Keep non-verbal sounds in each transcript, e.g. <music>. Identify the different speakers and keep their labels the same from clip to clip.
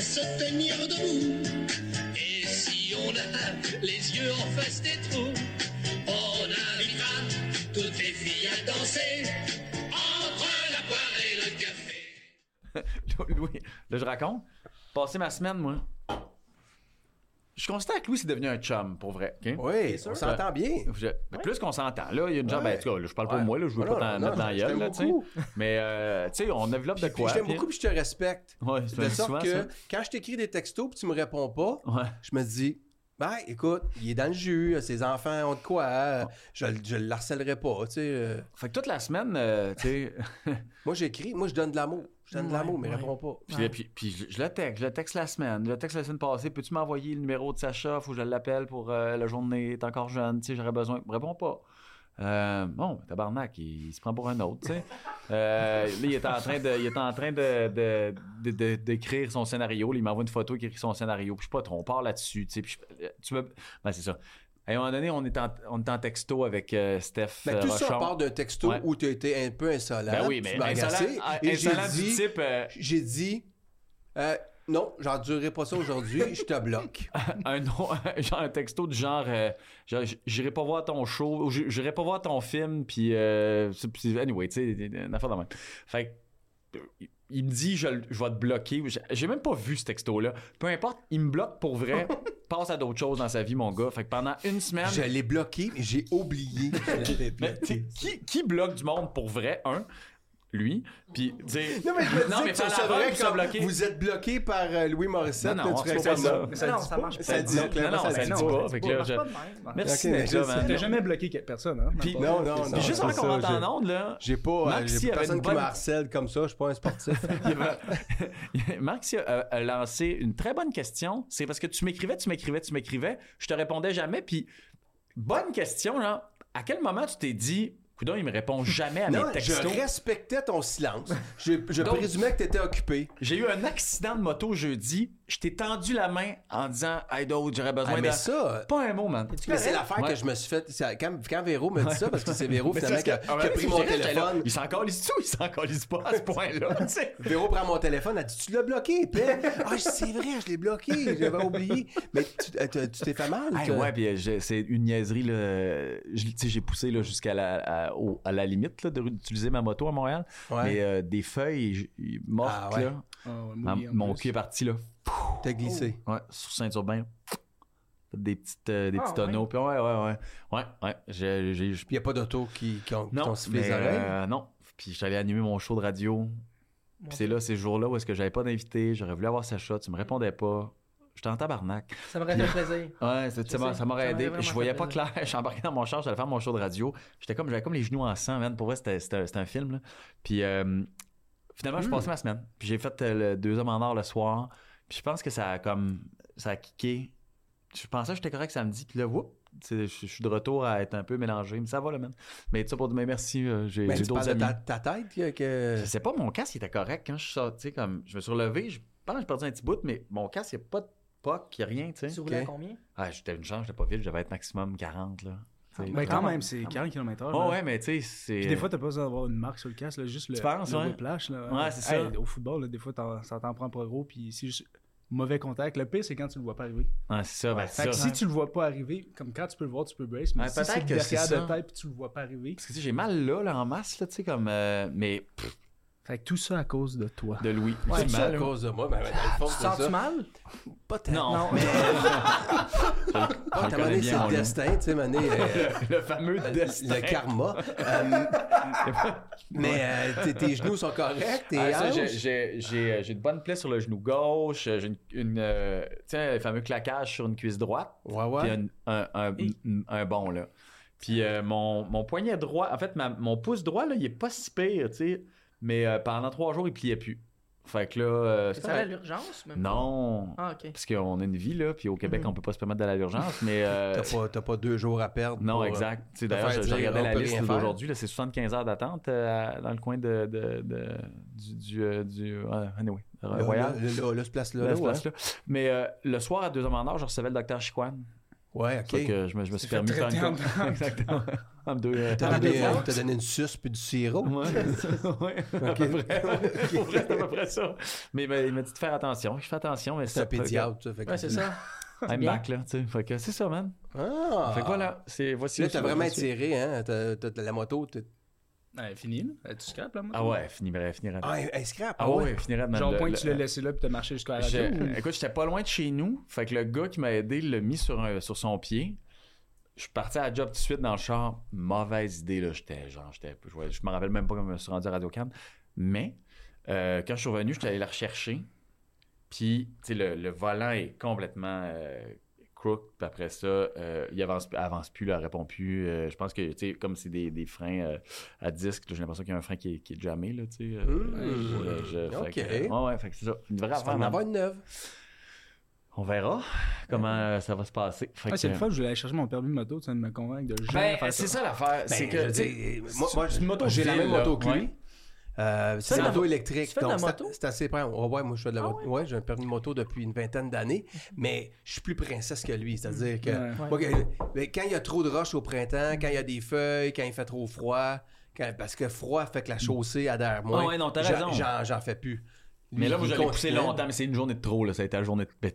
Speaker 1: se tenir debout. Et si on a les yeux en face des trous, on invitera toutes les filles à danser entre la poire et le café.
Speaker 2: Louis, là, je raconte. Passé ma semaine, moi. Je constate que Louis, c'est devenu un chum, pour vrai. ok?
Speaker 3: Oui, on s'entend bien.
Speaker 2: Je- ben, Plus qu'on s'entend, là, il y a une genre,
Speaker 3: Ouais.
Speaker 2: ben, en tout cas, là, je parle pas
Speaker 3: Ouais.
Speaker 2: de moi, là, je veux
Speaker 3: Non,
Speaker 2: pas t'en
Speaker 3: non,
Speaker 2: mettre dans la
Speaker 3: je
Speaker 2: gueule,
Speaker 3: t'aime
Speaker 2: là, tu sais.
Speaker 3: beaucoup.
Speaker 2: Mais, euh, tu sais, on développe de
Speaker 3: Puis
Speaker 2: quoi.
Speaker 3: je t'aime
Speaker 2: puis-
Speaker 3: beaucoup puis je te respecte.
Speaker 2: Ouais, c'est
Speaker 3: de sorte
Speaker 2: souvent
Speaker 3: que
Speaker 2: ça.
Speaker 3: quand je t'écris des textos puis tu me réponds pas,
Speaker 2: Ouais.
Speaker 3: je me dis ben écoute, il est dans le jus, euh, ses enfants ont de quoi, euh, je, le- je le harcèlerai pas, tu sais. euh.
Speaker 2: Fait que toute la semaine, euh, tu sais.
Speaker 3: Moi j'écris, moi je donne de l'amour, je donne de
Speaker 2: Ouais,
Speaker 3: l'amour mais il
Speaker 2: ouais.
Speaker 3: réponds pas.
Speaker 2: Puis, là, puis, puis je, je le texte, je le texte la semaine, je le texte la semaine passée. Peux-tu m'envoyer le numéro de Sacha? Faut que je l'appelle pour euh, la journée. T'es encore jeune, tu sais, j'aurais besoin. Réponds pas. Euh, bon, tabarnak, il, il se prend pour un autre, tu sais. Euh, là, il est en train de, il est en train de, de- de- de- d'écrire son scénario. Là, il m'envoie une photo qui écrit son scénario. Puis je suis pas trop, on part là-dessus, tu sais. Puis je- euh, tu me, ben c'est ça. À un moment donné, on est en, on est en texto avec euh, Steph.
Speaker 3: Ben,
Speaker 2: euh,
Speaker 3: tout ça
Speaker 2: Rochon.
Speaker 3: part d'un texto
Speaker 2: Ouais.
Speaker 3: où tu as été un peu insolent.
Speaker 2: Ben oui,
Speaker 3: tu
Speaker 2: mais
Speaker 3: m'as agacé,
Speaker 2: insolent, ah,
Speaker 3: et j'ai
Speaker 2: insolent du
Speaker 3: dit-
Speaker 2: type. euh,
Speaker 3: J'ai dit euh, non, j'endurerai pas ça aujourd'hui, je te bloque.
Speaker 2: un, nom- <laughs> genre un texto du genre, euh, genre, j- j'irai pas voir ton show ou j- j'irai pas voir ton film puis euh, c'est- puis anyway tu sais une affaire de même fait que, euh, il- il me dit je, le- je vais te bloquer J'ai- j'ai même pas vu ce texto là peu importe il me bloque pour
Speaker 3: <laughs>
Speaker 2: vrai passe à d'autres choses dans sa vie mon gars fait que pendant une semaine
Speaker 3: Je l'ai bloqué, mais j'ai oublié que je l'avais
Speaker 2: <laughs> mais
Speaker 3: bloqué.
Speaker 2: t'sais, qui, qui bloque du monde pour vrai un lui puis tu sais
Speaker 3: Non, mais je me disais que
Speaker 2: faire
Speaker 3: ça
Speaker 2: la
Speaker 3: serait
Speaker 2: vague, puis ça
Speaker 3: comme
Speaker 2: bloquer.
Speaker 3: Vous êtes bloqué par euh, Louis Morissette.
Speaker 2: Non,
Speaker 3: là,
Speaker 2: non,
Speaker 3: tu
Speaker 2: on se
Speaker 3: réagis à
Speaker 2: fait
Speaker 3: ça.
Speaker 2: pas
Speaker 4: ça, non, ça marche
Speaker 3: Ça
Speaker 4: pas.
Speaker 3: dit,
Speaker 2: Non,
Speaker 3: clairement,
Speaker 2: non,
Speaker 3: ça
Speaker 2: ça
Speaker 3: dit
Speaker 2: dit
Speaker 3: pas.
Speaker 2: pas. Fait que là,
Speaker 4: marche
Speaker 2: je-
Speaker 4: pas de même.
Speaker 2: merci
Speaker 3: Ok, mais
Speaker 2: Ninja,
Speaker 3: je sais.
Speaker 2: man.
Speaker 4: T'as jamais bloqué quel- personne, hein?
Speaker 2: Puis-
Speaker 3: Non, non, non.
Speaker 2: Puis juste avant
Speaker 3: c'est
Speaker 2: qu'on
Speaker 3: ça,
Speaker 2: rentre
Speaker 3: j'ai-
Speaker 2: en onde, là,
Speaker 3: J'ai pas, euh,
Speaker 2: Marc,
Speaker 3: j'ai
Speaker 2: s'il avait
Speaker 3: pas personne
Speaker 2: une
Speaker 3: qui me
Speaker 2: bonne-
Speaker 3: harcèle comme ça, je suis pas un
Speaker 2: <laughs>
Speaker 3: sportif.
Speaker 2: Il y avait- <laughs> Marc si, a, a lancé une très bonne question. C'est parce que tu m'écrivais, tu m'écrivais, tu m'écrivais. Je te répondais jamais. Puis, bonne question, genre, à quel moment tu t'es dit, coudon, il me répond jamais à mes
Speaker 3: non, je
Speaker 2: textos?
Speaker 3: respectais ton silence. Je, je
Speaker 2: Donc- Ah,
Speaker 3: présumais que t'étais occupé.
Speaker 2: J'ai eu un accident de moto jeudi. Je t'ai tendu la main en disant, hey, d'autres, j'aurais besoin
Speaker 3: Ah,
Speaker 2: de.
Speaker 3: mais ça,
Speaker 2: Pas un mot, man.
Speaker 3: Mais c'est l'affaire
Speaker 2: Ouais.
Speaker 3: que je me suis faite. c'est Quand, quand Véro me dit ça, parce que
Speaker 2: <laughs>
Speaker 3: c'est Véro finalement qui a,
Speaker 2: Ah,
Speaker 3: qui a
Speaker 2: ouais,
Speaker 3: pris
Speaker 2: je
Speaker 3: mon
Speaker 2: dirais, j'étais là,
Speaker 3: téléphone.
Speaker 2: Il s'en calise tout, il s'en calise pas à ce point-là,
Speaker 3: <laughs>
Speaker 2: tu sais.
Speaker 3: Véro prend mon téléphone, elle dit Tu l'as bloqué,
Speaker 2: <laughs>
Speaker 3: épais? Ah, je dis, c'est vrai, je l'ai bloqué, j'avais oublié. Mais tu euh, tu- tu t'es fait mal.
Speaker 2: Hey,
Speaker 3: toi.
Speaker 2: ouais, puis euh, j'ai- c'est une niaiserie. Là, euh, je- tu sais, j'ai poussé là, jusqu'à la, à, au- à la limite là, de- d'utiliser ma moto à Montréal.
Speaker 3: Ouais.
Speaker 2: Mais euh, des feuilles j- y- mortes,
Speaker 3: Ah ouais.
Speaker 2: là,
Speaker 4: Ah, ouais,
Speaker 2: ma-
Speaker 4: mouillé en
Speaker 2: mon
Speaker 4: plus.
Speaker 2: cul est parti là,
Speaker 3: T'as glissé.
Speaker 2: ouais, sur Saint-Urbain. Des petites, euh, des
Speaker 4: Ah,
Speaker 2: petits
Speaker 4: ouais.
Speaker 2: tonneaux. Puis ouais, ouais, ouais. Ouais, ouais. J'ai, j'ai- j'ai-
Speaker 3: Puis il n'y a pas d'auto qui, qui ont- qui
Speaker 2: non,
Speaker 3: t'ont sifflé
Speaker 2: mais,
Speaker 3: les oreilles.
Speaker 2: euh, non. Puis j'allais animer mon show de radio. Puis c'est là, ces jours-là où est-ce que j'avais pas d'invité, j'aurais voulu avoir Sacha, tu me répondais pas. J'étais en tabarnak.
Speaker 4: Ça m'aurait fait plaisir.
Speaker 2: <laughs> Ouais, c'est- ça, m'a- ça
Speaker 4: sais,
Speaker 2: m'aurait
Speaker 4: ça m'aurait
Speaker 2: aidé.
Speaker 4: vraiment
Speaker 2: Je voyais
Speaker 4: fait
Speaker 2: pas
Speaker 4: plaisir.
Speaker 2: clair. <laughs> J'embarquais dans mon char, j'allais faire mon show de radio. J'étais comme, j'avais comme les genoux en sang, man. Pour vrai, c'était, c'était, un- c'était un film, là. Puis euh, finalement,
Speaker 4: Hmm.
Speaker 2: je passais ma semaine. Puis j'ai fait euh, le Deux hommes en or le soir. Puis je pense que ça a comme, ça a kické. Je pensais que j'étais correct samedi. Puis là, whoop, tu sais, je je suis de retour à être un peu mélangé. Mais ça va, là, man. Mais tout ça pour dire, mais merci, euh, j'ai,
Speaker 3: Mais
Speaker 2: j'ai
Speaker 3: Ben, tu parles
Speaker 2: d'autres
Speaker 3: de
Speaker 2: amis.
Speaker 3: ta, ta tête que. que-
Speaker 2: Je sais pas, mon casque, il était correct quand je suis sorti. Comme, je me suis relevé, je pense que j'ai perdu un petit bout, mais mon casque, il n'y a pas de poc, il n'y a rien, tu sais.
Speaker 4: Tu roulais à
Speaker 3: Ok.
Speaker 4: combien?
Speaker 2: Ah, j'étais une chance, j'étais pas vite, j'avais être maximum 40, là. Tu sais.
Speaker 4: Mais
Speaker 2: Ah,
Speaker 4: quand même, c'est 40 km/h. là.
Speaker 2: Oh, ouais, ouais, mais tu sais, c'est.
Speaker 4: Puis des fois, t'as pas besoin d'avoir une marque sur le casque, là, juste le,
Speaker 2: Tu penses,
Speaker 4: le
Speaker 2: ouais?
Speaker 4: whiplash, là.
Speaker 2: Ouais, c'est ça.
Speaker 4: au football, là, des fois, t'en- ça t'en prend pas gros, puis c'est juste mauvais contact. Le pire, c'est quand tu le vois pas arriver.
Speaker 2: Ah, c'est ça, ben,
Speaker 4: Fait
Speaker 2: c'est
Speaker 4: que
Speaker 2: ça.
Speaker 4: si tu le vois pas arriver, comme quand tu peux le voir, tu peux brace, mais
Speaker 2: Ouais,
Speaker 4: si
Speaker 2: peut-être
Speaker 4: c'est
Speaker 2: que
Speaker 4: derrière
Speaker 2: c'est
Speaker 4: de
Speaker 2: ça.
Speaker 4: tête, puis tu le vois pas arriver.
Speaker 2: Parce que tu sais, j'ai mal là, là, en masse, là, tu sais, comme. euh, mais pff,
Speaker 4: Fait que tout ça à cause de toi.
Speaker 2: de Louis.
Speaker 3: Ouais,
Speaker 2: ultimement,
Speaker 3: c'est à
Speaker 2: là.
Speaker 3: cause de moi. Ben, ben, dans le fond,
Speaker 4: Tu te
Speaker 3: c'est
Speaker 4: sens-tu
Speaker 3: ça.
Speaker 4: mal?
Speaker 3: Pas tant.
Speaker 2: Non, <laughs>
Speaker 4: Non.
Speaker 2: mais.
Speaker 3: Ah,
Speaker 2: Je le
Speaker 3: t'as
Speaker 2: connais bien,
Speaker 3: donné, c'est
Speaker 2: mon
Speaker 3: le
Speaker 2: Louis.
Speaker 3: destin, tu
Speaker 2: <laughs>
Speaker 3: sais, mané. euh,
Speaker 2: Le fameux destin.
Speaker 3: Le
Speaker 2: <laughs>
Speaker 3: karma. Euh, mais euh, tes- tes genoux sont corrects, tes
Speaker 2: Ah, ça, j'ai-
Speaker 3: hanches.
Speaker 2: j'ai j'ai- j'ai une bonne plaie sur le genou gauche, j'ai une, une, euh, tu sais, le fameux claquage sur une cuisse droite.
Speaker 3: Ouais,
Speaker 2: puis euh,
Speaker 3: ouais.
Speaker 2: un, un, un- un- un bon là. Puis euh, mon, mon poignet droit, en fait, ma- mon pouce droit, là, il est pas si pire, tu sais, mais euh, pendant trois jours, il pliait plus. Fait que là... euh,
Speaker 5: Ça va à l'urgence, même pas?
Speaker 2: Non,
Speaker 5: Ah, ok.
Speaker 2: parce qu'on a une vie, là, puis au Québec,
Speaker 5: Mhm.
Speaker 2: on peut pas se permettre d'aller à l'urgence, mais... euh,
Speaker 3: T'as pas, t'as pas deux jours à perdre.
Speaker 2: non,
Speaker 3: pour, euh,
Speaker 2: exact. Tu sais,
Speaker 3: te
Speaker 2: D'ailleurs,
Speaker 3: faire
Speaker 2: j'ai j'ai
Speaker 3: dire,
Speaker 2: regardé
Speaker 3: on
Speaker 2: la
Speaker 3: peut
Speaker 2: liste
Speaker 3: rien faire.
Speaker 2: d'aujourd'hui, là, c'est 75 heures d'attente euh, à- dans le coin de... de, de- du... du, euh, du euh, anyway,
Speaker 3: Là,
Speaker 2: Royal.
Speaker 3: là, là, là, ce place-là.
Speaker 2: Là,
Speaker 3: là,
Speaker 2: ce
Speaker 3: ouais.
Speaker 2: place-là. Mais euh, le soir, à 2 h en or, je recevais le docteur Chiquan.
Speaker 3: Ouais, OK.
Speaker 2: Fait que je me, je me suis
Speaker 4: C'est
Speaker 2: permis de
Speaker 4: fait
Speaker 2: faire une
Speaker 4: traiter
Speaker 2: <laughs>
Speaker 4: en-
Speaker 2: coupe. Exactement. En deux, euh,
Speaker 3: T'as
Speaker 2: en deux
Speaker 3: donné,
Speaker 2: fois.
Speaker 3: t'as donné une suce puis du sirop. <laughs>
Speaker 2: Ouais, c'est ça, ouais, à peu près. Pour <laughs> vrai, c'est à peu près ça. Mais ben, il m'a dit de faire attention. Je fais attention, mais
Speaker 3: C'est un
Speaker 2: ça-
Speaker 3: pédiatre, ça. Fait que-
Speaker 2: Ouais, c'est ça. I'm
Speaker 5: bien.
Speaker 2: back, là, tu sais. Fait que c'est ça, man.
Speaker 3: Ah!
Speaker 2: Fait que voilà, c'est, voici
Speaker 3: Là,
Speaker 2: où
Speaker 3: t'as
Speaker 2: tu vas
Speaker 3: vraiment
Speaker 2: me suivre.
Speaker 3: tiré, hein? T'as, t'as- t'as la moto. t'es-
Speaker 4: Ouais, fini, là. Euh, Tu scrapes, là, moi?
Speaker 2: Ah ouais, finirait, finirait.
Speaker 3: Ah, elle, elle scrape.
Speaker 2: Ah ouais, finirait.
Speaker 4: Genre, au point que tu l'as laissé là, puis t'as marché jusqu'à la radio. ou-
Speaker 2: euh, Écoute, j'étais pas loin de chez nous. Fait que le gars qui m'a aidé l'a mis sur, un- sur son pied. Je suis parti à la job tout de suite dans le char. Mauvaise idée, là. J'étais, genre, j'étais, je, vois- je me rappelle même pas comment je me suis rendu à radio can Mais euh, quand je suis revenu, j'étais allé la rechercher. Puis, tu sais, le, le volant est complètement euh, crook. Puis après ça, euh, il avance, avance plus, là, elle répond plus. Euh, je pense que, tu sais, comme c'est des, des freins euh, à disque, là, j'ai l'impression qu'il y a un frein qui est, qui est jammé, là, tu sais. euh,
Speaker 3: Mmh.
Speaker 2: ouais, je-
Speaker 3: Ok.
Speaker 2: fait que- ouais, ouais, fait que c'est ça. Une vraie
Speaker 3: Tu vas
Speaker 2: affaire,
Speaker 3: en
Speaker 2: man.
Speaker 3: avoir une neuve.
Speaker 2: On verra comment euh, ça va se passer. Fait
Speaker 4: Ah, c'est
Speaker 2: que-
Speaker 4: le fois que je voulais aller chercher mon permis de moto, tu viens de me convaincre de jamais
Speaker 2: Ben,
Speaker 4: faire
Speaker 2: c'est
Speaker 4: ça.
Speaker 2: ça l'affaire. c'est que,
Speaker 3: je
Speaker 2: tu sais, euh,
Speaker 3: dis, moi, moi,
Speaker 2: c'est une moto
Speaker 3: j'ai la
Speaker 2: ville,
Speaker 3: même moto que
Speaker 2: là,
Speaker 3: lui.
Speaker 2: ouais.
Speaker 3: Euh, c'est une
Speaker 5: fais de la
Speaker 3: moto
Speaker 5: mo-
Speaker 3: électrique.
Speaker 5: tu fais de
Speaker 3: donc
Speaker 5: la
Speaker 3: c'est-
Speaker 5: moto?
Speaker 3: C'est assez près. Oh, ouais, moi, je fais de la
Speaker 5: Ah
Speaker 3: moto. Ouais, j'ai un permis de moto depuis une vingtaine d'années, mais je suis plus princesse que lui. C'est-à-dire que
Speaker 4: Ouais.
Speaker 3: moi, que- mais quand il y a trop de roches au printemps, quand il y a des feuilles, quand il fait trop froid, quand- parce que froid fait que la chaussée adhère moins.
Speaker 5: Ah ouais, non, t'as
Speaker 3: J'en-
Speaker 5: raison.
Speaker 3: J'en, j'en fais plus. Lui,
Speaker 2: Mais là,
Speaker 3: il
Speaker 2: moi, j'aurais poussé
Speaker 3: continue.
Speaker 2: longtemps, mais c'est une journée de trop. Là. Ça a été la journée de... ben,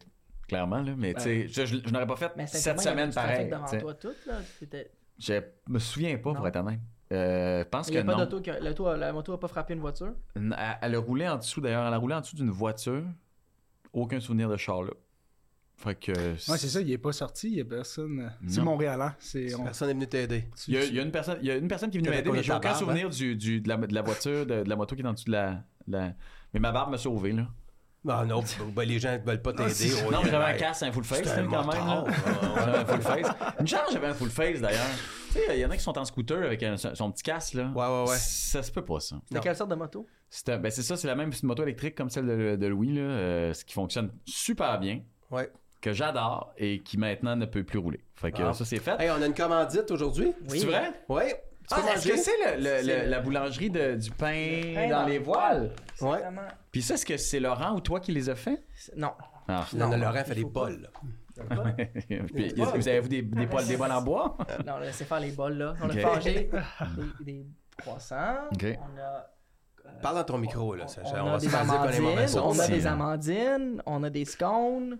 Speaker 2: Clairement, là, mais tu sais, je, je- je n'aurais pas fait
Speaker 5: Mais c'est
Speaker 2: cette semaine pareil. tu
Speaker 5: devant
Speaker 2: sais.
Speaker 5: toi tout, là. C'était-
Speaker 2: Je me souviens pas, pour
Speaker 5: Non.
Speaker 2: être honnête. Euh, je pense
Speaker 5: Il y
Speaker 2: que
Speaker 5: a pas
Speaker 2: non.
Speaker 5: d'auto qui a- l'auto a- La moto a pas frappé une voiture.
Speaker 2: Elle, elle a roulé en dessous, d'ailleurs, elle a roulé en dessous d'une voiture. Aucun souvenir de char là. Fait que.
Speaker 4: Ouais, c'est ça, il est pas sorti, il y a personne.
Speaker 2: Non.
Speaker 4: C'est Montréal, hein. C'est. on-
Speaker 3: Personne n'est venu t'aider.
Speaker 2: Il y, a, il y a une personne, il y a une personne qui est venue
Speaker 3: T'avais
Speaker 2: m'aider,
Speaker 3: pas
Speaker 2: mais
Speaker 3: mis
Speaker 2: j'ai
Speaker 3: ta
Speaker 2: aucun
Speaker 3: barbe,
Speaker 2: souvenir du, du- de, la, de la voiture, de, de la moto qui est en dessous de la. la- Mais ma barbe m'a sauvé, là.
Speaker 3: Ah
Speaker 5: <laughs>
Speaker 3: non, ben, les gens ne veulent pas
Speaker 5: Ah,
Speaker 3: t'aider. oh,
Speaker 2: non,
Speaker 3: Ouais,
Speaker 2: mais j'avais un
Speaker 3: ouais.
Speaker 2: casque, un full face,
Speaker 3: J'étais
Speaker 2: hein,
Speaker 3: un
Speaker 2: quand même. là.
Speaker 3: motard.
Speaker 2: <laughs> J'avais un full face. Une chance, j'avais un full face, d'ailleurs. Tu sais, il y en a qui sont en scooter avec un- son son petit casque, là.
Speaker 3: Ouais, ouais, ouais.
Speaker 2: Ça se peut pas, ça.
Speaker 5: C'était
Speaker 3: Non.
Speaker 5: quelle sorte de moto
Speaker 2: C'est un- ben, c'est ça, c'est la même moto électrique comme celle de, de Louis, là, euh, ce qui fonctionne super bien,
Speaker 3: Ouais.
Speaker 2: que j'adore et qui maintenant ne peut plus rouler. Fait que
Speaker 3: Ah.
Speaker 2: ça, c'est fait.
Speaker 3: Hey, on a une commandite aujourd'hui.
Speaker 2: C'est vrai?
Speaker 3: Oui. Tu peux
Speaker 2: Ah, est-ce
Speaker 3: manger?
Speaker 2: que c'est le- le- le-
Speaker 5: C'est le-
Speaker 2: la boulangerie de- du pain,
Speaker 5: pain
Speaker 2: dans,
Speaker 5: dans
Speaker 2: les
Speaker 5: le
Speaker 2: voiles?
Speaker 5: C'est
Speaker 3: Ouais.
Speaker 5: vraiment-
Speaker 2: Puis ça, est-ce que c'est Laurent ou toi qui les a fait?
Speaker 5: c'est- Non.
Speaker 2: <laughs> Ah.
Speaker 3: Non, non,
Speaker 5: Non,
Speaker 3: Laurent fait
Speaker 5: il
Speaker 3: des
Speaker 5: faut pas.
Speaker 3: bols. là.
Speaker 2: Puis, est-ce que vous avez-vous des, des poils des bols en bois?
Speaker 5: Non, on a laissé faire les bols, là. On
Speaker 2: Euh. Ok. <laughs>
Speaker 5: a forgé des, des croissants.
Speaker 2: Ok.
Speaker 5: On a. euh,
Speaker 3: Parle dans ton micro, là. Sacha.
Speaker 5: on,
Speaker 3: va
Speaker 5: a
Speaker 3: se
Speaker 5: des
Speaker 3: faire dire qu'on est mauvais
Speaker 5: amandines, on
Speaker 3: sauce.
Speaker 5: a
Speaker 2: C'est-
Speaker 5: des amandines, on a des scones,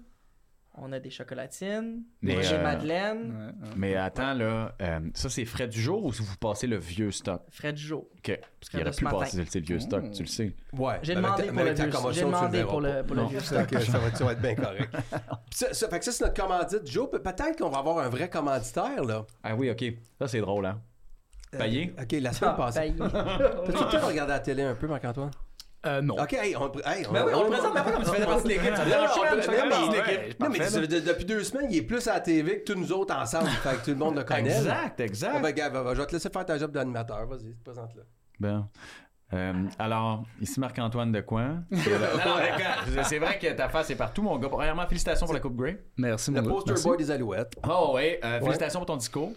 Speaker 5: on a des chocolatines,
Speaker 2: Mais,
Speaker 5: moi j'ai
Speaker 2: euh,
Speaker 5: Madeleine,
Speaker 4: Ouais, ouais.
Speaker 2: Mais attends, là, euh, ça, c'est frais du jour ou vous passez le vieux stock?
Speaker 5: Fred
Speaker 2: OK.
Speaker 5: Jo.
Speaker 2: Parce qu'il
Speaker 5: Frais de
Speaker 2: aurait
Speaker 5: ce
Speaker 2: pu
Speaker 5: matin.
Speaker 2: passer c'est le vieux stock,
Speaker 4: Mmh.
Speaker 2: tu le sais.
Speaker 3: Ouais. ben,
Speaker 5: J'ai
Speaker 3: mais
Speaker 5: demandé
Speaker 3: avec ta-
Speaker 5: pour
Speaker 3: mais
Speaker 5: le
Speaker 3: avec ta
Speaker 5: vieux-
Speaker 3: commotion,
Speaker 5: j'ai
Speaker 3: tu le
Speaker 5: demandé
Speaker 3: verras
Speaker 5: pour
Speaker 3: pas.
Speaker 5: le- pour le
Speaker 2: Non.
Speaker 5: vieux
Speaker 3: Fait
Speaker 5: stock.
Speaker 3: que ça, va, ça va être bien correct. Puis ça, ça- fait que ça, c'est notre commandite. Joe, pe- peut-être qu'on va avoir un vrai commanditaire, là.
Speaker 2: Ah oui, OK. Ça, c'est drôle, hein? Payé?
Speaker 3: OK, la semaine
Speaker 5: Ah,
Speaker 2: <laughs>
Speaker 3: passée.
Speaker 5: paillé.
Speaker 3: T'as-tu le temps de regarder la télé un peu, Marc-Antoine?
Speaker 4: Euh, non.
Speaker 3: OK, hey, on, le pr- hey,
Speaker 2: Ben oui, on le présente même pas comme si tu faisais partie de l'équipe. Ça dérange pas, tu fais
Speaker 3: Non,
Speaker 2: partie de
Speaker 3: mais-
Speaker 2: l'équipe.
Speaker 3: Non, mais
Speaker 2: Parfait,
Speaker 3: de- depuis deux semaines, il est plus à la TV que tous nous autres ensemble. Fait que tout le monde le connaît. là.
Speaker 2: Exact,
Speaker 3: Ah, ben,
Speaker 2: exact.
Speaker 3: regarde, va- va- je vais te laisser faire ta job d'animateur. Vas-y, te présente-le.
Speaker 2: Bon. Euh, alors, ici Marc-Antoine de Coin. Non, non, d'accord. C'est vrai que ta face est partout, mon gars. Premièrement, félicitations pour la Coupe Grey.
Speaker 4: Merci,
Speaker 3: Le
Speaker 4: mon gars.
Speaker 3: poster
Speaker 4: Merci.
Speaker 3: boy des Alouettes.
Speaker 2: Oh oui, euh, félicitations pour ton discours.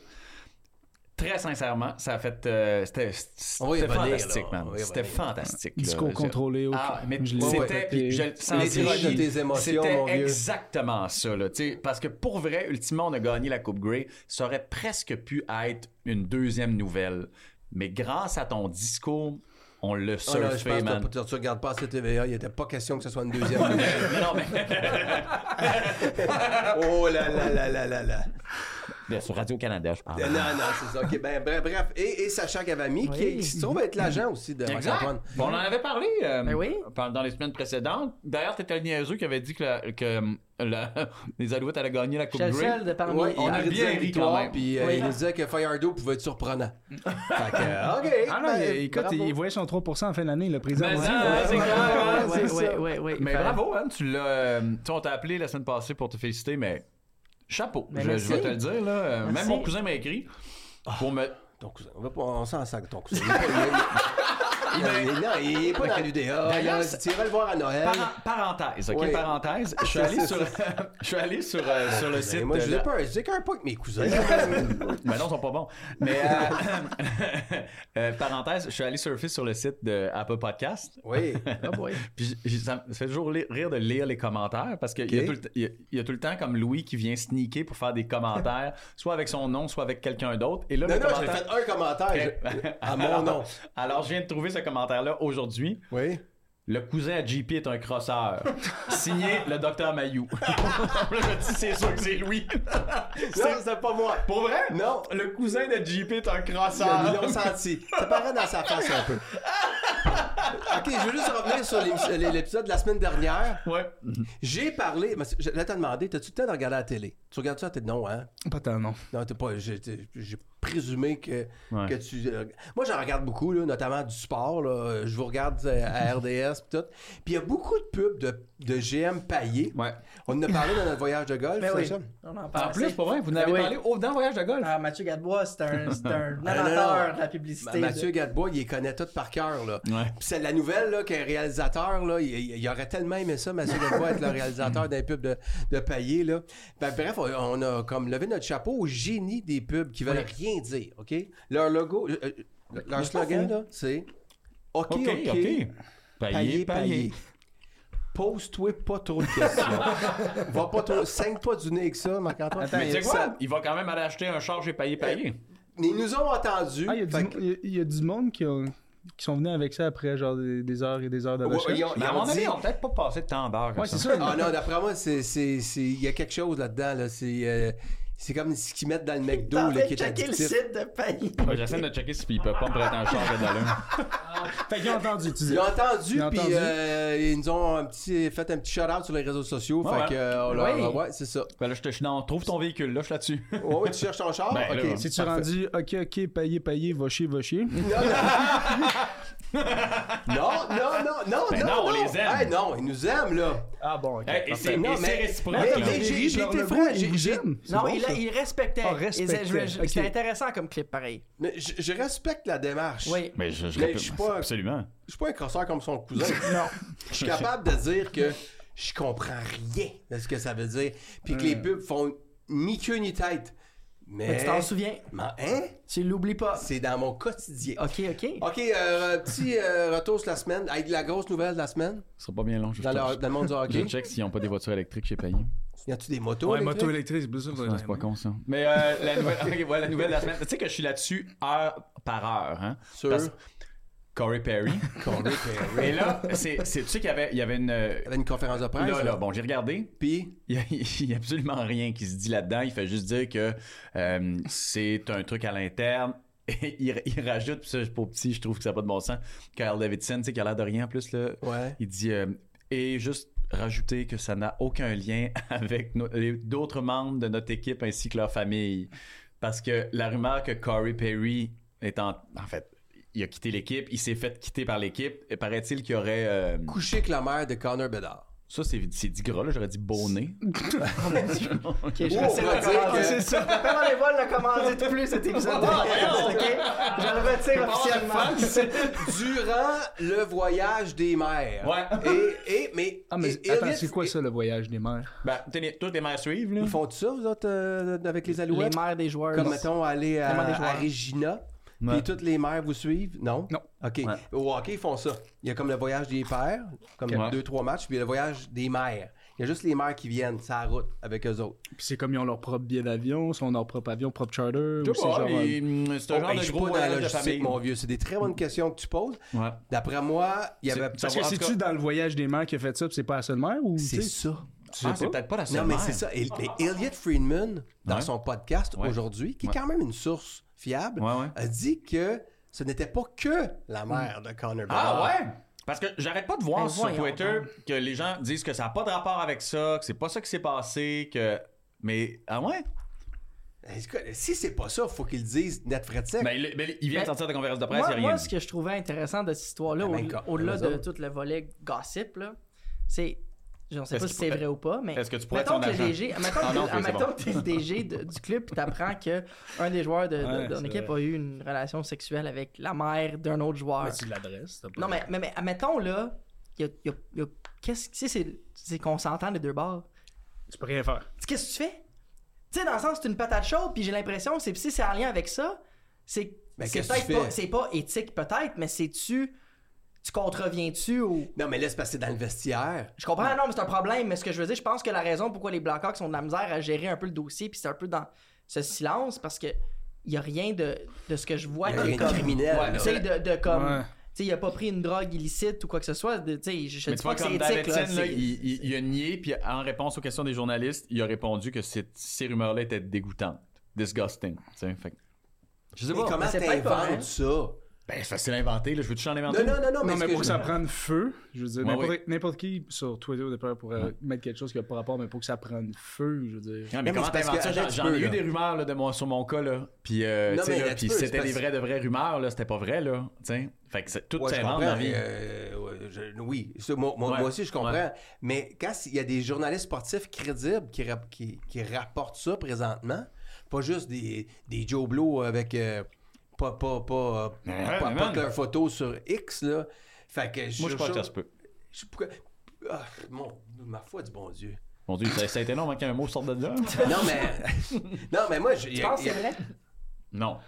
Speaker 2: Très sincèrement, ça a fait. euh, c'était
Speaker 3: On va y
Speaker 2: c'était
Speaker 3: revenir,
Speaker 2: fantastique,
Speaker 3: là.
Speaker 2: man.
Speaker 3: On va y
Speaker 2: C'était
Speaker 3: revenir.
Speaker 2: fantastique.
Speaker 4: Discours
Speaker 2: là.
Speaker 4: contrôlé, ok.
Speaker 2: Ah, mais
Speaker 4: Je l'ai
Speaker 2: c'était.
Speaker 4: répété.
Speaker 2: puis je le sens
Speaker 3: Les images de
Speaker 2: ironique.
Speaker 3: tes émotions, mon
Speaker 2: C'était
Speaker 3: vieux.
Speaker 2: exactement ça, là. tu sais, Parce que pour vrai, ultimement, on a gagné la Coupe Grey. Ça aurait presque pu être une deuxième nouvelle. Mais grâce à ton discours, on l'a
Speaker 3: Ah, là, je
Speaker 2: surfé,
Speaker 3: pense que t'as
Speaker 2: man. <laughs>
Speaker 3: pas- tu, tu regardes pas assez TVA. Il n'était pas question que ce soit une deuxième. <laughs> nouvelle.
Speaker 2: non, mais.
Speaker 3: oh là là là là là là.
Speaker 2: Bien, sur Radio-Canada, je parle.
Speaker 3: Euh, Non, non, c'est ça. OK, ben, bref, bref. Et, et Sacha Gavami, qui, est- qui se trouve être l'agent aussi de
Speaker 2: Exact.
Speaker 3: Marc-Antoine.
Speaker 2: Bon, on en avait parlé euh,
Speaker 5: Ben oui.
Speaker 2: pendant- dans les semaines précédentes. D'ailleurs, t'étais le niaiseux qui avait dit que, la- que, euh, la- <laughs> les Alouettes allaient gagner la Coupe
Speaker 5: J'étais le
Speaker 2: Grey.
Speaker 5: seul de parmi
Speaker 3: Ouais,
Speaker 2: on
Speaker 3: il
Speaker 2: Ah, a
Speaker 3: méritait
Speaker 2: bien
Speaker 3: une
Speaker 2: ri
Speaker 3: victoire,
Speaker 2: quand même.
Speaker 3: Puis euh,
Speaker 5: Oui.
Speaker 3: il nous disait que Firedo pouvait
Speaker 2: <laughs>
Speaker 3: être surprenant. fait que, euh, OK.
Speaker 4: Ah non,
Speaker 3: ben,
Speaker 4: il- écoute,
Speaker 3: bravo.
Speaker 4: il, il voyait son 3% en fin d'année, le président.
Speaker 2: Mais
Speaker 4: Ouais.
Speaker 2: Ben, ça, ouais, c'est
Speaker 5: Ouais,
Speaker 2: clair, hein,
Speaker 5: ouais,
Speaker 2: c'est
Speaker 5: ouais,
Speaker 2: ça.
Speaker 5: ouais, ouais, ouais.
Speaker 2: Mais
Speaker 5: Fait-
Speaker 2: bravo, hein, tu l'as. euh, tu sais, on t'a appelé la semaine passée pour te féliciter, mais chapeau.
Speaker 5: Mais
Speaker 2: je,
Speaker 5: merci.
Speaker 2: je vais te le dire, là. euh,
Speaker 5: Merci.
Speaker 2: Même mon cousin m'a écrit pour me.
Speaker 3: Ton cousin. On, va pas- on s'en sac, ton cousin. Il est pas- il est- il, non, il est pas dans l'UDA.
Speaker 2: Ben, D'ailleurs,
Speaker 3: là, Tu iras le voir à Noël.
Speaker 2: Paran- parenthèse, ok,
Speaker 3: Ah. Oui. Ah,
Speaker 2: parenthèse. Je suis allé sur, <laughs> je suis allé sur, euh, sur le site.
Speaker 3: Mais Ben, moi, je
Speaker 2: de
Speaker 3: faisais
Speaker 2: la- euh,
Speaker 3: pas, je faisais qu'un pas avec mes
Speaker 2: <laughs>
Speaker 3: cousins. <laughs>
Speaker 2: Mais non, ils sont pas bons. <laughs> Mais euh, euh, parenthèse, je suis allé surfer sur le site de Apple Podcast.
Speaker 3: oui.
Speaker 5: Ah, boy.
Speaker 2: Puis j- j- ça me fait toujours li- rire de lire les commentaires parce qu'il y, a
Speaker 3: Ok.
Speaker 2: tout le t- il y a- il y a tout le temps comme Louis qui vient sneaker pour faire des
Speaker 3: <laughs>
Speaker 2: commentaires, soit avec son nom, soit avec quelqu'un d'autre. Et là,
Speaker 3: Non,
Speaker 2: le
Speaker 3: non, j'ai
Speaker 2: commentaire.
Speaker 3: fait un commentaire je-
Speaker 2: <laughs>
Speaker 3: à mon nom.
Speaker 2: Alors, je viens de trouver ce commentaire-là aujourd'hui.
Speaker 3: Oui.
Speaker 2: Le cousin à JP est un crosseur. <laughs> Signé le docteur Mayou. Là, <laughs> je me dis, c'est sûr que c'est <laughs> Louis.
Speaker 3: Non, c'est pas moi.
Speaker 2: Pour vrai?
Speaker 3: Non.
Speaker 2: Le cousin de JP est un
Speaker 3: Ils
Speaker 2: crosseur.
Speaker 3: l'ont senti. Ça paraît dans sa face un peu. Ok, je veux juste revenir sur l'émi- l'épisode de la semaine dernière.
Speaker 2: <laughs> Ouais.
Speaker 3: J'ai parlé. mais Je là, t'as demandé, t'as-tu le temps de regarder la télé? Tu regardes ça à la télé? Non, hein?
Speaker 4: Pas tant, non.
Speaker 3: Non, t'es pas. J'ai t'es- j'ai présumé que,
Speaker 2: Ouais.
Speaker 3: que tu. euh, moi, j'en regarde beaucoup, là, notamment du sport. Là, Euh, je vous regarde
Speaker 2: <laughs>
Speaker 3: euh, à RDS pis tout. Puis il y a beaucoup de pubs de, de GM paillés.
Speaker 2: Ouais.
Speaker 3: On en a parlé dans notre voyage de golf.
Speaker 5: Ben
Speaker 3: c'est
Speaker 5: oui.
Speaker 3: ça?
Speaker 5: On en parle.
Speaker 2: En plus,
Speaker 5: C'est-
Speaker 2: pour vrai, Ah, vous n'avez
Speaker 5: Ben oui.
Speaker 2: parlé autant voyage de golf.
Speaker 5: Ah, Mathieu Gadebois, c'est
Speaker 3: <laughs>
Speaker 5: un, c'est un
Speaker 3: non, non.
Speaker 5: amateur de la
Speaker 3: Ma-
Speaker 5: publicité.
Speaker 3: Mathieu
Speaker 5: de-
Speaker 3: Gadebois, il les connaît toutes par cœur. là.
Speaker 2: Ouais.
Speaker 3: Puis c'est la nouvelle là, qu'un réalisateur, là, il, il- il aurait tellement aimé ça, Mathieu Gadebois, être le réalisateur d'un pub de, de Paillé. Là. Ben, bref, on, on a comme levé notre chapeau au génie des pubs qui veulent rien dire. OK? Leur logo, euh, euh, leur slogan, là, c'est OK, OK.
Speaker 2: OK, OK.
Speaker 3: Paillé,
Speaker 2: Paillé,
Speaker 3: paillé.
Speaker 2: paillé.
Speaker 3: Pose-toi pas trop de
Speaker 2: <laughs>
Speaker 3: questions. Va pas trop. Saigne pas du nez avec ça, Marc-Antoine.
Speaker 2: Mais tu sais
Speaker 3: Ça-
Speaker 2: quoi? Euh, Il va quand même aller acheter un char chez Paillé, paillé.
Speaker 3: Mais ils nous ont entendus.
Speaker 4: Ah, il y, a
Speaker 3: Fait
Speaker 4: du
Speaker 3: que-
Speaker 4: mo- il y a- il y a du monde qui, ont- qui sont venus avec ça après genre des, des heures et des heures de
Speaker 3: Ouais,
Speaker 4: recherche.
Speaker 3: ils ont-
Speaker 2: Mais à
Speaker 3: ils ont
Speaker 2: mon avis,
Speaker 3: dit-
Speaker 2: ils ont peut-être pas passé de temps d'heure.
Speaker 4: Ouais, c'est ça.
Speaker 3: Ah non, d'après moi, c'est, c'est, c'est- il y a quelque chose là-dedans. Là. C'est, euh, c'est comme ce qu'ils mettent dans le McDo
Speaker 5: T'as
Speaker 3: là,
Speaker 5: fait
Speaker 3: qui est
Speaker 5: checker le
Speaker 3: addictif.
Speaker 5: site de paye.
Speaker 2: Ouais, J'essaie de checker s'il peut pas me prêter un char de ballon. <laughs>
Speaker 4: Fait qu'ils ont entendu, tu dis.
Speaker 3: Ils ont entendu,
Speaker 4: Ils ont
Speaker 3: puis
Speaker 4: entendu.
Speaker 3: euh, ils nous ont un petit, fait un petit shout-out sur les réseaux sociaux.
Speaker 2: Ouais,
Speaker 3: fait
Speaker 2: ouais.
Speaker 3: que, euh, on leur-
Speaker 5: Ouais.
Speaker 3: ouais, c'est
Speaker 5: <laughs>
Speaker 3: ça.
Speaker 2: Ben là, je te je- non, trouve ton véhicule, lâche là-dessus.
Speaker 3: Ouais, ouais, tu cherches ton char?
Speaker 2: Ben,
Speaker 3: Ok.
Speaker 2: là,
Speaker 4: Si tu rendu, ok, ok, payé, payé, va chier, va chier.
Speaker 3: Non, non, non, non,
Speaker 2: Ben
Speaker 3: non,
Speaker 2: non, on les aime.
Speaker 3: Hey, non, ils nous aiment, là.
Speaker 4: Ah bon, ok.
Speaker 2: Hey, et c'est
Speaker 3: Non,
Speaker 2: et c'est
Speaker 3: mais-
Speaker 2: réciproque.
Speaker 3: mais-
Speaker 2: là.
Speaker 3: mais- j'ai- j'ai été franc, j'ai- j'ai-
Speaker 4: Non,
Speaker 5: Non, il, il respectait.
Speaker 4: Ah, respectait,
Speaker 5: Et c'est- je- je- C'était
Speaker 4: ok.
Speaker 5: intéressant comme clip, pareil.
Speaker 3: Mais je, je respecte la démarche.
Speaker 5: Oui.
Speaker 2: Mais je, je,
Speaker 3: Mais
Speaker 2: répète-
Speaker 3: je suis pas-
Speaker 2: Absolument.
Speaker 3: Je suis pas un crosseur comme son cousin.
Speaker 5: <laughs>
Speaker 3: non. Je suis capable de dire que je comprends rien de ce que ça veut dire. Puis que les pubs font ni queue ni tête. Mais.
Speaker 5: Hmm. Mais tu t'en souviens.
Speaker 3: Mais, hein?
Speaker 5: Tu l'oublies pas.
Speaker 3: C'est dans mon quotidien.
Speaker 5: OK, OK.
Speaker 3: OK, euh, petit euh, retour sur la semaine. Avec la grosse nouvelle de la semaine
Speaker 2: Ce sera pas bien long. Je,
Speaker 3: dans, le, dans le monde
Speaker 2: je
Speaker 3: du hockey.
Speaker 2: check s'ils n'ont pas des voitures électriques chez Payé.
Speaker 3: Y a-tu des motos?
Speaker 4: Ouais,
Speaker 3: électriques?
Speaker 4: moto électrique, c'est plus ça.
Speaker 2: Non, c'est pas con ça. Mais euh, la, nouvelle... <laughs> ok, voilà, la nouvelle de la semaine. Tu sais que je suis là-dessus heure par heure. Hein?
Speaker 3: Sur
Speaker 2: Parce- Corey <laughs> Perry.
Speaker 3: Corey Perry.
Speaker 2: Et là, c'est, c'est- tu sais qu'il y avait, il y avait une. euh,
Speaker 3: Il y avait une conférence de presse.
Speaker 2: Là, là, bon, j'ai regardé.
Speaker 3: Puis,
Speaker 2: Il n'y a, <laughs> absolument rien qui se dit là-dedans. Il fait juste dire que euh, c'est un truc à l'interne. <laughs> Et il, il rajoute, puis ça, pour petit, je trouve que ça n'a pas de bon sens. Kyle Davidson, tu sais, qui a l'air de rien en plus, là,
Speaker 3: ouais.
Speaker 2: il dit euh, et juste rajouter que ça n'a aucun lien <laughs> avec nos- les- d'autres membres de notre équipe ainsi que leur famille. Parce que la rumeur que Corey Perry est en. En fait, il a quitté l'équipe, il s'est fait quitter par l'équipe, et paraît-il qu'il y aurait. euh,
Speaker 3: Couché avec la mère de Connor Bedard.
Speaker 2: ça, c'est c'est dit gras, là, j'aurais dit bonnet.
Speaker 5: OK, je
Speaker 3: Oh,
Speaker 5: vais essayer
Speaker 3: on va
Speaker 5: de
Speaker 3: dire que-
Speaker 5: recommander. ça. Vraiment, les vols ne commandent plus
Speaker 4: Ah,
Speaker 5: cet épisode. de
Speaker 3: <laughs>
Speaker 5: podcast, OK? Je le retire officiellement.
Speaker 3: Durant le voyage des mères.
Speaker 2: Ouais.
Speaker 3: Et, et, mais.
Speaker 4: Ah, mais
Speaker 3: et- et
Speaker 4: attends,
Speaker 3: Elliot-
Speaker 4: c'est quoi ça, le voyage des mères?
Speaker 2: Ben, tenez, toutes les mères suivent, là.
Speaker 3: Ils font ça, vous autres, euh, avec les
Speaker 5: Les
Speaker 3: alouettes?
Speaker 5: mères des joueurs.
Speaker 3: Comme, mettons, aller à,
Speaker 5: Vraiment des joueurs.
Speaker 3: à Regina.
Speaker 2: Ouais.
Speaker 3: Puis toutes les mères vous suivent? Non?
Speaker 4: Non.
Speaker 3: OK.
Speaker 2: Ouais.
Speaker 3: Au hockey, ils font ça. Il y a comme le voyage des pères, comme
Speaker 2: Ouais.
Speaker 3: deux, trois matchs, puis le voyage des mères. Il y a juste les mères qui viennent, ça route avec eux autres.
Speaker 4: Puis c'est comme ils ont leur propre billet d'avion, ils ont leur propre avion, propre charter.
Speaker 2: Je
Speaker 4: ou
Speaker 2: sais
Speaker 4: c'est
Speaker 2: pas,
Speaker 4: genre,
Speaker 2: et, mm, c'est un
Speaker 3: Oh,
Speaker 2: genre
Speaker 3: hey,
Speaker 2: de
Speaker 3: je suis
Speaker 2: gros
Speaker 3: pas dans la
Speaker 2: voyage de
Speaker 3: logistique,
Speaker 2: famille.
Speaker 3: mon vieux. C'est des très bonnes questions que tu poses.
Speaker 2: Ouais.
Speaker 3: D'après moi, il y
Speaker 2: C'est-
Speaker 3: avait.
Speaker 4: Parce que
Speaker 2: en tout
Speaker 4: c'est-tu dans le voyage des mères qui a fait ça, puis c'est pas la seule mère ou tu
Speaker 3: C'est
Speaker 4: sais,
Speaker 3: ça.
Speaker 4: tu sais
Speaker 2: Ah,
Speaker 4: pas?
Speaker 2: c'est peut-être pas la seule
Speaker 3: Non, mais
Speaker 2: mère.
Speaker 3: c'est ça. Et, et Elliot Friedman, dans
Speaker 2: Ouais.
Speaker 3: son podcast
Speaker 2: Ouais.
Speaker 3: aujourd'hui, qui
Speaker 2: Ouais.
Speaker 3: est quand même une source fiable,
Speaker 2: Ouais, ouais.
Speaker 3: a dit que ce n'était pas que la mère de Connor
Speaker 2: Ah
Speaker 3: Bedard.
Speaker 2: ouais? Parce que j'arrête pas de voir
Speaker 5: Ben
Speaker 2: sur
Speaker 5: voyons
Speaker 2: Twitter
Speaker 5: donc.
Speaker 2: que les gens disent que ça n'a pas de rapport avec ça, que c'est pas ça qui s'est passé, que. Mais. Ah ouais?
Speaker 3: Est-ce que- Si c'est pas ça, faut qu'ils le disent net fret sec.
Speaker 2: Ben, le- ben, il vient de
Speaker 5: Ben,
Speaker 2: sortir de la conférence de presse, il
Speaker 5: Moi,
Speaker 2: n'y a rien.
Speaker 5: moi, ce que je trouvais intéressant de cette histoire-là,
Speaker 3: La
Speaker 5: au-
Speaker 3: même co-
Speaker 5: au-delà
Speaker 3: la
Speaker 5: de
Speaker 3: même
Speaker 5: tout le volet gossip, là, c'est Je ne sais
Speaker 2: Est-ce
Speaker 5: pas si
Speaker 2: qu'il
Speaker 5: c'est
Speaker 2: pourrait-
Speaker 5: vrai ou pas, mais.
Speaker 2: Est-ce que tu pourrais être
Speaker 5: mettons
Speaker 2: son
Speaker 5: que le
Speaker 2: agent?
Speaker 5: DG, mettons
Speaker 2: Ah
Speaker 5: que-
Speaker 2: non, ok,
Speaker 5: ah,
Speaker 2: c'est
Speaker 5: mettons
Speaker 2: bon.
Speaker 5: que t'es le DG de- du club, puis t'apprends que un des joueurs de, de,
Speaker 4: Ouais,
Speaker 5: de ton
Speaker 4: c'est
Speaker 5: équipe
Speaker 4: vrai.
Speaker 5: a eu une relation sexuelle avec la mère d'un autre joueur.
Speaker 4: Mais Ah, tu l'adresses. t'as pas-
Speaker 5: Non, mais, mais, mais admettons, là, y a, y a- y a- qu'est-ce que c'est, c'est- c'est qu'on s'entend les deux bords.
Speaker 4: Tu peux rien faire.
Speaker 5: Tu sais, Qu'est-ce que tu fais? Tu sais, dans le sens, c'est une patate chaude, puis j'ai l'impression, c'est si c'est en lien avec ça, c'est.
Speaker 3: Ben,
Speaker 5: c'est
Speaker 3: qu'est-ce que tu
Speaker 5: peut-être pas,
Speaker 3: fais?
Speaker 5: c'est pas éthique, peut-être, mais c'est-tu. Tu contreviens-tu au.
Speaker 3: Non, mais laisse passer dans le vestiaire.
Speaker 5: Je comprends, non, mais c'est un problème, mais ce que je veux dire, je pense que la raison pourquoi les Blackhawks ont de la misère à gérer un peu le dossier, puis c'est un peu dans ce silence, parce que y a rien de, de ce que je vois
Speaker 3: Il y a
Speaker 5: qui est
Speaker 3: rien de
Speaker 5: comme.
Speaker 3: criminel, là.
Speaker 5: tu sais, de, de comme.
Speaker 4: Ouais.
Speaker 5: Tu sais, il a pas pris une drogue illicite ou quoi que ce soit. de- Tu sais, je, je
Speaker 2: Mais
Speaker 5: dis
Speaker 2: tu
Speaker 5: pas
Speaker 2: vois,
Speaker 5: que c'est
Speaker 2: comme
Speaker 5: éthique,
Speaker 2: David
Speaker 5: là.
Speaker 2: Etienne, là,
Speaker 5: c'est-
Speaker 2: il, il- il a nié, puis en réponse aux questions des journalistes, il a répondu que ces, ces rumeurs-là étaient dégoûtantes. Disgusting. tu sais, fait que-
Speaker 6: Je sais
Speaker 3: Mais
Speaker 6: pas.
Speaker 3: comment
Speaker 5: mais c'est peut-être pas vrai.
Speaker 3: t'inventes ça? Non,
Speaker 2: Ben, c'est facile à inventer, là. Je veux-tu en inventer?
Speaker 3: non, non, non, mais,
Speaker 4: Non, mais pour que ça
Speaker 3: excuse-moi.
Speaker 4: prenne feu, je veux dire,
Speaker 2: Ouais,
Speaker 4: n'importe,
Speaker 2: oui.
Speaker 4: n'importe qui sur Twitter au départ pourrait mettre quelque chose qui n'a pas rapport, mais pour que ça prenne feu, je veux dire.
Speaker 2: Non, mais
Speaker 3: Non, mais
Speaker 2: comment
Speaker 3: c'est parce
Speaker 2: t'inventes
Speaker 3: que-
Speaker 2: ça? J'en-
Speaker 3: attends, tu
Speaker 2: J'en
Speaker 3: peux,
Speaker 2: ai
Speaker 3: là.
Speaker 2: eu des rumeurs là, de mon, sur mon cas, là. Puis, euh,
Speaker 3: Non,
Speaker 2: tu sais,
Speaker 3: mais
Speaker 2: là,
Speaker 3: là, tu
Speaker 2: puis
Speaker 3: peux, c'est
Speaker 2: c'était
Speaker 3: parce-
Speaker 2: des vraies, de vraies rumeurs, là. C'était pas vrai, là. tu sais. Fait que c'est- tout
Speaker 3: Ouais, je
Speaker 2: s'invente
Speaker 3: comprends,
Speaker 2: dans la vie.
Speaker 3: euh, ouais, je- oui, ça, moi, moi-
Speaker 2: Ouais.
Speaker 3: moi aussi, je comprends.
Speaker 2: Ouais.
Speaker 3: Mais quand il y a des journalistes sportifs crédibles qui, rap- qui, qui rapportent ça présentement, pas juste des, des Joe Blow avec euh, pas, pas, pas, euh,
Speaker 2: Mais
Speaker 3: pas-
Speaker 2: ouais,
Speaker 3: pas
Speaker 2: mais man.
Speaker 3: de leur photo sur X, là. Fait que
Speaker 2: Moi, je crois que ça se peut.
Speaker 3: je- pourquoi- Ah, mon- ma foi du bon Dieu.
Speaker 2: Mon Dieu, ça, ça hein, a été long avant qu'un mot sorte de là.
Speaker 3: <laughs> non, mais, <laughs> non, mais moi, je,
Speaker 5: Tu penses que c'est vrai?
Speaker 2: Non.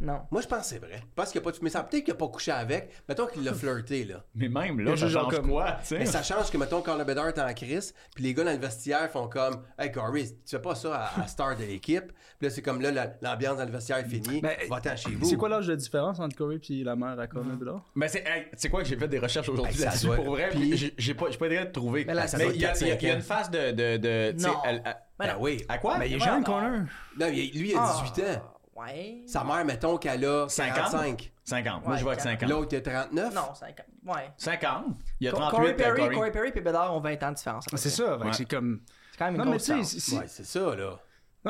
Speaker 5: Non.
Speaker 3: moi, je pense que c'est vrai. Parce qu'il n'a pas de fumé ça. Peut-être qu'il n'a pas couché avec. Mettons qu'il
Speaker 2: <laughs>
Speaker 3: l'a flirté, là.
Speaker 2: Mais même,
Speaker 4: Il y a
Speaker 2: là, ça
Speaker 4: juste
Speaker 2: change
Speaker 4: comme-
Speaker 2: quoi, tu sais?
Speaker 3: Mais ça change que, mettons, quand le Bedard est en crise, puis les gars dans le vestiaire font comme Hey Corey, tu fais pas ça à, à star de l'équipe. Puis là, c'est comme là, la- l'ambiance dans le vestiaire est finie.
Speaker 4: Mais,
Speaker 3: Va-t'en chez vous.
Speaker 4: C'est quoi l'âge de différence entre Corey et la mère à Corey là?
Speaker 2: Mais c'est hey, tu sais quoi que j'ai fait des recherches aujourd'hui
Speaker 3: Hey, ça
Speaker 2: là-dessus
Speaker 3: doit-
Speaker 2: pour vrai,
Speaker 3: puis-
Speaker 2: puis j'ai- j'ai pas j'ai pas été de trouver.
Speaker 5: Mais là, ça
Speaker 2: Mais
Speaker 3: doit
Speaker 2: il y, a-
Speaker 3: être
Speaker 2: il y a- il y a
Speaker 3: 4-5
Speaker 2: une phase de de, de tu sais,
Speaker 5: Non.
Speaker 2: elle- elle-
Speaker 5: Mais
Speaker 3: Ben
Speaker 5: non.
Speaker 3: oui.
Speaker 2: à quoi
Speaker 4: Mais il est
Speaker 5: Ouais,
Speaker 4: jeune,
Speaker 5: non.
Speaker 4: Corner.
Speaker 3: Non, il- lui, il a
Speaker 5: Ah.
Speaker 3: 18 ans.
Speaker 5: Ouais.
Speaker 3: Sa mère, mettons qu'elle a
Speaker 2: 50.
Speaker 3: 45.
Speaker 2: 50. Moi
Speaker 5: Ouais,
Speaker 2: je vois avec 50.
Speaker 3: L'autre, il a 39.
Speaker 5: Non, 50. Ouais.
Speaker 2: 50. Il y a
Speaker 5: Co-
Speaker 2: 38
Speaker 5: Corey
Speaker 2: euh,
Speaker 5: Perry,
Speaker 2: Corey.
Speaker 5: Corey Perry et Bedard ont 20 ans de différence. à peu
Speaker 4: C'est
Speaker 5: près.
Speaker 4: ça, fait que
Speaker 2: Ouais.
Speaker 4: c'est comme.
Speaker 5: C'est quand même une
Speaker 4: Non, mais
Speaker 5: grosse
Speaker 4: tu sais,
Speaker 5: différence.
Speaker 4: si-
Speaker 3: Ouais, c'est ça, là.
Speaker 4: non,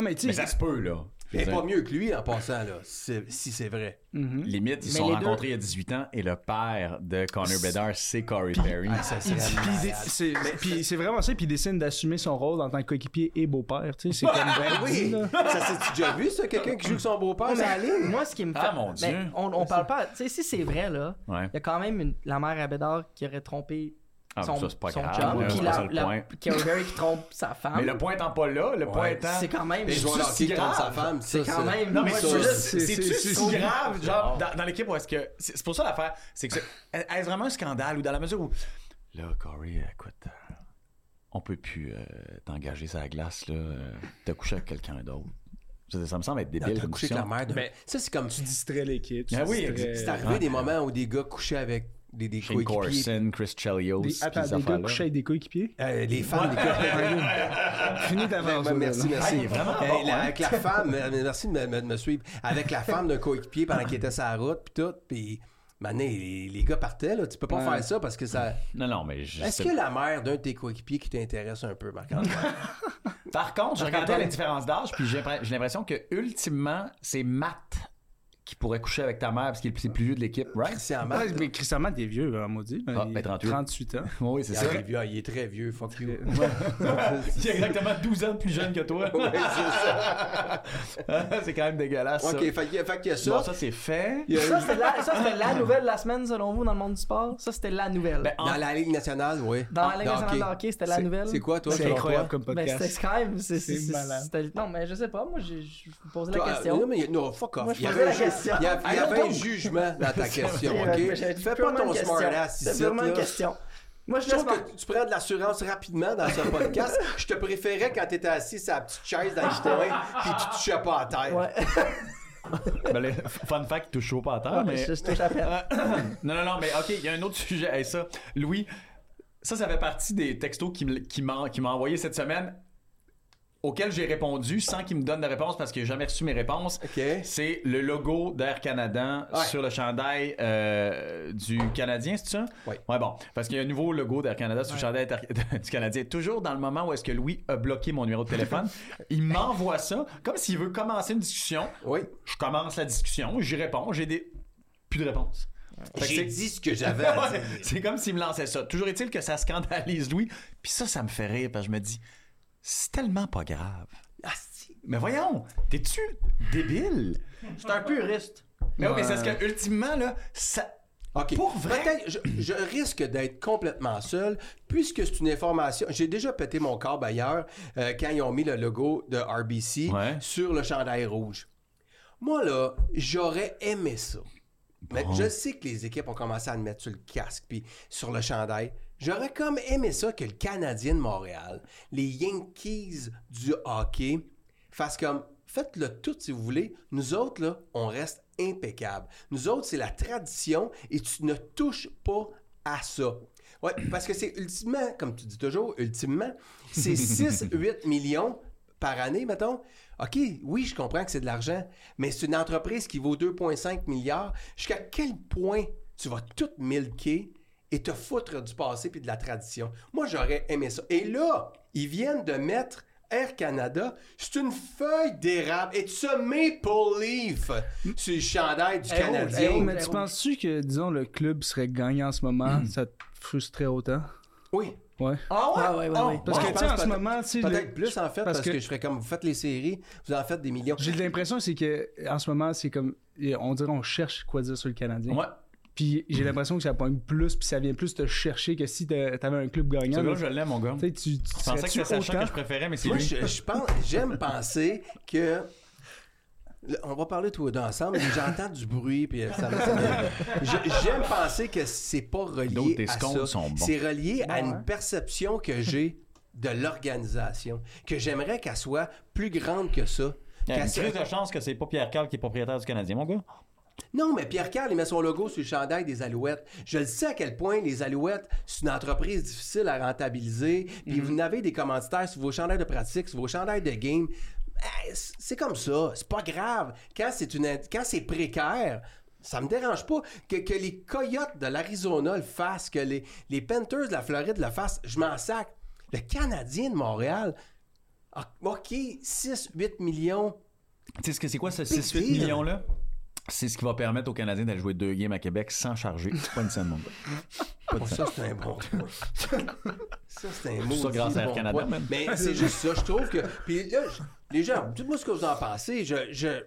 Speaker 4: mais tu
Speaker 2: Mais
Speaker 4: sais,
Speaker 2: ça se peut là. Je veux
Speaker 3: Mais
Speaker 2: dire,
Speaker 3: pas mieux que lui en passant, là, c'est- si c'est vrai.
Speaker 4: Mhm.
Speaker 2: Limite, ils
Speaker 5: Mais
Speaker 2: sont
Speaker 5: les deux-
Speaker 2: rencontrés il y a 18 ans et le père de Connor Bedard, c'est Corey Perry.
Speaker 3: ah, Ça
Speaker 4: Puis
Speaker 3: serait
Speaker 4: il dé- c'est- Puis c'est vraiment ça, puis il décide d'assumer son rôle en tant que coéquipier et beau-père, tu sais,
Speaker 3: <laughs>
Speaker 4: c'est comme
Speaker 3: Ben oui!
Speaker 4: là.
Speaker 3: ça s'est déjà vu, ça, quelqu'un qui joue avec son beau-père
Speaker 5: Ouais,
Speaker 3: dans la
Speaker 5: mais
Speaker 3: ligne?
Speaker 5: Moi, ce qui me fait.
Speaker 2: Ah, mon Dieu.
Speaker 5: Mais on, on parle pas. Tu sais, si c'est vrai, là, il
Speaker 2: Ouais.
Speaker 5: y a quand même une- la mère à Bédard qui aurait trompé
Speaker 2: Ah,
Speaker 5: son,
Speaker 2: ça, c'est pas
Speaker 5: son
Speaker 2: grave,
Speaker 5: chum.
Speaker 2: là,
Speaker 5: puis
Speaker 2: c'est
Speaker 5: la,
Speaker 2: pas ça le
Speaker 5: la-
Speaker 2: point.
Speaker 5: Carey Perry qui trompe
Speaker 2: <laughs>
Speaker 5: sa femme.
Speaker 2: Mais le point étant pas là, le point étant
Speaker 5: C'est quand même.
Speaker 3: Les joueurs
Speaker 2: c'est
Speaker 3: d'hockey
Speaker 2: si
Speaker 3: qui trompent sa
Speaker 2: grave.
Speaker 3: femme, ça,
Speaker 5: C'est quand même-
Speaker 2: Non, mais
Speaker 3: ça,
Speaker 2: c'est
Speaker 4: c'est-
Speaker 2: juste-
Speaker 4: c'est-
Speaker 2: c'est-tu
Speaker 4: c'est-
Speaker 2: si
Speaker 4: c'est-
Speaker 2: grave, genre, dans, dans l'équipe où est-ce que. C'est c'est pour ça l'affaire, c'est que. c'est- Est-ce vraiment un scandale ou dans la mesure où. Là, Corey, écoute, euh, on peut plus euh, t'engager sur la glace, là. euh, T'as couché avec quelqu'un d'autre. Je veux dire, Ça me semble être
Speaker 3: Non,
Speaker 2: débile.
Speaker 3: t'as
Speaker 2: comme
Speaker 3: couché avec
Speaker 2: question.
Speaker 3: la mère de...
Speaker 4: Ben,
Speaker 3: ça, c'est comme...
Speaker 4: Tu distrais l'équipe. tu
Speaker 2: Ah oui,
Speaker 4: distrais-
Speaker 5: Euh,
Speaker 3: C'est
Speaker 5: hein?
Speaker 3: arrivé des moments où des gars couchaient avec des, des
Speaker 2: Shane
Speaker 3: coéquipiers.
Speaker 2: Corson, Chris Chelios.
Speaker 4: Des,
Speaker 2: puis ces
Speaker 4: attends, des gars
Speaker 2: affaires-là.
Speaker 4: couchés avec des coéquipiers?
Speaker 3: Euh, les femmes, les coéquipiers.
Speaker 4: <laughs> Fini
Speaker 3: Ouais,
Speaker 4: d'avance.
Speaker 3: ouais,
Speaker 4: là,
Speaker 3: merci,
Speaker 4: là.
Speaker 3: merci.
Speaker 2: Ah, il est vraiment
Speaker 3: Euh,
Speaker 2: bon,
Speaker 3: la-
Speaker 2: hein.
Speaker 3: Avec la femme, euh, merci de me, me- de me suivre. Avec la femme d'un coéquipier pendant qu'il était sur la route, puis tout, puis... Mané, les, les gars partaient, là. Tu peux pas
Speaker 4: Ouais.
Speaker 3: faire ça parce que ça...
Speaker 2: Non, non, mais je.
Speaker 3: Est-ce
Speaker 2: sais-
Speaker 3: que la mère d'un de tes coéquipiers qui t'intéresse un peu, Marc-Antoine?
Speaker 2: Par contre, je regardais la différence d'âge, puis j'ai j'ai l'impression que, ultimement, c'est Matt qui pourrait coucher avec ta mère parce qu'il est le plus- plus vieux de l'équipe, right?
Speaker 3: Christian Marc, Ah,
Speaker 4: Ouais, mais Christian Matt est vieux, hein, maudit. Ben,
Speaker 2: Ah,
Speaker 4: il-
Speaker 2: ben, 38.
Speaker 4: 38 ans.
Speaker 2: Oui, c'est
Speaker 3: il,
Speaker 2: ça.
Speaker 3: est vieux, il est très vieux, fuck you.
Speaker 2: Il
Speaker 3: <laughs>
Speaker 2: est exactement 12 ans de plus jeune que toi.
Speaker 3: Ouais, c'est ça.
Speaker 2: <laughs> c'est quand même dégueulasse.
Speaker 3: OK, fait, qu'il y a- fait qu'il y a ça.
Speaker 2: c'est fait.
Speaker 3: Il y a-
Speaker 5: Ça, c'était la, ça,
Speaker 2: <laughs>
Speaker 5: c'était la nouvelle de la semaine, selon vous, dans le monde du sport. Ça, c'était la nouvelle.
Speaker 2: Ben, en-
Speaker 3: Dans la Ligue nationale, oui.
Speaker 5: dans la Ligue
Speaker 3: Dans
Speaker 5: nationale de
Speaker 3: hockey.
Speaker 5: hockey, c'était la
Speaker 3: C'est-
Speaker 5: nouvelle.
Speaker 3: C'est quoi, toi,
Speaker 4: C'est
Speaker 3: selon
Speaker 4: incroyable
Speaker 3: toi?
Speaker 4: comme
Speaker 5: Ben,
Speaker 4: podcast.
Speaker 5: c'était quand même. c'est-
Speaker 4: C'est
Speaker 5: c'est-
Speaker 4: malade.
Speaker 5: c'était- Non, mais je sais pas. Moi, j'ai- je vous posais la
Speaker 3: Toi,
Speaker 5: question.
Speaker 2: euh,
Speaker 3: Non, mais il- non, fuck off.
Speaker 5: Moi, je
Speaker 3: il y
Speaker 5: posais
Speaker 3: avait,
Speaker 5: la
Speaker 3: un ju-
Speaker 5: question.
Speaker 3: il y a- il y
Speaker 5: I
Speaker 3: avait
Speaker 5: don't
Speaker 3: un
Speaker 5: know.
Speaker 3: jugement dans
Speaker 5: <laughs>
Speaker 3: ta question,
Speaker 5: Euh,
Speaker 3: OK?
Speaker 5: C'est
Speaker 3: Fais pas ton smart ass ici.
Speaker 5: C'est vraiment une
Speaker 3: là.
Speaker 5: question. Moi, je
Speaker 3: Je
Speaker 5: laisse
Speaker 3: trouve que tu prends de l'assurance rapidement dans ce
Speaker 5: <laughs>
Speaker 3: podcast. Je te préférais quand t'étais assis sur la petite chaise dans le coin puis tu touchais pas à terre.
Speaker 5: Ouais.
Speaker 2: ben, le fun fact, touche chaud pas à terre, Ah, mais...
Speaker 5: Je, je touche à peine.
Speaker 2: <coughs> non, non, non, mais OK, il y a un autre sujet. Hey, ça, Louis, ça, ça fait partie des textos qui me- qui m'en- qui m'a envoyé cette semaine auxquels j'ai répondu sans qu'il me donne de réponse parce qu'il n'a jamais reçu mes réponses.
Speaker 3: OK.
Speaker 2: C'est le logo d'Air Canada
Speaker 3: Ouais.
Speaker 2: sur le chandail euh, du Canadien, c'est ça?
Speaker 3: Oui.
Speaker 2: Ouais, bon. Parce qu'il y a un nouveau logo d'Air Canada sur le chandail d'Air- <laughs> du Canadien. Toujours dans le moment où est-ce que Louis a bloqué mon numéro de
Speaker 3: <laughs>
Speaker 2: téléphone, il m'envoie ça comme s'il veut commencer une discussion.
Speaker 3: Oui.
Speaker 2: Je commence la discussion, j'y réponds, j'ai des... Plus de réponse. Fait que
Speaker 3: J'ai
Speaker 2: c'est-
Speaker 3: dit ce que j'avais à
Speaker 2: Ouais,
Speaker 3: dire.
Speaker 2: <laughs> c'est comme s'il me lançait ça. Toujours est-il que ça scandalise Louis. Puis ça, ça me fait rire parce que je me dis, c'est tellement pas grave.
Speaker 3: Ah, si.
Speaker 2: Mais voyons, t'es-tu débile?
Speaker 5: C'est un puriste.
Speaker 2: Mais oui, mais c'est parce que ultimement, là, ça.
Speaker 3: OK.
Speaker 2: Pour vrai?
Speaker 3: Peut-être, je, je risque d'être complètement seul, puisque c'est une information. J'ai déjà pété mon corps ailleurs euh, quand ils ont mis le logo de RBC
Speaker 2: Ouais.
Speaker 3: sur le chandail rouge. Moi, là, j'aurais aimé ça. Mais je sais que les équipes ont commencé à le mettre sur le casque puis sur le chandail. J'aurais comme aimé ça que le Canadien de Montréal, les Yankees du hockey, fassent comme faites-le tout si vous voulez. Nous autres, là, on reste impeccables. Nous autres, c'est la tradition et tu ne touches pas à ça. Ouais, parce que c'est ultimement, comme tu dis toujours, ultimement, c'est 6-8 millions par année, mettons. OK, oui, je comprends que c'est de l'argent, mais c'est une entreprise qui vaut 2,5 milliards. Jusqu'à quel point tu vas tout milquer et te foutre du passé puis de la tradition? Moi, j'aurais aimé ça. Et là, ils viennent de mettre Air Canada, c'est une feuille d'érable et de ce Maple Leaf sur le chandail du
Speaker 5: Eh oh,
Speaker 3: Canadien.
Speaker 5: eh oh,
Speaker 4: Mais tu penses-tu que, disons, le club serait gagnant en ce moment,
Speaker 2: Mm.
Speaker 4: ça te frustrerait autant?
Speaker 3: Oui,
Speaker 4: Ouais.
Speaker 5: Ah ouais, ouais, ouais. ouais.
Speaker 4: Parce
Speaker 3: Ouais,
Speaker 4: que,
Speaker 3: je
Speaker 4: tu sais, en
Speaker 3: pense
Speaker 4: ce
Speaker 3: peut-
Speaker 4: moment, tu sais,
Speaker 3: peut-être
Speaker 4: le-
Speaker 3: plus en fait, parce,
Speaker 4: parce
Speaker 3: que...
Speaker 4: que
Speaker 3: je ferais comme vous faites les séries, vous en faites des millions.
Speaker 4: j'ai l'impression, c'est que, en ce moment, c'est comme, on dirait, on cherche quoi dire sur le Canadien.
Speaker 2: Ouais.
Speaker 4: Puis j'ai l'impression que ça pogne plus, puis ça vient plus te chercher que si t'a- t'avais un club gagnant.
Speaker 2: gars,
Speaker 4: Donc,
Speaker 2: je l'aime, mon gars.
Speaker 4: Tu sais, tu, tu
Speaker 2: Je pensais que
Speaker 4: serais-tu
Speaker 2: c'était Sacha que
Speaker 4: autant-
Speaker 2: je préférais, mais c'est
Speaker 3: Moi,
Speaker 2: lui.
Speaker 3: je, je pense, j'aime penser que. Là, On va parler tous les deux ensemble, mais j'entends du bruit, puis ça me- ça me- Je- J'aime penser que c'est pas
Speaker 2: D'autres,
Speaker 3: relié
Speaker 2: tes
Speaker 3: à
Speaker 2: scones
Speaker 3: ça.
Speaker 2: sont bons.
Speaker 3: C'est relié à
Speaker 5: bon,
Speaker 3: une
Speaker 5: hein?
Speaker 3: perception que j'ai de l'organisation, que j'aimerais qu'elle soit plus grande que ça.
Speaker 2: Il y a
Speaker 3: Qu'elle
Speaker 2: une
Speaker 3: soit-
Speaker 2: crise de chance que c'est pas Pierre Carl qui est propriétaire du Canadien, mon gars.
Speaker 3: Non, mais Pierre Carl, il met son logo sur le chandail des Alouettes. Je le sais à quel point les Alouettes, c'est une entreprise difficile à rentabiliser. Puis vous n'avez des commanditaires sur vos chandails de pratique, sur vos chandails de game. Eh, c- C'est comme ça. C'est pas grave. Quand c'est une, quand c'est précaire, ça me dérange pas que, que les Coyotes de l'Arizona le fassent, que les, les Panthers de la Floride le fassent. Je m'en sac. Le Canadien de Montréal, ah, OK, 6-8 millions.
Speaker 2: Tu sais ce que c'est quoi ce 6-8
Speaker 3: deal.
Speaker 2: millions-là? C'est ce qui va permettre aux Canadiens d'aller jouer deux games à Québec sans charger. C'est pas une scène, mon gars.
Speaker 3: Oh, ça, c'est
Speaker 2: <laughs>
Speaker 3: un bon point. ça, c'est un mot.
Speaker 2: ça grâce à Air Canada,
Speaker 3: point.
Speaker 2: man.
Speaker 3: Mais c'est juste ça, je trouve que. Puis là, je- les gens, dites-moi ce que vous en pensez. Je, je-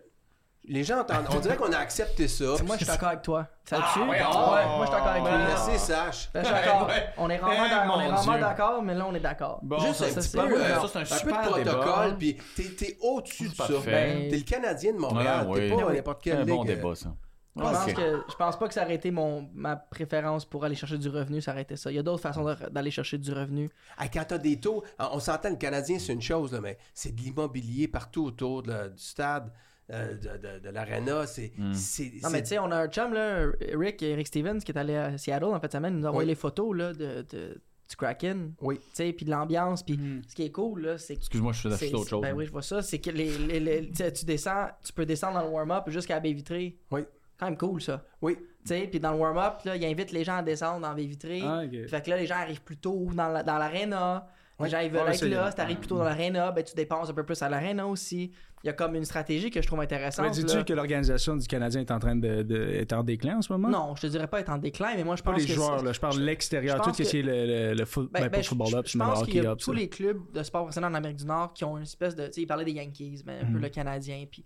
Speaker 3: Les gens entendent. On dirait qu'on a accepté ça.
Speaker 2: <laughs>
Speaker 5: Moi, je suis d'accord avec toi. Ça tue?
Speaker 3: ouais, ah,
Speaker 5: ouais, moi, je suis d'accord avec toi.
Speaker 3: Merci, Sach.
Speaker 5: Ben, je suis d'accord.
Speaker 2: Ouais.
Speaker 5: On est
Speaker 2: Eh,
Speaker 5: rarement
Speaker 2: mon
Speaker 5: d'ac- on est rarement
Speaker 2: Dieu.
Speaker 5: d'accord, mais là, on est d'accord.
Speaker 2: Bon,
Speaker 3: Juste
Speaker 2: ça,
Speaker 3: un
Speaker 5: ça,
Speaker 3: petit
Speaker 5: c'est-
Speaker 3: peu,
Speaker 5: ouais,
Speaker 3: euh,
Speaker 2: ça, c'est un
Speaker 3: peu de
Speaker 2: super débat.
Speaker 3: protocole, puis t'es, t'es au-dessus de ça.
Speaker 2: parfait.
Speaker 3: Ben, T'es le Canadien de Montréal,
Speaker 2: Ouais,
Speaker 3: Ah, t'es
Speaker 2: oui.
Speaker 3: pas n'importe
Speaker 2: C'est
Speaker 3: quel
Speaker 2: un bon
Speaker 3: ligue, euh,
Speaker 2: débat, ça.
Speaker 5: Je pense,
Speaker 2: Ok.
Speaker 5: que, je pense pas que ça aurait été mon, ma préférence pour aller chercher du revenu, ça aurait été ça. Il y a d'autres façons de- d'aller chercher du revenu.
Speaker 3: Hey, quand t'as des taux, on on s'entend, le Canadien, c'est une chose, là, mais c'est de l'immobilier partout autour de la- du stade, euh, de, de- de l'aréna. C'est,
Speaker 2: Hmm.
Speaker 3: c'est-
Speaker 5: Non,
Speaker 3: c'est-
Speaker 5: mais tu sais, on a un chum, là, Rick, Rick Stevens, qui est allé à Seattle en fait, semaine, il nous a envoyé
Speaker 3: Oui.
Speaker 5: les photos là, de, de- du Kraken.
Speaker 3: Oui.
Speaker 5: Tu sais, puis de l'ambiance. Puis ce qui est cool, là, c'est que.
Speaker 2: Excuse-moi, je suis
Speaker 5: c'est-
Speaker 2: d'acheter autre chose. hein.
Speaker 5: Ben oui, je vois ça. C'est que les, les- les- tu sais, tu descends, tu peux descendre dans le warm-up jusqu'à la baie vitrée.
Speaker 3: Oui.
Speaker 5: Quand même cool, ça.
Speaker 3: Oui.
Speaker 5: Tu sais, puis dans le warm-up, là, il invite les gens à descendre dans la baie vitrée.
Speaker 4: Ah, ok.
Speaker 5: Fait que là, les gens arrivent plus tôt dans la- dans l'aréna.
Speaker 3: Ouais.
Speaker 5: Les gens, ils veulent
Speaker 4: Ouais,
Speaker 5: être
Speaker 4: c'est-
Speaker 5: là. Si t'arrives plus tôt dans l'aréna, ben, tu dépenses un peu plus à l'aréna aussi. Il y a comme une stratégie que je trouve intéressante.
Speaker 4: Mais dis-tu
Speaker 5: là.
Speaker 4: que l'organisation du Canadien est en train de, de- est en déclin en ce moment?
Speaker 5: Non, je te dirais pas être en déclin, mais moi, je
Speaker 4: Pas
Speaker 5: pense
Speaker 4: les
Speaker 5: que
Speaker 4: joueurs,
Speaker 5: c'est-
Speaker 4: là. Je parle de l'extérieur,
Speaker 5: je
Speaker 4: tout
Speaker 5: pense
Speaker 4: ce qui est le, le, le foot,
Speaker 5: Ben,
Speaker 4: ben, pas
Speaker 5: ben,
Speaker 4: le
Speaker 5: je,
Speaker 4: football
Speaker 5: je-
Speaker 4: up,
Speaker 5: je
Speaker 4: mais le
Speaker 5: pense qu'il y
Speaker 4: hockey
Speaker 5: a
Speaker 4: up.
Speaker 5: tous
Speaker 4: ça.
Speaker 5: les clubs de sport professionnel en Amérique du Nord qui ont une espèce de. Tu sais, il parlait des Yankees, mais un peu le Canadien, puis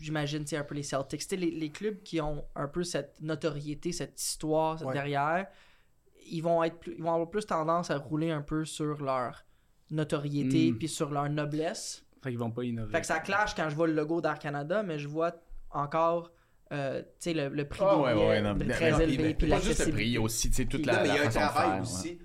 Speaker 5: j'imagine, tu sais, un peu les Celtics. Tu sais, les, les clubs qui ont un peu cette notoriété, cette histoire cette
Speaker 3: Ouais.
Speaker 5: derrière, ils vont, être plus- ils vont avoir plus tendance à rouler un peu sur leur notoriété,
Speaker 4: Mm.
Speaker 5: puis sur leur noblesse.
Speaker 4: Fait qu'ils vont pas innover.
Speaker 5: Fait que ça clash quand je vois le logo d'Air Canada, mais je vois encore. euh, tu sais, le, le prix
Speaker 2: Ah
Speaker 5: des
Speaker 2: ouais,
Speaker 5: billets
Speaker 2: ouais, non, mais-
Speaker 5: très
Speaker 2: mais-
Speaker 5: élevé,
Speaker 3: mais-
Speaker 5: puis
Speaker 2: Pas juste le
Speaker 5: l'accessibilité.
Speaker 2: prix aussi, tu sais, toute
Speaker 3: Non,
Speaker 2: la,
Speaker 3: mais il
Speaker 2: la
Speaker 3: y a un
Speaker 2: façon de
Speaker 3: travail
Speaker 2: faire, hein. ouais.
Speaker 3: aussi.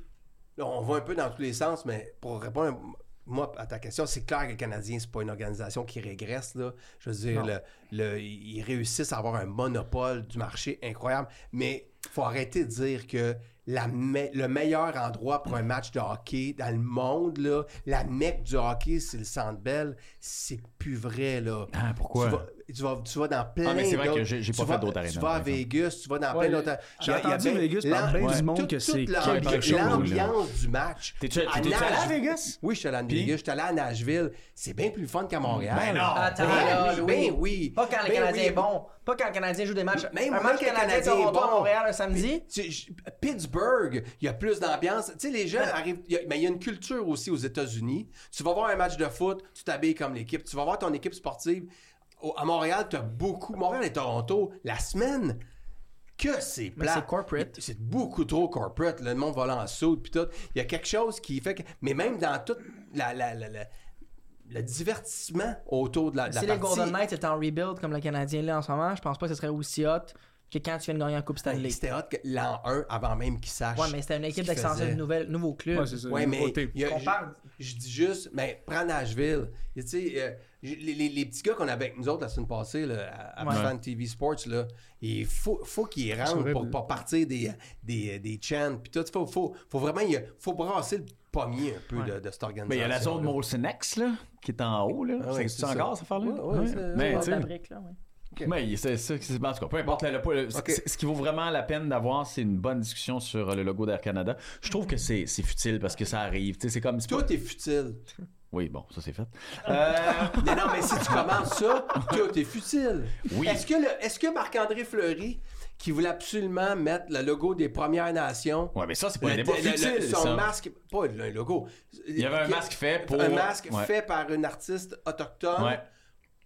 Speaker 3: Là, on va un peu dans tous les sens, mais pour répondre moi à ta question, c'est clair que les Canadiens, c'est pas une organisation qui régresse. Là. Je veux dire, le- le- ils réussissent à avoir un monopole du marché incroyable, mais faut arrêter de dire que la me- le meilleur endroit pour un match de hockey dans le monde, là, la mecque du hockey, c'est le Centre Bell. C'est plus vrai, là.
Speaker 2: Ah, pourquoi?
Speaker 3: Tu vas- tu vas, tu vas dans plein
Speaker 2: Ah, mais c'est vrai
Speaker 3: d'autres-
Speaker 2: que j'ai- j'ai
Speaker 3: tu
Speaker 2: pas
Speaker 3: vas-
Speaker 2: fait d'autres arénas,
Speaker 3: Tu vas
Speaker 2: par
Speaker 3: à
Speaker 2: exemple.
Speaker 3: Vegas, tu vas dans
Speaker 4: Ouais,
Speaker 3: plein d'autres...
Speaker 4: j'ai
Speaker 3: Il y a- il y a
Speaker 4: entendu
Speaker 3: bien-
Speaker 4: Vegas par
Speaker 3: l'am-
Speaker 4: bien du
Speaker 3: toute-
Speaker 4: monde que
Speaker 3: toute
Speaker 4: c'est
Speaker 3: la-
Speaker 2: quelque
Speaker 3: l'ambiance
Speaker 2: chose, là.
Speaker 3: L'ambiance du match.
Speaker 2: T'es-tu-
Speaker 3: À
Speaker 2: t'es-tu allé à
Speaker 3: Nashville-
Speaker 2: Vegas?
Speaker 3: Oui, je suis allé à Vegas, je suis allé à Nashville. C'est bien plus fun qu'à Montréal.
Speaker 2: Ben non.
Speaker 5: Ah,
Speaker 7: Attends,
Speaker 3: Ben
Speaker 7: là,
Speaker 3: oui,
Speaker 7: Louis.
Speaker 3: ben oui.
Speaker 7: Pas quand le
Speaker 3: Ben
Speaker 7: Canadien
Speaker 3: oui.
Speaker 7: est bon. Pas quand le Canadien joue des matchs.
Speaker 3: Même
Speaker 7: un
Speaker 3: même
Speaker 7: match
Speaker 3: que le
Speaker 7: Canadien
Speaker 3: Canadien est
Speaker 7: Toronto
Speaker 3: bon.
Speaker 7: à Montréal un samedi.
Speaker 3: Tu- je- Pittsburgh, il y a plus d'ambiance. Tu sais, les gens arrivent. il y a- mais il y a une culture aussi aux États-Unis. Tu vas voir un match de foot, tu t'habilles comme l'équipe. Tu vas voir ton équipe sportive. Au- à Montréal, tu as beaucoup. Montréal et Toronto, la semaine. Que c'est
Speaker 5: Mais
Speaker 3: plat.
Speaker 5: c'est corporate.
Speaker 3: C'est beaucoup trop corporate. là, Le monde va en soude. Puis tout. Il y a quelque chose qui fait que. Mais même dans tout la, la- la- la- le divertissement autour de la, de la
Speaker 5: Si les
Speaker 3: partie.
Speaker 5: Golden Knights étaient en rebuild comme le Canadien là en ce moment, je pense pas que ce serait aussi hot que quand tu viens de gagner la Coupe Stanley.
Speaker 3: C'était hot que l'an 1 avant même qu'ils sachent.
Speaker 5: Ouais, mais c'était une équipe
Speaker 3: ce qu'ils
Speaker 5: d'extension de
Speaker 3: faisaient.
Speaker 5: nouvelle, nouveau club.
Speaker 4: Ouais, c'est ça.
Speaker 3: Ouais,
Speaker 4: une
Speaker 3: mais
Speaker 4: nouveauté.
Speaker 3: il y a- je,
Speaker 7: parle.
Speaker 3: je dis juste, mais prends Nashville. Et Tu sais, euh, j- les, les- les petits gars qu'on avait avec nous autres la semaine passée là, à, à
Speaker 5: Ouais.
Speaker 3: Fan TV Sports, là, il faut, faut qu'ils rentrent pour pas partir des, des, euh, des chants. Puis tout, faut, faut, faut vraiment, il y a- faut brasser le pommier un peu de, de cette organisation.
Speaker 2: Mais il y a la zone Molson X, là, qui est en haut, là.
Speaker 3: Ah ouais,
Speaker 2: c'est
Speaker 3: c'est
Speaker 2: ça
Speaker 3: ça.
Speaker 2: encore, cette affaire-là?
Speaker 3: Ouais, ouais, c'est-
Speaker 2: Mais, tu sais,
Speaker 5: là, ouais.
Speaker 2: mais c'est ça. qui se passe, quoi. Peu importe, le- le- le-
Speaker 3: Ok.
Speaker 2: c'est- ce qui vaut vraiment la peine d'avoir, c'est une bonne discussion sur euh, le logo d'Air Canada. Je trouve que c'est c'est futile parce que ça arrive. Tu sais, c'est comme... c'est pas-
Speaker 3: Tout est futile.
Speaker 2: Oui, bon, ça,
Speaker 3: <laughs>
Speaker 2: c'est fait. Euh,
Speaker 3: mais non, mais si tu commences ça, tout est futile.
Speaker 2: Oui.
Speaker 3: Est-ce que, le- est-ce que Marc-André Fleury, qui voulait absolument mettre le logo des Premières Nations,
Speaker 2: Ouais, mais ça, c'est pas un
Speaker 3: Le-
Speaker 2: débat
Speaker 3: le- le-
Speaker 2: futile,
Speaker 3: son
Speaker 2: ça.
Speaker 3: masque, pas le logo. Il
Speaker 2: y avait un masque fait pour-
Speaker 3: Un masque
Speaker 2: ouais.
Speaker 3: fait par une artiste autochtone.
Speaker 2: Ouais.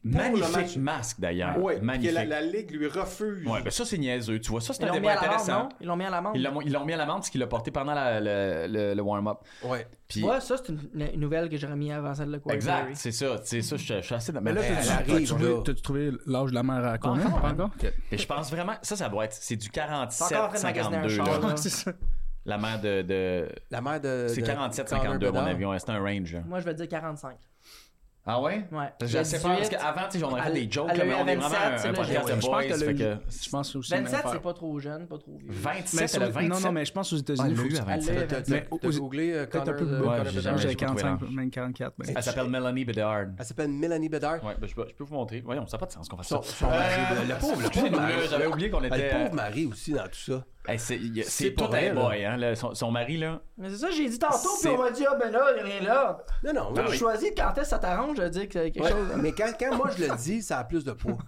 Speaker 3: match-
Speaker 2: Magnifique masque, d'ailleurs.
Speaker 3: Ouais,
Speaker 2: Magnifique.
Speaker 3: Que la, la Ligue lui refuse.
Speaker 2: Ouais, ben ça, c'est niaiseux. Tu vois, ça, c'est
Speaker 5: Ils
Speaker 2: un
Speaker 5: l'ont mis
Speaker 2: débat
Speaker 5: à l'amende,
Speaker 2: intéressant.
Speaker 5: non? Ils l'ont mis à l'amende.
Speaker 2: Ils l'ont ils l'ont mis à l'amende parce qu'il l'a porté pendant la- le, le- le warm-up.
Speaker 3: Ouais.
Speaker 2: Puis,
Speaker 5: Ouais, ça, c'est une, une nouvelle que j'aurais mis avant celle de Corey
Speaker 2: exact,
Speaker 5: Perry.
Speaker 2: c'est ça. C'est ça, je je suis assez... dans-
Speaker 3: Mais là,
Speaker 2: Ben,
Speaker 3: t'as-
Speaker 2: la-
Speaker 3: arrive,
Speaker 4: T'as-tu trouvé-
Speaker 3: là.
Speaker 4: T'as-tu trouvé l'âge de la mère à combien?
Speaker 2: encore,
Speaker 4: Pas
Speaker 2: hein.
Speaker 4: encore? Ok.
Speaker 2: Mais je pense vraiment, ça, ça doit être, c'est du
Speaker 5: T'es encore en train de magasiner un
Speaker 2: 47-52,
Speaker 5: char,
Speaker 2: là.
Speaker 5: là.
Speaker 4: C'est ça.
Speaker 2: La mère de... de...
Speaker 3: La mère de.
Speaker 2: C'est
Speaker 3: de
Speaker 2: 47-52, mon
Speaker 3: Connor
Speaker 2: avion. hein, C'est un range. hein.
Speaker 5: Moi, je vais dire 45.
Speaker 2: Ah ouais?
Speaker 5: Ouais.
Speaker 2: Parce que j'ai assez peur, parce
Speaker 5: 18,
Speaker 2: qu'avant, tu sais, on a fait
Speaker 5: elle-
Speaker 2: des jokes,
Speaker 5: elle
Speaker 2: là,
Speaker 5: a
Speaker 2: mais
Speaker 5: eu
Speaker 2: on est
Speaker 5: 27,
Speaker 2: vraiment un,
Speaker 5: c'est
Speaker 2: un
Speaker 5: là,
Speaker 2: podcast
Speaker 5: j'ai-
Speaker 2: de
Speaker 4: Je pense
Speaker 2: boys,
Speaker 4: que le-
Speaker 2: fait que...
Speaker 4: Je pense aussi. la même
Speaker 5: 27, c'est
Speaker 4: affaire.
Speaker 5: pas trop jeune, pas trop vieux.
Speaker 2: 27,
Speaker 4: Mais
Speaker 2: elle a
Speaker 4: sur-
Speaker 2: 27.
Speaker 4: Non, non, mais je pense aux
Speaker 2: Ah,
Speaker 4: États-Unis.
Speaker 2: elle l'a
Speaker 4: faut que
Speaker 2: eu
Speaker 4: tu-
Speaker 2: à
Speaker 5: Elle
Speaker 2: 27.
Speaker 5: l'a eu
Speaker 3: T'as-
Speaker 5: à
Speaker 3: t'as-
Speaker 5: 27.
Speaker 3: T'as
Speaker 4: Mais-
Speaker 3: t'as googlé euh,
Speaker 4: Peut-être un
Speaker 3: Connor
Speaker 4: peu plus.
Speaker 3: euh,
Speaker 2: Ouais,
Speaker 3: Connor
Speaker 2: j'ai jamais-
Speaker 3: Bedard?
Speaker 4: J'ai
Speaker 2: pas trouvé
Speaker 4: 45,
Speaker 2: l'heure.
Speaker 4: même 44. mais-
Speaker 2: Elle s'appelle Melanie Bedard.
Speaker 3: Elle s'appelle Mélanie Bedard.
Speaker 2: Ouais, ben, je, peux, je peux vous montrer. Voyons, ça n'a pas de sens qu'on fasse ça.
Speaker 3: Son- son mari, le le pauvre, le pauvre
Speaker 2: Excusez-nous, là,
Speaker 3: mari.
Speaker 2: j'avais oublié euh, qu'on
Speaker 3: Ah,
Speaker 2: était... euh,
Speaker 3: Le pauvre mari aussi dans tout ça.
Speaker 2: Hey, c'est il y a-
Speaker 3: C'est
Speaker 2: c'est tout
Speaker 3: pas vrai,
Speaker 2: un boy, hein. le- son, son mari, là.
Speaker 5: Mais c'est ça, j'ai dit tantôt,
Speaker 2: C'est-
Speaker 5: puis on m'a dit, ah ben là, il y a rien là.
Speaker 3: Non, non,
Speaker 2: Ah
Speaker 5: Là,
Speaker 3: non,
Speaker 5: je
Speaker 3: mais-
Speaker 5: choisis quand est-ce que ça t'arrange de dire que c'est quelque
Speaker 3: Ah Ouais,
Speaker 5: chose. hein.
Speaker 3: mais quand, quand moi je le dis, ça a plus de
Speaker 2: <laughs>
Speaker 3: poids.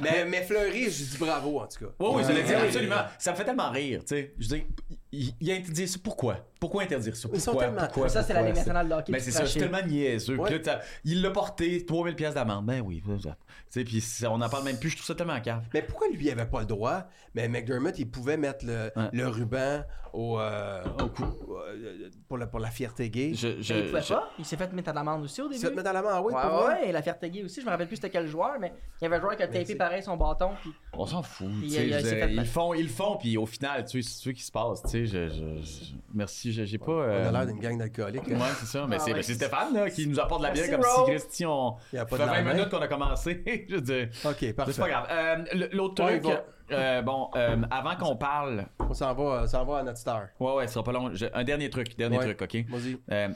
Speaker 3: mais, mais Fleury, je dis bravo en tout cas.
Speaker 2: Oui, oui, je
Speaker 3: Ouais.
Speaker 2: l'ai dit, absolument. Ça me fait tellement rire, tu sais. Je dis, il, il a interdit ça. Pourquoi? Pourquoi interdire ça? Pourquoi?
Speaker 3: sont tellement-
Speaker 2: Pourquoi?
Speaker 5: Ça, c'est la
Speaker 2: Pourquoi?
Speaker 5: Ligue nationale de hockey.
Speaker 2: Mais
Speaker 5: qui
Speaker 2: c'est
Speaker 5: crache
Speaker 2: ça, c'est
Speaker 5: chez-
Speaker 2: tellement niaiseux. Puis
Speaker 3: Ouais.
Speaker 2: là, t'as- il l'a porté, 3000 pièces d'amende. Ben oui, vous- vous- tu sais, puis ça, on n'en parle même plus, je trouve ça tellement cave.
Speaker 3: Mais pourquoi lui, il avait pas le droit? Mais McDermott, il pouvait mettre le,
Speaker 2: Ouais.
Speaker 3: le ruban au, euh, au- euh, pour, la, pour la fierté gay.
Speaker 2: Je, je,
Speaker 5: Il pouvait
Speaker 2: je-
Speaker 5: pas. Il s'est fait mettre à l'amende aussi au
Speaker 3: Tu
Speaker 5: début.
Speaker 3: vas te mettre à la main, ah oui,
Speaker 5: Ouais,
Speaker 3: pour
Speaker 5: ouais,
Speaker 3: vrai?
Speaker 5: ouais, et la fierté gay aussi. Je me rappelle plus c'était quel joueur, mais il y avait un joueur qui a tapé
Speaker 3: c'est-
Speaker 5: pareil son bâton. Puis...
Speaker 2: On s'en fout.
Speaker 5: Il-
Speaker 2: tu sais,
Speaker 5: il- il
Speaker 2: je-
Speaker 5: s'est fait
Speaker 2: ils
Speaker 5: mal.
Speaker 2: font, ils le font, puis au final, tu sais, c'est ce qui se passe. Tu sais, je, je- je- merci, je- j'ai pas. euh,
Speaker 3: On a l'air d'une gang d'alcooliques. hein.
Speaker 2: Ouais, c'est ça. Mais
Speaker 5: Ah
Speaker 2: c'est
Speaker 5: ouais.
Speaker 2: ben, c'est Stéphane là, qui nous apporte de la bière
Speaker 5: Merci,
Speaker 2: comme
Speaker 5: bro.
Speaker 2: si Christy, on.
Speaker 3: Il y a pas
Speaker 2: fait
Speaker 3: de
Speaker 2: 20
Speaker 3: lendemain.
Speaker 2: minutes qu'on a commencé. <laughs> je veux dire.
Speaker 3: Ok,
Speaker 2: Mais C'est pas
Speaker 3: parfait.
Speaker 2: grave. Euh, l- L'autre
Speaker 3: Ouais,
Speaker 2: truc.
Speaker 3: il va.
Speaker 2: euh, bon, euh, avant qu'on parle.
Speaker 3: On s'en va, on s'en va à notre star.
Speaker 2: Ouais, ouais, ce sera pas long. Je- Un dernier truc. Dernier
Speaker 3: Ouais.
Speaker 2: truc, OK?
Speaker 3: Vas-y.
Speaker 2: Euh,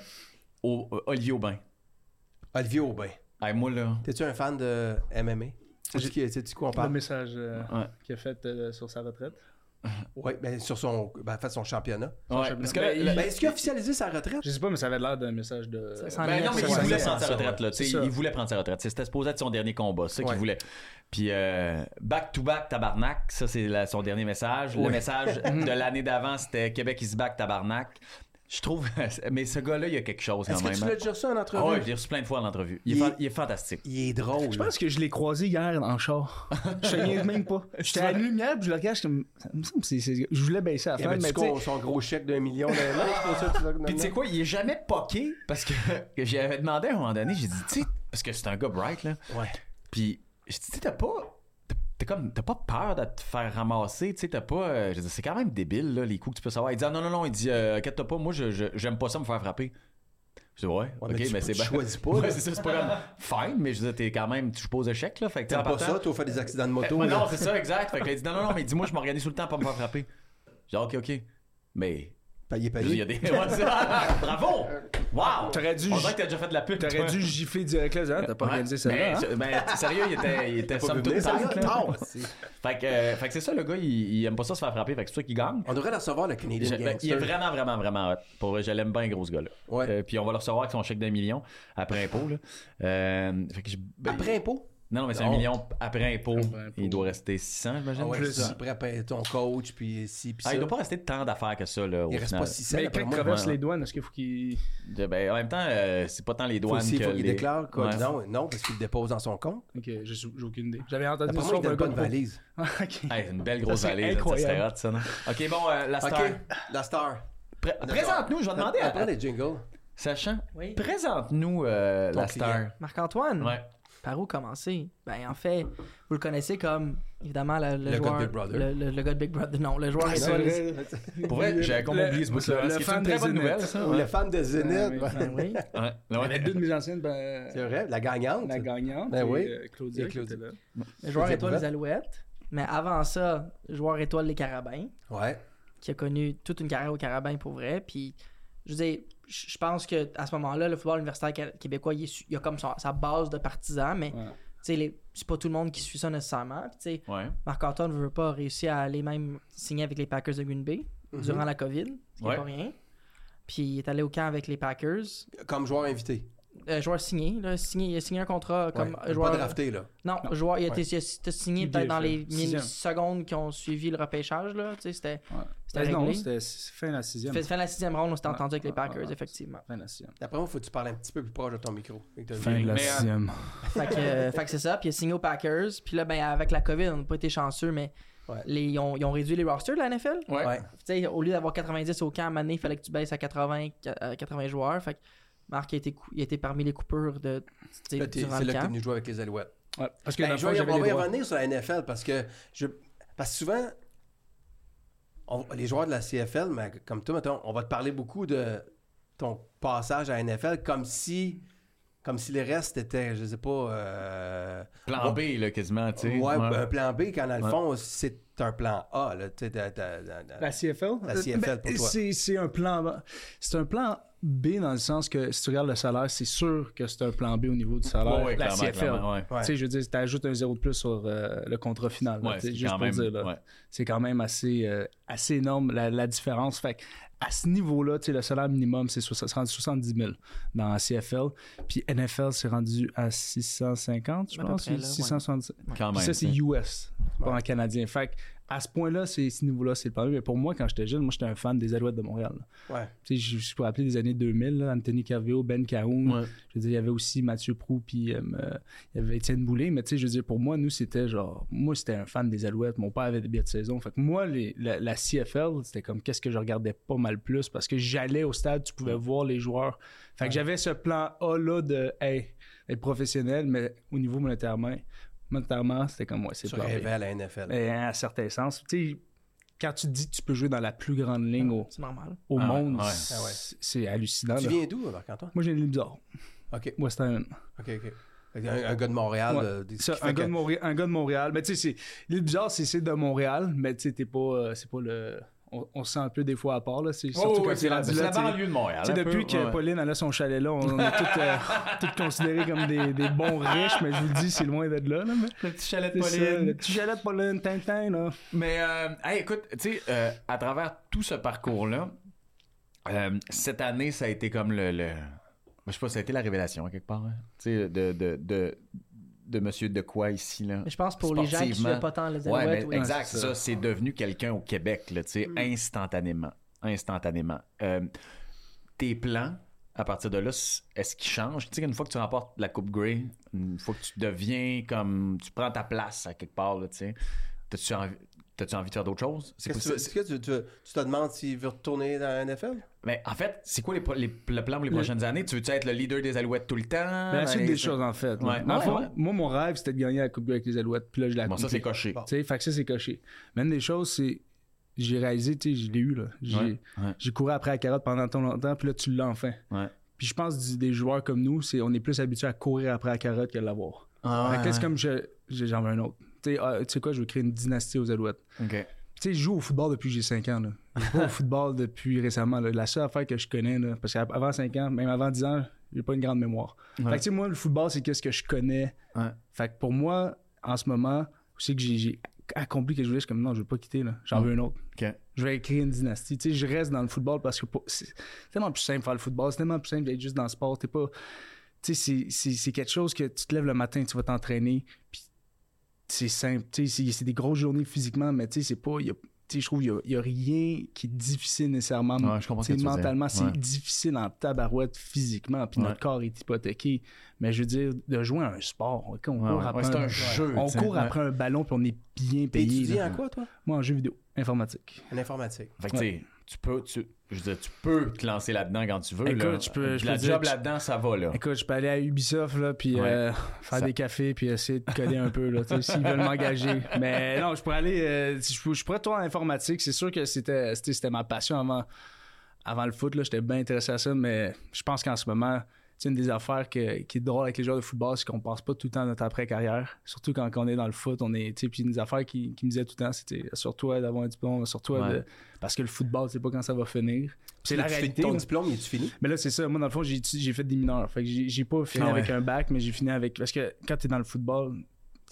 Speaker 2: au, au- Olivier Aubin.
Speaker 3: Olivier Aubin.
Speaker 2: Hey, moi, là.
Speaker 3: T'es-tu un fan de MMA? Sais-tu qui- Sais-tu quoi on
Speaker 4: Le
Speaker 3: parle?
Speaker 4: message euh,
Speaker 2: Ouais.
Speaker 4: qu'il a fait euh, sur sa retraite.
Speaker 3: Oui, ben, sur son, ben, en fait, son championnat.
Speaker 2: Ouais,
Speaker 4: championnat.
Speaker 2: parce que.
Speaker 4: Ben,
Speaker 2: le-
Speaker 4: il-
Speaker 3: Ben, Est-ce qu'il a officialisé sa retraite?
Speaker 4: Je sais pas, mais ça avait l'air d'un message de.
Speaker 5: Ça
Speaker 4: Ben,
Speaker 5: s'en allait
Speaker 2: Ben non,
Speaker 5: à
Speaker 2: mais
Speaker 5: ça.
Speaker 2: il voulait
Speaker 4: ça,
Speaker 2: prendre sa
Speaker 4: ça,
Speaker 2: retraite, là. tu
Speaker 4: C'est
Speaker 2: sais,
Speaker 4: ça.
Speaker 2: Il voulait prendre sa retraite. C'était supposé être son dernier combat, c'est ça
Speaker 3: Ouais.
Speaker 2: qu'il voulait. Puis, euh, back to back, tabarnak. Ça, c'est la- son dernier message. Le message
Speaker 3: <laughs>
Speaker 2: de l'année d'avant, c'était Québec is back, tabarnak. Je trouve. <laughs> Mais ce gars-là, il y a quelque chose quand
Speaker 3: Est-ce que
Speaker 2: même.
Speaker 3: tu
Speaker 2: hein.
Speaker 3: l'as déjà reçu en
Speaker 2: Ah ouais, je
Speaker 3: entrevue?
Speaker 2: l'ai reçu plein de fois en entrevue. Il, est
Speaker 3: Il-
Speaker 2: fan- il est fantastique.
Speaker 3: Il est drôle.
Speaker 4: Je pense que je l'ai croisé hier en char. Je te niaise même <laughs> pas. J'étais à la lumière, puis je le regarde, je suis comme. ça me semble que c'est- c'est- Je voulais baisser à la
Speaker 3: Il y
Speaker 4: fin,
Speaker 3: avait
Speaker 4: mais
Speaker 3: du
Speaker 4: tu sais,
Speaker 3: con- son gros chèque d'un million dans les mains, c'est pour ça que tu l'as-
Speaker 2: Puis tu sais quoi, il est jamais poqué parce que, <laughs> que j'avais demandé à un moment donné, j'ai dit, tu sais, parce que c'est un gars bright, là.
Speaker 3: Ouais.
Speaker 2: Puis j'ai dit, tu sais, t'as pas. t'as- T'as comme. T'as pas peur de te faire ramasser, tu sais, t'as pas. euh, je dis, c'est quand même débile, là, les coups que tu peux savoir. Il dit, ah, non, non, non, il dit, euh, inquiète-toi pas, moi, je, je- j'aime pas ça me faire frapper. Je dis, ouais,
Speaker 3: Ouais,
Speaker 2: ok,
Speaker 3: mais
Speaker 2: mais,
Speaker 3: tu-
Speaker 2: c'est
Speaker 3: tu
Speaker 2: bien.
Speaker 3: choisis pas,
Speaker 2: <laughs>
Speaker 3: là.
Speaker 2: Ouais, c'est ça, c'est pas comme. Fine, mais je dis, t'es quand même. Tu poses échec, là. Fait que, tu sais, en
Speaker 3: T'aimes pas
Speaker 2: partant-
Speaker 3: ça, toi, fait des accidents de moto.
Speaker 2: Ouais,
Speaker 3: là.
Speaker 2: non, c'est ça, exact. Fait que, il dit, non, non, non, mais dis-moi, je m'organise tout le temps pour me faire frapper. J'ai dit, ok, ok. Mais
Speaker 3: Payé,
Speaker 2: il y a <laughs>
Speaker 3: payé.
Speaker 2: des. Ouais, c'est- Bravo! Wow!
Speaker 4: T'aurais dû-
Speaker 2: On dirait que t'as déjà fait de la pub.
Speaker 4: T'aurais
Speaker 2: toi.
Speaker 4: dû gifler direct là, hein, t'as pas
Speaker 2: Ouais.
Speaker 4: organisé ça.
Speaker 2: Mais,
Speaker 4: là, hein?
Speaker 3: Ah.
Speaker 2: s- ben, t- sérieux, il était, il était somme toute tête, là. Fait que, euh, fait que c'est ça, le gars, il, il aime pas ça se faire frapper. Fait que c'est toi qui gagne.
Speaker 3: On devrait le recevoir, le Canadian
Speaker 2: Je- ben,
Speaker 3: Gangster.
Speaker 2: il est vraiment, vraiment, vraiment hot. Pour vrai, je l'aime bien, gros, ce gars-là.
Speaker 3: Ouais.
Speaker 2: Euh, puis on va le recevoir avec son chèque d'un million après impôt. Là. Euh, fait que je- ben,
Speaker 3: Après impôt?
Speaker 2: Non, non, mais c'est un
Speaker 3: Non.
Speaker 2: million après impôt.
Speaker 4: Après impôt.
Speaker 2: Il doit rester 600, j'imagine.
Speaker 3: Ah ouais,
Speaker 4: plus.
Speaker 3: si, après ton coach, puis si, puis
Speaker 2: Ah,
Speaker 3: ça.
Speaker 2: il doit pas rester tant d'affaires que ça, là, au
Speaker 3: Il reste
Speaker 2: final.
Speaker 3: pas 600.
Speaker 4: Mais quand
Speaker 3: d'après
Speaker 4: il
Speaker 3: moi.
Speaker 4: traverse
Speaker 2: ouais.
Speaker 4: les douanes, est-ce qu'il faut qu'il.
Speaker 2: De- ben, en même temps, euh, c'est pas tant les
Speaker 3: Faut
Speaker 2: douanes
Speaker 3: aussi,
Speaker 2: que
Speaker 3: faut qu'il
Speaker 2: les-
Speaker 3: déclare, quoi.
Speaker 2: Ouais.
Speaker 3: Non, non, parce qu'il le dépose dans son compte.
Speaker 4: Ok, j'ai j'ai aucune idée. J'avais entendu
Speaker 3: Après moi,
Speaker 4: l'histoire
Speaker 3: il donne pas
Speaker 4: d'un
Speaker 3: une
Speaker 4: gars-
Speaker 3: valise.
Speaker 4: Ah, <laughs> ok.
Speaker 2: Hey, c'est une belle grosse
Speaker 4: Ça, c'est
Speaker 2: valise de
Speaker 4: incroyable.
Speaker 2: testérate, ça, non? OK, bon, euh, la star.
Speaker 3: OK, la star.
Speaker 2: Pré- présente-nous, je vais demander à...
Speaker 3: Après les jingles.
Speaker 2: Sachant,
Speaker 5: Oui.
Speaker 2: présente-nous euh,
Speaker 3: Ton
Speaker 2: la
Speaker 3: client.
Speaker 2: star.
Speaker 5: Marc-Antoine,
Speaker 2: Ouais.
Speaker 5: par où commencer Ben, en fait, vous le connaissez comme, évidemment, le, le
Speaker 3: Le
Speaker 5: joueur.
Speaker 3: gars de Big Brother.
Speaker 5: Le, le- le gars de Big Brother. Non, le joueur.
Speaker 4: Ah, c'est
Speaker 5: étoile-
Speaker 4: vrai.
Speaker 2: Pour vrai, j'avais comme
Speaker 4: Le-
Speaker 2: oublié ce bout-là.
Speaker 4: le
Speaker 2: Ce qui est
Speaker 4: fan
Speaker 2: une très
Speaker 4: des
Speaker 2: bonne
Speaker 4: Zenith.
Speaker 2: nouvelle, ça.
Speaker 3: Ou
Speaker 2: ouais.
Speaker 3: le fan de Zenith.
Speaker 4: Ah,
Speaker 5: Ben oui.
Speaker 2: Ouais.
Speaker 4: Il y avait
Speaker 2: Ouais.
Speaker 4: deux de mes anciennes, ben,
Speaker 3: C'est vrai, la gagnante.
Speaker 4: la gagnante.
Speaker 3: Ben oui.
Speaker 4: et, euh, Claudia.
Speaker 3: Et
Speaker 4: qui était
Speaker 3: Claudia.
Speaker 4: là.
Speaker 5: Le joueur
Speaker 3: Big
Speaker 5: étoile
Speaker 3: Brother.
Speaker 5: des Alouettes. Mais avant ça, joueur étoile des Carabins,
Speaker 3: Ouais.
Speaker 5: qui a connu toute une carrière aux Carabins pour vrai. Puis, je veux dire, je je pense que à ce moment-là, le football universitaire qué- québécois, il, est su- il a comme son- sa base de partisans, mais
Speaker 4: Ouais.
Speaker 5: tu sais, les- c'est pas tout le monde qui suit ça nécessairement. Puis, tu sais,
Speaker 2: Ouais.
Speaker 5: Marc-Antoine ne veut pas réussir à aller même signer avec les Packers de Green Bay durant la COVID, ce qui n'est
Speaker 2: Ouais.
Speaker 5: pas rien. Puis il est allé au camp avec les Packers.
Speaker 3: Comme joueur invité.
Speaker 5: Euh, joueur signé, là, signé, il a signé un contrat comme
Speaker 3: Ouais.
Speaker 5: joueur.
Speaker 3: Pas drafté, là.
Speaker 5: Non, joueur, il a, été- il a été signé
Speaker 4: Il
Speaker 5: peut-être
Speaker 4: est
Speaker 5: dans
Speaker 4: fait.
Speaker 5: les
Speaker 4: Sixième.
Speaker 5: secondes qui ont suivi le repêchage. Là. Tu sais, C'était
Speaker 4: Ouais.
Speaker 5: c'était
Speaker 4: Ben non,
Speaker 5: réglé.
Speaker 4: c'était c'est fin de la sixième.
Speaker 5: Fait- fin de la sixième ronde, on s'était
Speaker 4: Ouais,
Speaker 5: entendu avec les
Speaker 4: ouais,
Speaker 5: Packers,
Speaker 4: ouais, ouais.
Speaker 5: effectivement.
Speaker 4: Fin de la sixième.
Speaker 3: D'après moi, faut que tu parles un petit peu plus proche de ton micro. Fait que t'as
Speaker 2: Fin.
Speaker 3: vu.
Speaker 2: de la
Speaker 4: euh,
Speaker 2: sixième.
Speaker 5: fait que, euh, fait que c'est ça. Puis il a signé aux Packers. Puis là, ben, avec la COVID, on n'a pas été chanceux, mais
Speaker 3: Ouais.
Speaker 5: les, ils, ont, ils ont réduit les rosters de la NFL.
Speaker 2: Ouais.
Speaker 3: Ouais.
Speaker 5: Tu sais, au lieu d'avoir 90 au camp, année, il fallait que tu baisses à 80, euh, 80 joueurs. Fait que Marc a été, cou- il a été parmi les coupures de, tu sais,
Speaker 3: Là, t'es-
Speaker 5: durant
Speaker 3: C'est
Speaker 5: le
Speaker 3: là que t'es
Speaker 5: camp.
Speaker 3: venu jouer avec les Alouettes.
Speaker 4: Ouais, parce que dans
Speaker 3: Ben,
Speaker 4: le
Speaker 3: je
Speaker 4: fond,
Speaker 3: vais-
Speaker 4: j'avais
Speaker 3: on
Speaker 4: les
Speaker 3: va y
Speaker 4: droits.
Speaker 3: revenir sur la NFL parce que je parce que souvent on- les joueurs de la CFL, mais comme toi, mettons, on va te parler beaucoup de ton passage à la NFL comme si comme si les restes étaient, je sais pas, euh,
Speaker 2: Plan B, là, quasiment, tu sais.
Speaker 3: ouais, ben, un plan B quand dans le
Speaker 2: Ouais.
Speaker 3: fond c'est un plan A. Là, tu sais, t'as- t'as- t'as- t'as-
Speaker 4: La CFL?
Speaker 3: La
Speaker 4: Euh,
Speaker 3: CFL
Speaker 4: ben,
Speaker 3: pour toi.
Speaker 4: C'est, c'est un plan... C'est un plan B dans le sens que si tu regardes le salaire, c'est sûr que c'est un plan B au niveau du salaire.
Speaker 2: Ouais, ouais,
Speaker 4: la
Speaker 2: clairement,
Speaker 4: CFL.
Speaker 2: clairement, ouais.
Speaker 4: Tu sais, je veux dire, t'ajoutes un zéro de plus sur euh, le contrat final. là,
Speaker 2: Ouais,
Speaker 4: tu sais,
Speaker 2: c'est
Speaker 4: juste
Speaker 2: quand
Speaker 4: pour
Speaker 2: même-
Speaker 4: dire, là.
Speaker 2: ouais.
Speaker 4: C'est quand même assez, euh, assez énorme, la, la différence. Fait que à ce niveau-là, tu sais, le salaire minimum, c'est soix- c'est rendu 70 000 dans la CFL. Puis NFL, c'est rendu à 650, je
Speaker 5: À peu
Speaker 4: pense,
Speaker 5: près,
Speaker 4: ou
Speaker 5: là, ouais.
Speaker 4: 670.
Speaker 2: Quand
Speaker 4: Puis
Speaker 2: même. hein.
Speaker 4: ça, c'est US, pas en canadien. Fait que, à ce point-là, c'est ce niveau-là, c'est le premier. Mais pour moi, quand j'étais jeune, moi, j'étais un fan des Alouettes de Montréal. là.
Speaker 3: Ouais.
Speaker 4: Tu sais, je, je peux rappeler des années 2000, là, Anthony Caveo, Ben Cahoon.
Speaker 2: Ouais.
Speaker 4: Je veux dire, il y avait aussi Mathieu Prou, puis euh, euh, il y avait Étienne Boulay. Mais tu sais, je veux dire, pour moi, nous, c'était genre. Moi, j'étais un fan des Alouettes. Mon père avait des billets de saison. Fait que moi, les- la, la CFL, c'était comme qu'est-ce que je regardais pas mal plus parce que j'allais au stade, tu pouvais voir les joueurs. Fait que j'avais ce plan A-là de, hey, être professionnel, mais au niveau monétairement, monétairement, c'était comme, ouais, c'est
Speaker 3: Tu
Speaker 4: plan B.
Speaker 3: rêvais à la NFL.
Speaker 4: Et hein, à un certain sens. Tu sais, quand tu dis que tu peux jouer dans la plus grande ligne au,
Speaker 5: C'est normal.
Speaker 4: au
Speaker 2: Ah ouais,
Speaker 4: monde,
Speaker 2: ouais.
Speaker 4: c'est
Speaker 3: Ah ouais.
Speaker 4: c'est hallucinant.
Speaker 3: Tu
Speaker 4: là.
Speaker 3: viens d'où, Marc-Antoine?
Speaker 4: Moi, j'ai une bizarre.
Speaker 3: OK.
Speaker 4: West Ham.
Speaker 3: OK, OK. Un, un gars de Montréal.
Speaker 4: Ouais.
Speaker 3: euh, des-
Speaker 4: Ça,
Speaker 3: qui fait
Speaker 4: un, gars
Speaker 3: que-
Speaker 4: de Montréal, un gars de Montréal. Mais tu sais, c'est- l'île bizarre, c'est c'est de Montréal, mais tu sais, t'es pas. euh, c'est pas le. On, on se sent un peu des fois à part, là. C'est surtout
Speaker 2: Oh,
Speaker 4: quand
Speaker 2: ouais,
Speaker 4: t'es
Speaker 2: c'est la
Speaker 4: rendu
Speaker 2: c'est
Speaker 4: là,
Speaker 2: la
Speaker 4: tu sais.
Speaker 2: banlieue de Montréal.
Speaker 4: Tu sais,
Speaker 2: un peu,
Speaker 4: depuis que
Speaker 2: ouais.
Speaker 4: Pauline allait son chalet là, on, on est tous,
Speaker 2: <laughs>
Speaker 4: euh, tous considérés comme des, des bons riches, mais je vous le dis, c'est loin d'être là. là, mais...
Speaker 2: Le petit chalet de
Speaker 4: C'est ça, le
Speaker 2: Pauline.
Speaker 4: petit chalet de Pauline, Tintin, là.
Speaker 2: Mais, euh, hey, écoute, tu sais, euh, à travers tout ce parcours-là, euh, cette année, ça a été comme le. le- Je sais pas, ça a été la révélation, à quelque part. hein. Tu sais, de, de, de, de monsieur de quoi ici, là.
Speaker 5: Mais je pense pour les gens qui ne
Speaker 2: Sportivement.
Speaker 5: suivent pas tant les
Speaker 2: Ouais,
Speaker 5: Alouettes,
Speaker 2: mais
Speaker 5: oui.
Speaker 2: exact,
Speaker 4: c'est
Speaker 2: ça,
Speaker 4: ça.
Speaker 2: c'est devenu quelqu'un au Québec, là, tu sais,
Speaker 3: Mm.
Speaker 2: instantanément. Instantanément. Euh, tes plans, à partir de là, s- est-ce qu'ils changent? Tu sais, une fois que tu remportes la Coupe Grey, une fois que tu deviens comme. Tu prends ta place à quelque part, là, tu sais. T'as-tu envie. T'as-tu envie de faire d'autres choses? C'est
Speaker 3: Qu'est-ce que tu
Speaker 2: possible-
Speaker 3: veux- Est-ce que tu, tu- tu te demandes s'il veut retourner dans la NFL?
Speaker 2: Mais en fait, c'est quoi les, pro- les- le plan pour les prochaines années? Tu veux-tu être le leader des Alouettes tout le temps?
Speaker 4: Mais la suite
Speaker 2: Allez,
Speaker 4: des
Speaker 2: c'est-
Speaker 4: choses, en fait.
Speaker 2: Ah, Ouais.
Speaker 4: là. Dans le
Speaker 2: Ouais,
Speaker 4: fond,
Speaker 2: ouais.
Speaker 4: Moi, mon rêve, c'était de gagner la Coupe Grey avec les Alouettes, puis là, je l'ai
Speaker 2: Bon, ça, c'est
Speaker 4: accompli.
Speaker 2: coché.
Speaker 3: Bon.
Speaker 4: Tu sais, fait que ça, c'est coché. Mais une des choses, c'est. J'ai réalisé, tu sais, je l'ai eu, là. J'ai
Speaker 2: Ouais, ouais.
Speaker 4: j'ai couru après la carotte pendant tant longtemps, puis là, tu l'as enfin.
Speaker 2: Ouais.
Speaker 4: Puis je pense du- des joueurs comme nous, c'est on est plus habitué à courir après la carotte qu'à l'avoir.
Speaker 2: Ah,
Speaker 4: Fait que là, c'est
Speaker 2: ouais,
Speaker 4: comme je- je- j'en veux un autre. Tu sais, ah, tu sais quoi, je veux créer une dynastie aux Alouettes.
Speaker 2: ouais. OK.
Speaker 4: Puis Tu sais, je joue au football depuis que j'ai 5 ans. Là. Je
Speaker 2: <laughs>
Speaker 4: joue pas au football depuis récemment. là. La seule affaire que je connais, là, parce qu'avant 5 ans, même avant 10 ans, j'ai pas une grande mémoire. Fait que tu sais, moi, le football, c'est qu'est-ce que je connais.
Speaker 6: Ouais.
Speaker 4: Fait que pour moi, en ce moment, c'est que j'ai- j'ai accompli que je voulais. Je suis comme non, je veux pas quitter. là. J'en veux un autre.
Speaker 2: Ok.
Speaker 4: Je vais créer une dynastie. Tu sais, je reste dans le football parce que pour- c'est tellement plus simple de faire le football. C'est tellement plus simple d'être juste dans le sport. T'es pas. Tu sais, c'est- c'est c'est quelque chose que tu te lèves le matin, tu vas t'entraîner. Puis c'est simple. Tu sais, c'est c'est des grosses journées physiquement, mais tu sais, c'est pas. il y a- tu sais, je trouve qu'il n'y a, rien qui est difficile nécessairement.
Speaker 2: Ouais, je comprends ce
Speaker 4: Tu sais,
Speaker 2: que tu veux dire.
Speaker 4: mentalement, c'est
Speaker 2: Ouais.
Speaker 4: difficile en tabarouette physiquement, puis
Speaker 2: Ouais.
Speaker 4: notre corps est hypothéqué. Mais je veux dire, de jouer à un sport, ok, on
Speaker 2: Ouais,
Speaker 4: court
Speaker 2: ouais. Ouais,
Speaker 4: après
Speaker 2: c'est
Speaker 4: un,
Speaker 2: un jeu,
Speaker 4: on
Speaker 2: t'sais.
Speaker 4: court
Speaker 2: Ouais.
Speaker 4: après un ballon, puis on est bien payé.
Speaker 3: T'étudies
Speaker 4: là.
Speaker 3: en quoi, toi?
Speaker 4: Moi, en jeu vidéo, informatique.
Speaker 3: En informatique.
Speaker 2: Fait que tu sais, tu peux, tu, je veux dire, tu peux te lancer là-dedans quand tu veux.
Speaker 4: Écoute,
Speaker 2: là.
Speaker 4: je peux- je
Speaker 2: la
Speaker 4: peux dire,
Speaker 2: job
Speaker 4: tu-
Speaker 2: là-dedans, ça va là.
Speaker 4: Écoute, je peux aller à Ubisoft, là, puis
Speaker 2: Ouais.
Speaker 4: euh, faire
Speaker 2: Ça-
Speaker 4: des cafés, puis essayer de coder un peu, là, tu sais, s'ils veulent m'engager. Mais non, je pourrais aller, euh, je, pourrais- je pourrais toi en informatique. C'est sûr que c'était, c'était, c'était ma passion avant, avant le foot, là. J'étais bien intéressé à ça, mais je pense qu'en ce moment, c'est une des affaires que- qui est drôle avec les joueurs de football, c'est qu'on pense pas tout le temps à notre après-carrière. Surtout quand, on est dans le foot, on est, tu sais, puis une des affaires qui, qui me disait tout le temps, c'était sur toi d'avoir un diplôme, sur toi
Speaker 6: Ouais.
Speaker 4: de- parce que le football, tu sais pas quand ça va finir. Puis C'est la
Speaker 3: Tu fais
Speaker 4: réalité.
Speaker 3: Ton
Speaker 4: là.
Speaker 3: diplôme, il est-tu fini?
Speaker 4: Mais là, c'est ça. Moi, dans le fond, j'ai, étud- j'ai fait des mineurs. Fait que j'ai, j'ai pas fini
Speaker 2: Ah ouais.
Speaker 4: avec un bac, mais j'ai fini avec. Parce que quand t'es dans le football,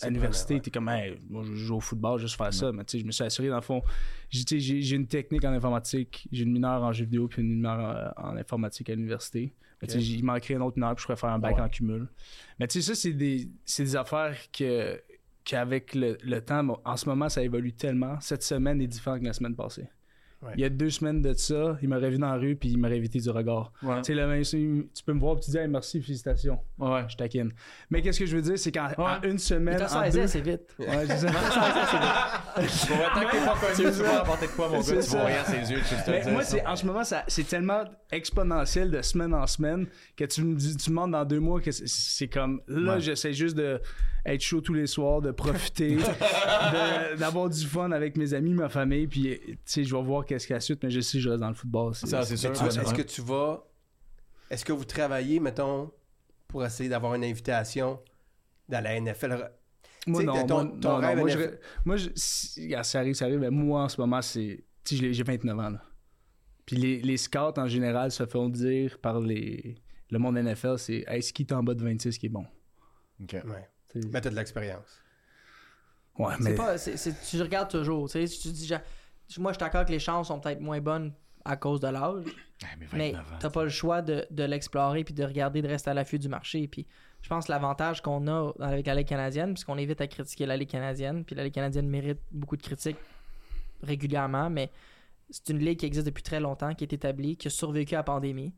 Speaker 4: à l'université,
Speaker 3: prenant,
Speaker 4: t'es comme, hey, moi, je joue au football, juste faire ça. Mais tu sais, je me suis assuré, dans le fond, j'ai, tu sais, j'ai, j'ai une technique en informatique, j'ai une mineure en jeux vidéo, puis une mineure euh, en, en informatique à l'université. Mais tu sais, j'ai- il manquerait une autre mineure, puis je pourrais faire un bac
Speaker 2: Ouais.
Speaker 4: en cumul. Mais tu sais, ça, c'est des, c'est des affaires que, qu'avec le, le temps, bon, en ce moment, ça évolue tellement. Cette semaine est différente que la semaine passée. Il y a deux semaines de ça, il m'aurait vu dans la rue puis il m'aurait évité du regard.
Speaker 6: Ouais.
Speaker 4: Tu sais, le même- tu peux me voir et tu dis Hey, merci, félicitations.
Speaker 6: Ouais.
Speaker 4: Je taquine. Mais qu'est-ce que je veux dire, c'est qu'en en une semaine.
Speaker 5: T'as
Speaker 4: en
Speaker 5: 16
Speaker 4: deux-
Speaker 5: ans, c'est vite.
Speaker 4: Ouais,
Speaker 6: <laughs>
Speaker 4: c'est ça.
Speaker 2: Bon, tant que t'es pas <laughs> connu, tu vas apporter de quoi, mon gars,
Speaker 4: C'est
Speaker 2: tu vas
Speaker 4: ça.
Speaker 2: rire ses yeux, tu te
Speaker 4: Mais
Speaker 2: dis,
Speaker 4: moi, c'est, en ce moment, ça, c'est tellement exponentiel de semaine en semaine que tu me dis, tu me demandes dans deux mois que c'est, c'est comme là, j'essaie juste de être chaud tous les soirs, de profiter, de- d'avoir du fun avec mes amis, ma famille, puis tu sais, je vais voir qu'est-ce qu'il y a suite, mais je sais, je reste dans le football. c'est-
Speaker 2: ça, c'est
Speaker 3: Mais
Speaker 2: sûr.
Speaker 3: tu vas- Est-ce que tu vas. Est-ce que vous travaillez, mettons, pour essayer d'avoir une invitation dans la NFL?
Speaker 4: Moi,
Speaker 3: T'sais, ton-
Speaker 4: non, moi,
Speaker 3: ton
Speaker 4: non, non,
Speaker 3: rêve
Speaker 4: moi,
Speaker 3: est-
Speaker 4: je, moi je- si- regarde, ça arrive, ça arrive, mais moi, en ce moment, c'est... tu sais, je l'ai- j'ai 29 ans, là. Puis les, les scouts, en général, se font dire par les... Le monde NFL, c'est « Hey, ce qui est en bas de 26 qui est bon.
Speaker 2: Ah,
Speaker 3: Ouais.
Speaker 4: Tu sais.
Speaker 3: Mais t'as de l'expérience.
Speaker 4: Ouais,
Speaker 5: C'est
Speaker 4: mais...
Speaker 5: pas, c'est- c'est- tu regardes toujours, tu sais, si tu dis, genre, moi, je suis d'accord que les chances sont peut-être moins bonnes à cause de l'âge,
Speaker 2: mais
Speaker 5: mais
Speaker 2: 29 ans.
Speaker 5: t'as pas le choix de, de l'explorer puis de regarder, de rester à l'affût du marché. Puis je pense que l'avantage qu'on a avec la Ligue canadienne, puisqu'on évite à critiquer la Ligue canadienne, puis la Ligue canadienne mérite beaucoup de critiques régulièrement, mais c'est une ligue qui existe depuis très longtemps, qui est établie, qui a survécu à la pandémie.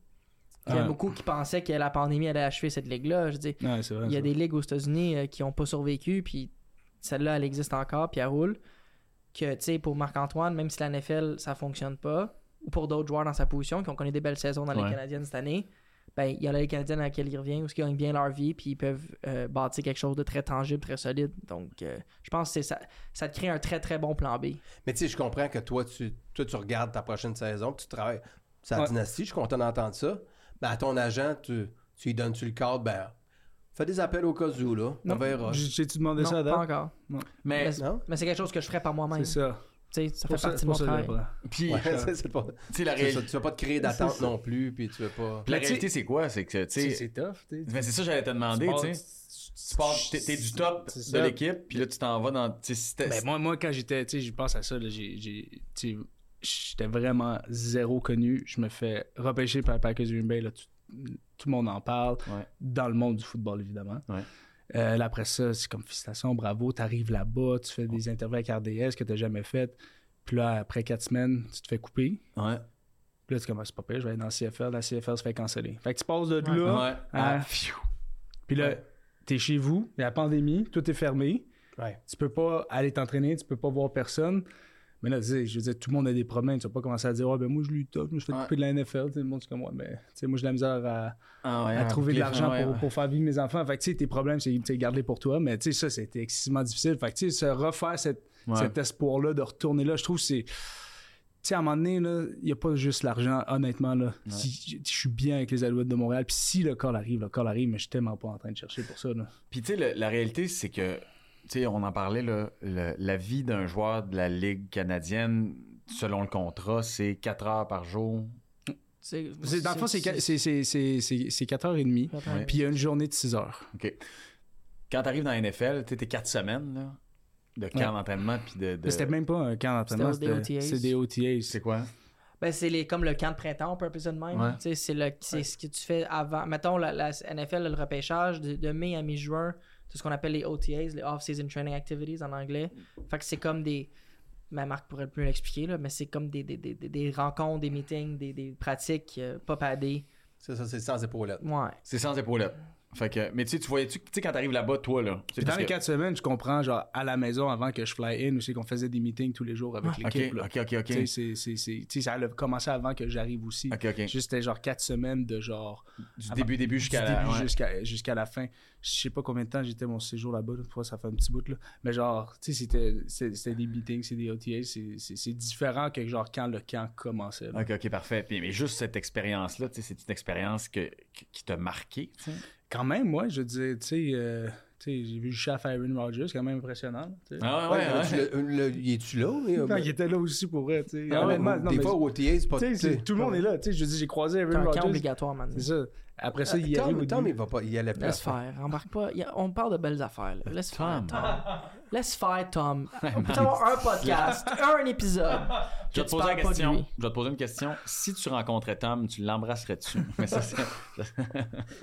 Speaker 5: Il y en a
Speaker 4: Ouais.
Speaker 5: beaucoup qui pensaient que la pandémie allait achever cette ligue-là. Je dis,
Speaker 4: Ouais, c'est vrai,
Speaker 5: il y a
Speaker 4: ça.
Speaker 5: des ligues aux États-Unis euh, qui n'ont pas survécu, puis celle-là, elle existe encore, puis elle roule. Que, tu sais, pour Marc-Antoine, même si la NFL, ça fonctionne pas, ou pour d'autres joueurs dans sa position qui ont connu des belles saisons dans les
Speaker 2: Ouais.
Speaker 5: Canadiennes cette année, ben, il y a la Ligue canadienne à laquelle il revient, où ils gagnent bien leur vie, puis ils peuvent euh, bâtir quelque chose de très tangible, très solide. Donc, euh, je pense que c'est ça, ça te crée un très, très bon plan B.
Speaker 3: Mais tu sais, je comprends que toi, tu, toi, tu regardes ta prochaine saison, puis tu travailles. C'est la
Speaker 4: Ouais.
Speaker 3: dynastie, je suis content d'entendre ça. Ben, à ton agent, tu, tu lui donnes-tu le cadre? Ben, fais des appels au cas où, là. On
Speaker 4: Non,
Speaker 3: verra.
Speaker 4: j- J'ai-tu demandé
Speaker 5: non,
Speaker 4: ça à
Speaker 5: pas
Speaker 4: date?
Speaker 5: encore.
Speaker 6: Mais
Speaker 5: Mais,
Speaker 3: Non?
Speaker 5: mais c'est quelque chose que je ferais par moi-même.
Speaker 4: C'est
Speaker 5: Tu
Speaker 4: ça.
Speaker 5: sais, ça
Speaker 4: Pour
Speaker 5: fait
Speaker 4: ça,
Speaker 5: partie de
Speaker 4: pour ça,
Speaker 5: mon travail.
Speaker 4: j'apprends.
Speaker 2: Puis,
Speaker 3: Ouais,
Speaker 2: <laughs>
Speaker 3: <laughs> c'est- c'est pas-
Speaker 2: tu sais, la
Speaker 3: c'est
Speaker 2: réalité.
Speaker 3: ça, tu vas pas te créer d'attente non plus, puis tu vas pas.
Speaker 2: La
Speaker 4: Mais tu sais-
Speaker 2: réalité, c'est quoi? C'est que, tu
Speaker 4: C'est
Speaker 2: sais,
Speaker 4: c'est tough, tu sais.
Speaker 2: mais c'est ça que j'allais te demander,
Speaker 4: Tu pars-
Speaker 2: tu sais. Tu pars, t'es t'es du top
Speaker 4: C'est
Speaker 2: de
Speaker 4: ça.
Speaker 2: l'équipe, puis là, tu t'en vas dans. Tu sais, si t'es-
Speaker 4: Ben, moi, moi, quand j'étais, tu sais, je pense à ça, là, j'ai, j'ai- tu sais, j'étais vraiment zéro connu. Je me fais repêcher par les Packers de Green Bay, là, tout, tout le monde en parle,
Speaker 2: Ouais.
Speaker 4: dans le monde du football, évidemment.
Speaker 2: Ouais.
Speaker 4: Euh, là, après ça, c'est comme félicitations, bravo, t'arrives là-bas, tu fais des interviews avec RDS que t'as jamais faites. Puis là, après quatre semaines, tu te fais couper.
Speaker 2: Ouais.
Speaker 4: Puis là, tu commences, c'est pas pire, je vais aller dans la CFL, la CFL se fait canceller. Fait que tu passes de là,
Speaker 2: Ouais.
Speaker 4: Ah.
Speaker 2: pfiou.
Speaker 4: puis là,
Speaker 3: Ouais.
Speaker 4: t'es chez vous, il y a la pandémie, tout est fermé.
Speaker 3: Ouais.
Speaker 4: Tu peux pas aller t'entraîner, tu peux pas voir personne. Mais là, tu sais, je veux dire, tout le monde a des problèmes. Tu vas pas commencer à dire, ouais, ben moi, je lutte, je me suis fait
Speaker 2: Ouais.
Speaker 4: couper de la NFL. Tu sais, Le monde, c'est comme, ouais, mais tu sais, moi, j'ai de la misère à,
Speaker 2: Ah ouais,
Speaker 4: à
Speaker 2: un
Speaker 4: trouver de
Speaker 2: cliff,
Speaker 4: l'argent
Speaker 2: ouais,
Speaker 4: pour,
Speaker 2: ouais.
Speaker 4: pour faire vivre mes enfants. Fait que, tu sais, tes problèmes, c'est, tu sais, garde-les pour toi. Mais, tu sais, ça, c'était excessivement difficile. Fait que, tu sais, se refaire cette-
Speaker 2: Ouais.
Speaker 4: cet espoir-là de retourner là, je trouve, que c'est. Tu sais, à un moment donné, là, il n'y a pas juste l'argent, honnêtement. Là. Si- je suis bien avec les Alouettes de Montréal. Puis si le col arrive, le col arrive, mais je suis tellement pas en train de chercher pour ça. Là.
Speaker 2: Puis tu sais, le- la réalité, c'est que tu sais, on en parlait, là, le- la vie d'un joueur de la Ligue canadienne, selon le contrat, c'est 4 heures par jour.
Speaker 5: C'est-
Speaker 4: C'est- Dans le fond, c'est 4h30,
Speaker 5: Attends.
Speaker 2: Ouais.
Speaker 4: puis il y a une journée de 6 heures.
Speaker 2: OK. Quand t'arrives dans la NFL, tu t'es 4 semaines là, de camp
Speaker 4: Ouais.
Speaker 2: d'entraînement puis de. de-
Speaker 4: Mais c'était même pas un camp d'entraînement,
Speaker 5: C'était aux
Speaker 4: c'était-
Speaker 5: DOTAs.
Speaker 4: c'est des OTAs.
Speaker 2: C'est quoi?
Speaker 5: Ben, c'est les, comme le camp de printemps, on peut appeler ça de même.
Speaker 2: Ouais.
Speaker 5: Tu sais, C'est, le, c'est ce que tu fais avant. Mettons, la, la NFL, le repêchage de, de mai à mi-juin, c'est ce qu'on appelle les OTAs, les Off-Season Training Activities en anglais. Fait que c'est comme des. Ma Marc pourrait mieux l'expliquer, là, mais c'est comme des, des, des, des- des rencontres, des meetings, des, des pratiques euh, pas padées.
Speaker 3: Ça, ça, c'est sans épaulettes.
Speaker 5: Ouais.
Speaker 2: C'est sans épaulette. Fait que, mais tu sais, tu voyais-tu, tu sais, quand t'arrives là-bas, toi, là. tu sais,
Speaker 4: Puis dans
Speaker 2: parce
Speaker 4: les
Speaker 2: que-
Speaker 4: 4 semaines, je comprends, genre à la maison avant que je fly in, aussi qu'on faisait des meetings tous les jours avec
Speaker 2: Ah, Ok,
Speaker 4: l'équipe. là.
Speaker 2: ok, ok, ok.
Speaker 4: Tu sais, c'est- c'est- c'est- tu sais, ça a commencé avant que j'arrive aussi.
Speaker 2: Ok, ok.
Speaker 4: Juste, c'était genre 4 semaines de genre.
Speaker 2: Du
Speaker 4: avant-
Speaker 2: début, début
Speaker 4: Ah bah, du
Speaker 2: jusqu'à
Speaker 4: début
Speaker 2: la. ouais.
Speaker 4: jusqu'à euh, jusqu'à la fin. Je sais pas combien de temps j'étais mon séjour là-bas, là. Fois, ça fait un petit bout. Là. Mais genre, tu sais, c'était- c'est- c'était des meetings, c'est des OTA, c'est- c'est c'est différent que genre quand le camp commençait. là.
Speaker 2: Ok, ok, parfait. Puis, mais juste cette expérience-là, tu sais, c'est une expérience que, que- qui t'a marqué. tu sais.
Speaker 4: Quand même, moi, je disais, tu sais, euh, tu sais, j'ai vu le chef Aaron Rodgers, c'est quand même impressionnant. tu sais.
Speaker 2: Ah
Speaker 3: Ouais, tu le- le- Il est-tu là? oui, euh,
Speaker 4: Non, il était là aussi pour vrai, tu sais.
Speaker 3: Ah ouais,
Speaker 4: Honnêtement, non,
Speaker 3: des
Speaker 4: mais-
Speaker 3: fois, au OTA, c'est pas...
Speaker 4: Tu sais, c'est- tout le monde est là. Tu sais, je dis, j'ai croisé
Speaker 5: C'est un
Speaker 4: Aaron
Speaker 5: camp
Speaker 4: Rodgers.
Speaker 5: obligatoire maintenant.
Speaker 4: C'est ça. Après ça, il
Speaker 3: Tom,
Speaker 4: arrive au
Speaker 3: Tom, il
Speaker 4: début.
Speaker 3: va pas... Il allait pas.
Speaker 5: Laisse faire, embarque pas. Il y a- on parle de belles affaires. là. Laisse
Speaker 2: Tom.
Speaker 5: faire, Tom. Laisse faire,
Speaker 2: <laughs>
Speaker 5: Tom. On peut avoir un podcast, un épisode.
Speaker 2: Je vais te
Speaker 5: que tu
Speaker 2: poser
Speaker 5: parles
Speaker 2: la
Speaker 5: pas de
Speaker 2: question.
Speaker 5: lui.
Speaker 2: Je vais te poser une question. Si tu rencontrais Tom, tu l'embrasserais-tu? Mais ça, c'est-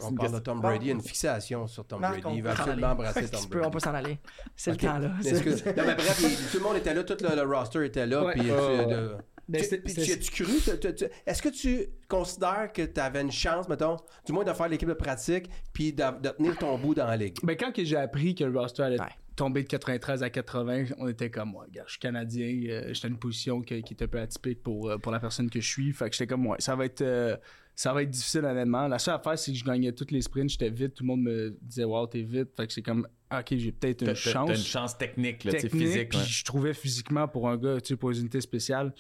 Speaker 3: On parle de Tom Brady, il y a une fixation sur Tom
Speaker 5: Marc,
Speaker 3: Brady.
Speaker 5: on
Speaker 3: Il va
Speaker 5: peut s'en
Speaker 3: absolument
Speaker 5: aller.
Speaker 3: embrasser
Speaker 5: <laughs> Tu
Speaker 3: Tom
Speaker 5: peux- on
Speaker 3: Brady.
Speaker 5: peut s'en aller. C'est
Speaker 3: Ok.
Speaker 5: le temps, là.
Speaker 4: Ah,
Speaker 3: Mais
Speaker 5: C'est-
Speaker 3: excuse- non, mais bref, il- tout le monde était là, tout le, le roster était là.
Speaker 4: Ouais.
Speaker 3: Puis, euh, tu-
Speaker 4: Ouais, ouais,
Speaker 3: de-
Speaker 4: Ben,
Speaker 3: tu-
Speaker 4: c'était-
Speaker 3: puis tu
Speaker 4: c'était-
Speaker 3: as-tu cru? tu- tu- tu- Est-ce que tu considères que tu avais une chance, mettons, du moins de faire l'équipe de pratique, puis de, de tenir ton bout dans la ligue?
Speaker 4: Ben, quand que j'ai appris que le roster allait
Speaker 5: Ouais.
Speaker 4: tomber de 93 à 80, on était comme, ouais, regarde, je suis Canadien, euh, j'étais dans une position que- qui est un peu atypique pour, euh, pour la personne que je suis. Fait que j'étais comme, ouais, ça va être, euh, ça va être difficile, honnêtement. La seule affaire, c'est que je gagnais toutes les sprints, j'étais vite, tout le monde me disait, wow, t'es vite. Fait que c'est comme, ah, ok, j'ai peut-être
Speaker 2: t'as-
Speaker 4: une
Speaker 2: t'as t'as une
Speaker 4: chance.
Speaker 2: chance technique, là, tu sais,
Speaker 4: technique,
Speaker 2: physique.
Speaker 4: puis
Speaker 2: ouais.
Speaker 4: je trouvais physiquement pour un gars, tu sais, pour une unité spéciale,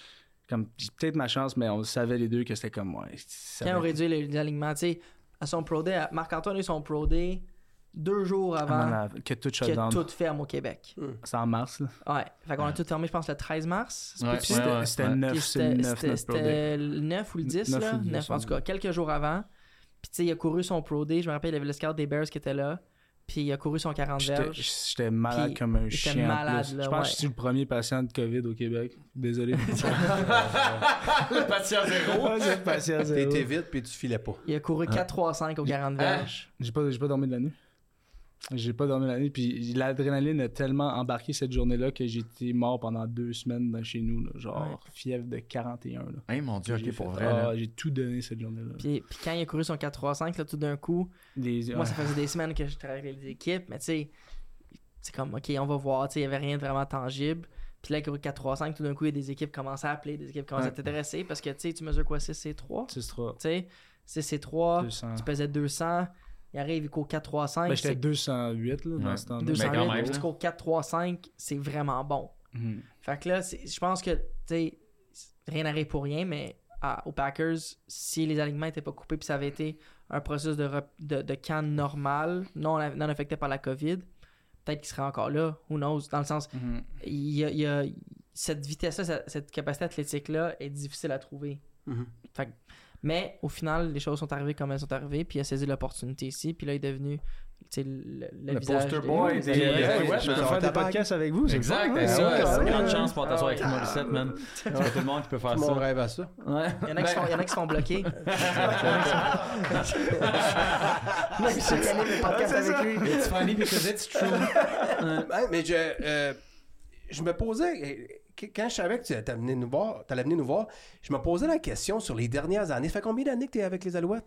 Speaker 4: comme, j'ai peut-être ma chance, mais on savait les deux que c'était comme, ouais, ça
Speaker 5: Quand
Speaker 4: va être-
Speaker 5: on réduit les, les alignements, tu sais, à son pro day, à- Marc-Antoine a eu son pro day deux jours avant,
Speaker 4: Avant la- que tout shut
Speaker 5: que
Speaker 4: down.
Speaker 5: tout ferme au Québec.
Speaker 4: C'est en mars, là.
Speaker 5: Ouais. Fait qu'on a tout fermé, je pense, le 13 mars. C'est
Speaker 2: Ouais,
Speaker 5: possible.
Speaker 4: Puis c'était-
Speaker 2: ouais, ouais,
Speaker 4: c'était
Speaker 2: ouais.
Speaker 4: 9,
Speaker 5: Puis
Speaker 4: c'est
Speaker 5: C'était
Speaker 4: 9,
Speaker 5: c'était-
Speaker 4: notre Pro Day.
Speaker 5: c'était le 9 ou le 10,
Speaker 4: Neuf
Speaker 5: là.
Speaker 4: ou le dix,
Speaker 5: 9, en
Speaker 4: ouais.
Speaker 5: tout cas, quelques jours avant. Puis tu sais, il a couru son pro day. Je me rappelle, il y avait le scout des Bears qui était là. Puis il a couru son 40
Speaker 4: J'étais-
Speaker 5: verges.
Speaker 4: J'étais malade
Speaker 5: Puis,
Speaker 4: comme un
Speaker 5: j'étais
Speaker 4: chien. en
Speaker 5: malade,
Speaker 4: plus.
Speaker 5: là,
Speaker 4: je pense
Speaker 5: ouais.
Speaker 4: que je suis le premier patient de COVID au Québec.
Speaker 5: <laughs>
Speaker 4: Désolé.
Speaker 2: Patient zéro.
Speaker 4: Ouais, c'est le <laughs> patient zéro.
Speaker 3: T'étais vite, puis tu filais pas.
Speaker 5: Il a couru 4-3-5 au 40
Speaker 4: Ah.
Speaker 5: verges.
Speaker 4: J'ai pas, j'ai pas dormi de la nuit. J'ai pas dormi de la nuit. Puis l'adrénaline a tellement embarqué cette journée-là que j'étais mort pendant deux semaines dans- chez nous. là. genre fièvre de 41. Là.
Speaker 2: Hey, mon Dieu,
Speaker 4: J'ai
Speaker 2: ok, pour
Speaker 4: fait,
Speaker 2: vrai.
Speaker 4: ah,
Speaker 2: là.
Speaker 4: J'ai tout donné cette journée-là.
Speaker 5: Puis, puis quand il a couru son 4-3-5, là, tout d'un coup,
Speaker 4: Les- ah,
Speaker 5: Moi,
Speaker 4: ouais.
Speaker 5: ça faisait des semaines que je travaillais avec les équipes, mais tu sais, c'est comme, OK, on va voir, tu sais, il n'y avait rien de vraiment tangible. Puis là, avec le 4-3-5, tout d'un coup, il y a des équipes qui commencent à appeler, des équipes qui commencent à
Speaker 4: Ouais.
Speaker 5: t'intéresser parce que, tu sais, tu mesures quoi, 6C3? Tu
Speaker 4: 6-3,
Speaker 5: sais, 6C3,
Speaker 4: 200.
Speaker 5: tu pesais 200, il arrive, il court 4-3-5.
Speaker 4: Ben, j'étais
Speaker 5: c'est
Speaker 4: 208 là, dans
Speaker 2: Ouais.
Speaker 4: ce temps-là.
Speaker 5: 208,
Speaker 2: quand même,
Speaker 5: puis tu
Speaker 2: là.
Speaker 5: cours 4-3-5, c'est vraiment bon.
Speaker 4: Mhm.
Speaker 5: Fait que là, c'est- je pense que, tu sais, rien n'arrive pour rien, mais à- aux Packers, si les alignements n'étaient pas coupés, puis ça avait été un processus de, rep- de, de camp normal, non, non affecté par la COVID, peut-être qu'il serait encore là, who knows, dans le sens,
Speaker 4: Mhm.
Speaker 5: il y a- il y a- cette vitesse-là, cette- cette capacité athlétique-là est difficile à trouver.
Speaker 2: Mm-hmm.
Speaker 3: Mhm.
Speaker 5: Fait que- mais au final, les choses sont arrivées comme elles sont arrivées, puis il a saisi l'opportunité ici, puis là, il est devenu tu sais, le, le
Speaker 2: Le
Speaker 5: visage
Speaker 2: poster
Speaker 5: de-
Speaker 2: boy des-
Speaker 4: Puis, euh,
Speaker 2: Ouais,
Speaker 4: ouais,
Speaker 2: ouais,
Speaker 4: je peux
Speaker 2: man.
Speaker 4: faire des
Speaker 3: Tabac.
Speaker 4: podcasts avec vous. c'est
Speaker 2: Exact,
Speaker 4: fun,
Speaker 2: c'est
Speaker 4: hein.
Speaker 2: ça.
Speaker 4: Ouais,
Speaker 2: c'est
Speaker 4: ouais.
Speaker 2: une grande chance pour t'asseoir avec Morissette, man. C'est pas tout le monde qui peut faire
Speaker 3: Mon
Speaker 2: ça.
Speaker 3: rêve à ça.
Speaker 5: Il y en a qui se font- il y en a qui se font bloquer.
Speaker 2: It's funny because it's true.
Speaker 3: Ouais, mais je, euh, je me posais, euh, quand je savais que tu étais venu nous voir, t'allais venir nous voir, je me posais la question sur les dernières années. Ça fait combien d'années que tu es avec les Alouettes?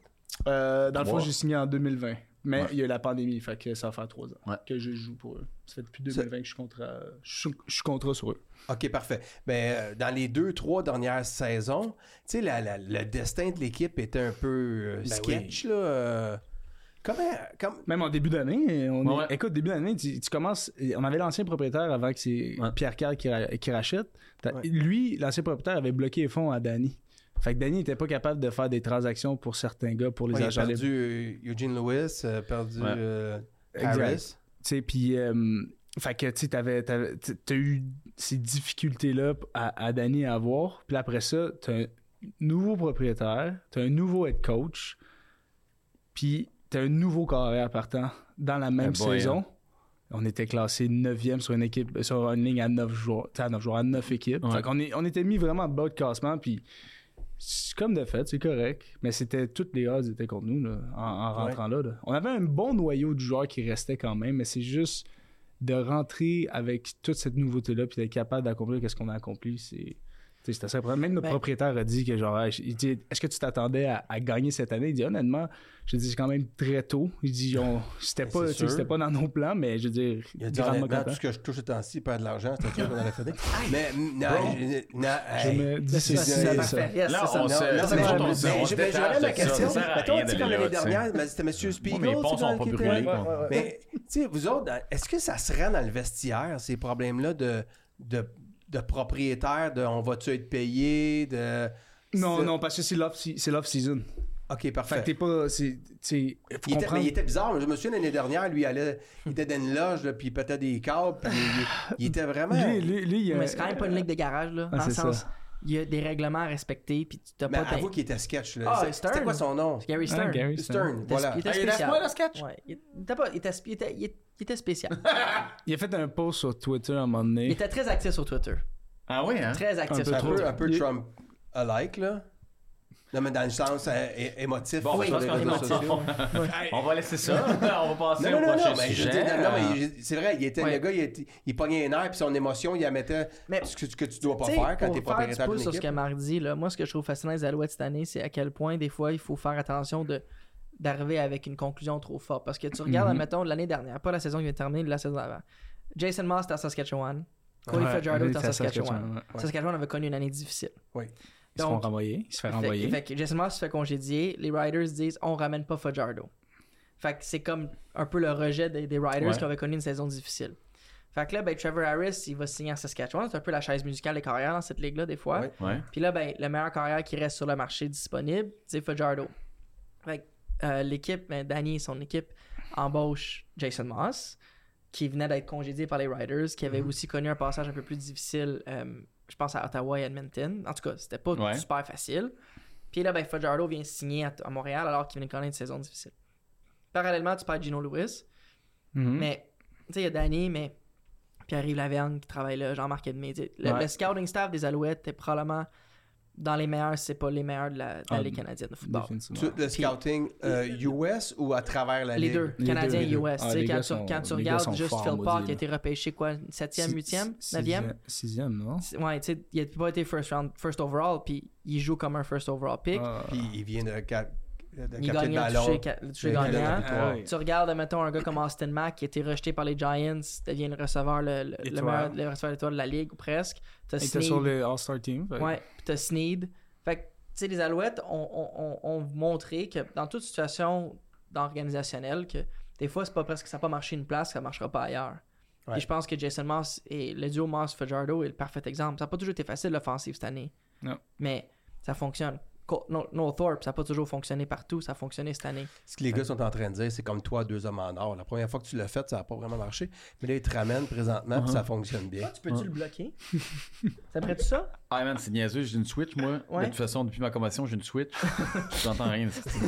Speaker 4: Euh, dans le fond,
Speaker 2: Trois.
Speaker 4: j'ai signé en 2020. Mais
Speaker 2: Ouais.
Speaker 4: il y a eu la pandémie, fait que ça va faire trois ans
Speaker 2: Ouais.
Speaker 4: que je joue pour eux. Ça fait depuis 2020 que je suis contrat, je, suis- je suis contrat sur eux.
Speaker 3: OK, parfait. Ben, euh, dans les deux, trois dernières saisons, tu sais, la- la- le destin de l'équipe était un peu euh,
Speaker 4: Ben
Speaker 3: sketch, là. euh, comment... comme-
Speaker 4: Même en début d'année, on
Speaker 2: Ouais,
Speaker 4: est-
Speaker 2: ouais.
Speaker 4: écoute, début d'année, tu, tu commences. On avait l'ancien propriétaire avant que c'est
Speaker 2: Ouais.
Speaker 4: Pierre Carl qui, ra- qui rachète. T'as-
Speaker 3: Ouais.
Speaker 4: Lui, l'ancien propriétaire avait bloqué les fonds à Danny. Fait que Danny n'était pas capable de faire des transactions pour certains gars, pour les
Speaker 3: ouais, il a
Speaker 4: agents libres.
Speaker 3: perdu euh, Eugene Lewis, euh, perdu
Speaker 2: Ouais.
Speaker 3: euh,
Speaker 4: Exact.
Speaker 3: Harris.
Speaker 4: Tu sais, puis euh, fait que, tu sais, t'avais- t'avais- tu- t'as eu ces difficultés-là à, à d'année à avoir. Puis après ça, t'as un nouveau propriétaire, t'as un nouveau head coach, puis t'as un nouveau carrière partant dans la même
Speaker 2: boy,
Speaker 4: saison. On était classé 9e sur une équipe sur une ligne à 9 joueurs, tu sais, à 9 joueurs, à 9 équipes. Fait qu'on est- on était mis vraiment bas de classement, puis c'est comme de fait, c'est correct. Mais c'était toutes les odds étaient contre nous là, en, en rentrant là, là. On avait un bon noyau de joueurs qui restait quand même, mais c'est juste de rentrer avec toute cette nouveauté-là puis d'être capable d'accomplir ce qu'on a accompli, c'est. tu sais, C'est assez incroyable. Même notre
Speaker 5: Ben-
Speaker 4: propriétaire a dit que genre, Hey, il dit, est-ce que tu t'attendais à, à gagner cette année? Il dit honnêtement, je dis c'est quand même très tôt. Il dit on, c'était pas,
Speaker 3: Ben, c'est
Speaker 4: tu sais, c'était
Speaker 3: sûr.
Speaker 4: pas dans nos plans, mais je veux dire,
Speaker 3: Il a dit
Speaker 4: grandement
Speaker 3: honnêtement,
Speaker 4: content.
Speaker 3: tout ce que je touche ce temps-ci perd de l'argent, c'est un truc qu'on a
Speaker 4: <laughs>
Speaker 3: fait. Mais mm, non, je- non,
Speaker 4: Je
Speaker 3: hey.
Speaker 4: me dis c'est
Speaker 3: c'est- c'est-
Speaker 4: c'est
Speaker 3: c'est-
Speaker 4: ça.
Speaker 7: Yes,
Speaker 2: Là,
Speaker 7: c'est ça.
Speaker 2: on
Speaker 3: Non,
Speaker 2: se-
Speaker 3: non,
Speaker 2: c'est
Speaker 3: mais-
Speaker 2: bon, on
Speaker 3: mais-
Speaker 2: se-
Speaker 3: mais
Speaker 2: on
Speaker 3: je-
Speaker 2: se
Speaker 3: mais je
Speaker 2: détache
Speaker 3: reviens à
Speaker 2: de
Speaker 3: ma
Speaker 2: ça, ça
Speaker 3: question.
Speaker 2: sert à
Speaker 3: Mettons,
Speaker 2: rien
Speaker 3: tu sais,
Speaker 2: d'aller
Speaker 3: comme l'année
Speaker 2: là, tu sais.
Speaker 3: dernière, mais c'était Monsieur Speaker.
Speaker 2: Moi, mes
Speaker 3: tu sais,
Speaker 2: ponts
Speaker 3: quand
Speaker 2: sont pas
Speaker 3: qui était-
Speaker 2: brûlés.
Speaker 7: Ouais, ouais, ouais.
Speaker 3: Mais, tu sais, vous autres, dans- est-ce que ça se rend dans le vestiaire, ces problèmes-là de, de, de propriétaire, de on va-tu être payé, de.
Speaker 4: Non,
Speaker 3: C'est-
Speaker 4: non, parce que c'est l'off c'est l'off season.
Speaker 3: Ok,
Speaker 4: Fait
Speaker 3: parfait.
Speaker 4: que t'es pas, c'est, tu sais, faut
Speaker 3: il, était,
Speaker 4: comprendre.
Speaker 3: mais il était bizarre. Je me souviens l'année dernière, lui, il, allait, il était dans une loge, là, puis il pétait des câbles, puis il, il était vraiment.
Speaker 4: Lui, lui, lui, il y a-
Speaker 5: Mais c'est quand même pas une ligue de garage, là.
Speaker 4: Ah,
Speaker 5: dans le
Speaker 4: c'est
Speaker 5: sens,
Speaker 4: ça.
Speaker 5: il y a des règlements à respecter, puis tu t'as
Speaker 3: mais
Speaker 5: pas. ta-
Speaker 3: avoue qu'il était sketch. Là.
Speaker 5: Ah,
Speaker 3: C'est-
Speaker 5: Stern.
Speaker 3: C'était quoi son nom
Speaker 5: Gary
Speaker 4: Ah,
Speaker 5: Stern.
Speaker 4: Gary Stern.
Speaker 3: Stern.
Speaker 5: Il était-
Speaker 3: Voilà.
Speaker 5: Il était
Speaker 2: Ah, il est à ce
Speaker 5: spécial.
Speaker 2: point, le sketch?
Speaker 5: Ouais, il était pas- il était sp- il était- il- il était spécial.
Speaker 4: <laughs> Il a fait un post sur Twitter à un moment
Speaker 5: Il
Speaker 4: donné.
Speaker 5: était très actif sur Twitter.
Speaker 2: Ah oui, hein?
Speaker 5: Très
Speaker 4: Un
Speaker 5: actif
Speaker 4: peu
Speaker 5: sur
Speaker 3: un
Speaker 5: Twitter.
Speaker 3: peu, un peu
Speaker 4: Il-
Speaker 3: Trump alike, là. Non, mais dans le sens euh, é- émotif.
Speaker 2: Bon,
Speaker 3: sur
Speaker 2: je pense
Speaker 3: les
Speaker 2: qu'on est
Speaker 3: réseaux
Speaker 2: parti.
Speaker 3: sociaux.
Speaker 2: On va laisser ça. <laughs> on va passer
Speaker 3: Non, non,
Speaker 2: au
Speaker 3: non,
Speaker 2: prochain
Speaker 3: non, mais je
Speaker 2: sujet. Ah,
Speaker 3: dis, non, non, mais je- c'est vrai, il était,
Speaker 5: Ouais.
Speaker 3: le gars, il, était- il pognait un air, puis son émotion, il la mettait
Speaker 5: Mais-
Speaker 3: ce que, ce que tu dois pas
Speaker 5: T'sais,
Speaker 3: faire quand
Speaker 5: pour
Speaker 3: t'es
Speaker 5: faire
Speaker 3: propriétaire
Speaker 5: du
Speaker 3: d'une
Speaker 5: pouce sur ce
Speaker 3: équipe. hein.
Speaker 5: que mardi, là, moi, ce que je trouve fascinant des Alouettes cette année, c'est à quel point, des fois, il faut faire attention de d'arriver avec une conclusion trop forte. Parce que tu regardes,
Speaker 4: Mhm.
Speaker 5: admettons, l'année dernière, pas la saison qui vient de terminer, la saison d'avant. Jason Moss était à Saskatchewan. Cody
Speaker 4: Ouais,
Speaker 5: Fajardo
Speaker 4: il
Speaker 5: était
Speaker 4: était
Speaker 5: à
Speaker 4: à
Speaker 5: Saskatchewan.
Speaker 4: Saskatchewan, ouais.
Speaker 5: Saskatchewan avait connu une année difficile.
Speaker 3: Oui.
Speaker 4: Ils se font renvoyer. Ils se font
Speaker 5: Fait-
Speaker 4: renvoyer.
Speaker 5: Fait, que Jason Moss se fait congédier, les Riders disent on ramène pas Fajardo. Fait que c'est comme un peu le rejet des, des Riders
Speaker 4: Ouais.
Speaker 5: qui avaient connu une saison difficile. Fait que là, ben, Trevor Harris, il va signer en Saskatchewan. C'est un peu la chaise musicale des carrières dans cette ligue-là, des fois.
Speaker 3: Ouais.
Speaker 2: Ouais.
Speaker 5: Puis là, ben, le meilleur carrière qui reste sur le marché disponible, c'est Fajardo. Fait que, euh, l'équipe, ben, Danny et son équipe embauchent Jason Moss, qui venait d'être congédié par les Riders, qui
Speaker 4: Mhm.
Speaker 5: avait aussi connu un passage un peu plus difficile, euh, je pense à Ottawa et Edmonton. En tout cas, c'était pas
Speaker 2: Ouais.
Speaker 5: super facile. Puis là, ben, Fajardo vient signer à, à Montréal alors qu'il venait de connaître une saison difficile. Parallèlement, tu perds Gino Lewis,
Speaker 4: Mhm.
Speaker 5: mais tu sais, il y a Danny, mais. Puis arrive Lavergne qui travaille là, Jean-Marc Edmé. Le,
Speaker 4: Ouais.
Speaker 5: le scouting staff des Alouettes est probablement dans les meilleurs, si c'est pas les meilleurs de la, de la
Speaker 4: Ah,
Speaker 5: Ligue canadienne de football.
Speaker 4: Définitivement.
Speaker 3: Tu- le scouting euh, US ou à travers la
Speaker 5: Les
Speaker 3: ligue?
Speaker 5: deux,
Speaker 4: Les
Speaker 5: Canadiens
Speaker 4: deux, les deux.
Speaker 5: et US.
Speaker 4: Ah,
Speaker 5: tu sais,
Speaker 4: les
Speaker 5: quand,
Speaker 4: gars
Speaker 5: tu,
Speaker 4: sont-
Speaker 5: quand tu
Speaker 4: les gars
Speaker 5: regardes
Speaker 4: sont
Speaker 5: juste
Speaker 4: forts,
Speaker 5: Phil Park
Speaker 4: maudits,
Speaker 5: qui a été repêché quoi 7e,
Speaker 4: Six-
Speaker 5: 8e,
Speaker 4: sixième-
Speaker 5: 9e
Speaker 4: Sixième, non?
Speaker 5: Ouais, tu sais, il a pas été first round, first overall, puis il joue comme un first overall pick.
Speaker 4: Ah.
Speaker 3: Puis il vient de, cap- de capter
Speaker 5: il
Speaker 3: le
Speaker 5: gagne le
Speaker 3: ballon.
Speaker 5: toucher, ca- le toucher
Speaker 3: Il gagne la
Speaker 5: gagnant.
Speaker 3: victoire.
Speaker 4: Ah oui.
Speaker 5: Tu regardes, mettons, un gars comme Austin Mack qui a été rejeté par les Giants, devient le receveur, le, le- le
Speaker 4: Étoile.
Speaker 5: meilleur le receveur étoile de la ligue, ou presque. T'as
Speaker 4: Il était
Speaker 5: Snead.
Speaker 4: sur le All-Star Team. fait-
Speaker 5: Ouais, puis t'as Sneed. Fait que, tu sais, les Alouettes ont, ont- ont- ont montré que dans toute situation organisationnelle, que des fois, c'est pas parce que ça n'a pas marché une place, ça marchera pas ailleurs.
Speaker 3: Ouais.
Speaker 5: Et je pense que Jason Moss et le duo Moss-Fajardo est le parfait exemple. Ça n'a pas toujours été facile l'offensive cette année.
Speaker 4: Non.
Speaker 5: Mais ça fonctionne. Co- No, No Thorpe, ça n'a pas toujours fonctionné partout, ça a fonctionné cette année.
Speaker 3: Ce que les gars sont en train de dire, c'est comme toi, deux hommes en or. La première fois que tu l'as fait, ça n'a pas vraiment marché. Mais là, ils te ramènent présentement, puis
Speaker 5: Uh-huh.
Speaker 3: ça fonctionne bien.
Speaker 5: tu peux-tu le <laughs> bloquer Ça prête ça
Speaker 2: Ah man, c'est niaiseux, j'ai une Switch moi.
Speaker 5: Ouais.
Speaker 2: De toute façon, depuis ma convention, j'ai une Switch. J'entends rien. de ce que tu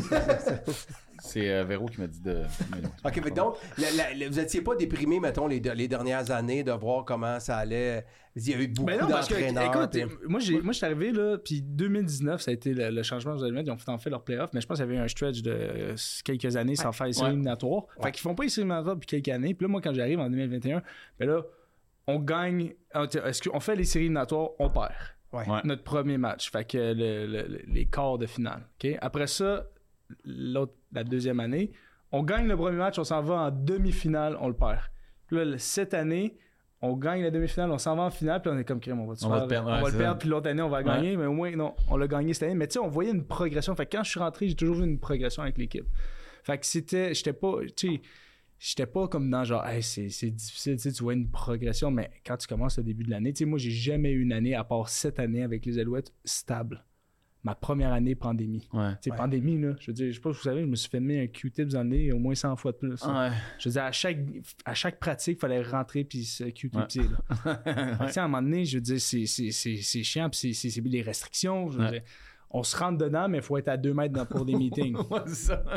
Speaker 2: dis. C'est euh, Véro qui m'a dit de. mais non, c'est
Speaker 3: OK,
Speaker 2: pas
Speaker 3: mais donc, la- la- la- vous n'étiez pas déprimé, mettons, les, de- les dernières années, de voir comment ça allait. Il y a eu beaucoup
Speaker 4: Ben non, parce que,
Speaker 3: d'entraîneurs.
Speaker 4: écoute,
Speaker 3: puis-
Speaker 4: moi, j'ai- moi, je suis arrivé là, puis 2019, ça a été le, le changement aux Alouettes. Ils ont fait en fait leur playoff, mais je pense qu'il y avait eu un stretch de euh, quelques années sans faire les séries
Speaker 2: Ouais.
Speaker 4: éliminatoires. Fait qu'ils font pas les séries éliminatoires depuis quelques années. Puis là, moi, quand j'arrive en 2021, ben là, on gagne, on t- est-ce qu'on fait les séries éliminatoires, on perd.
Speaker 3: Ouais.
Speaker 2: Ouais.
Speaker 4: Notre premier match, fait que le- le- le- les quarts de finale. ok? Après ça, l'autre, la deuxième année, on gagne le premier match, on s'en va en demi-finale, on le perd. Puis là, le- cette année, on gagne la demi-finale, on s'en va en finale, puis on est comme crème, on va,
Speaker 2: On va le perdre, ouais,
Speaker 4: on va
Speaker 2: c'est
Speaker 4: le
Speaker 2: ça.
Speaker 4: perdre, puis l'autre année, on va
Speaker 2: Ouais.
Speaker 4: gagner, mais au moins, non, on l'a gagné cette année. Mais tu sais, on voyait une progression. Fait que quand je suis rentré, j'ai toujours vu une progression avec l'équipe. Fait que c'était, j'étais pas, tu sais, j'étais pas comme dans genre, hey, c'est c'est difficile, tu sais, tu vois une progression, mais quand tu commences le début de l'année, tu sais, moi, j'ai jamais eu une année, à part cette année avec les Alouettes, stable. ma première année pandémie.
Speaker 6: Ouais.
Speaker 4: Tu sais, pandémie, là, je veux dire, je sais pas si vous savez, je me suis fait mettre un Q-tip dans le nez au moins 100 fois de plus.
Speaker 6: Ah.
Speaker 4: là. Je veux dire, à chaque, à chaque pratique, il fallait rentrer puis se Q-tipser.
Speaker 6: <laughs>
Speaker 4: là. Fait que, tu sais, à un moment donné, je veux dire, c'est, c'est, c'est, c'est chiant puis c'est, c'est, c'est les restrictions. Je veux
Speaker 6: Ouais.
Speaker 4: dire, on se rentre dedans, mais il faut être à deux mètres dans- pour des
Speaker 6: <laughs>
Speaker 4: meetings.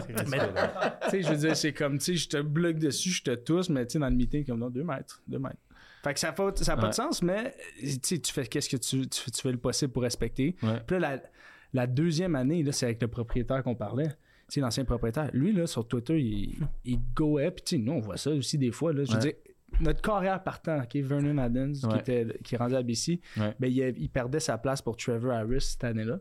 Speaker 4: Tu sais, je veux dire, c'est comme, tu sais, je te bloque dessus, je te tousse, mais tu sais, dans le meeting, comme, non, deux mètres, deux mètres. Fait que ça n'a pas, ça a pas
Speaker 6: Ouais.
Speaker 4: de sens, mais tu sais, tu fais qu'est-ce que tu, tu, fais- tu fais le possible pour respecter.
Speaker 6: Ouais.
Speaker 4: Puis là, la, la deuxième année, là, c'est avec le propriétaire qu'on parlait. Tu sais, l'ancien propriétaire, lui, là, sur Twitter, il, il goait. Puis, tu sais, nous, on voit ça aussi des fois. Là, je veux
Speaker 6: Ouais.
Speaker 4: dire, notre carrière partant, OK, Vernon Adams, qui,
Speaker 6: Ouais.
Speaker 4: était, qui est rendu à BC,
Speaker 6: Ouais.
Speaker 4: ben, il, a- il perdait sa place pour Trevor Harris cette année-là.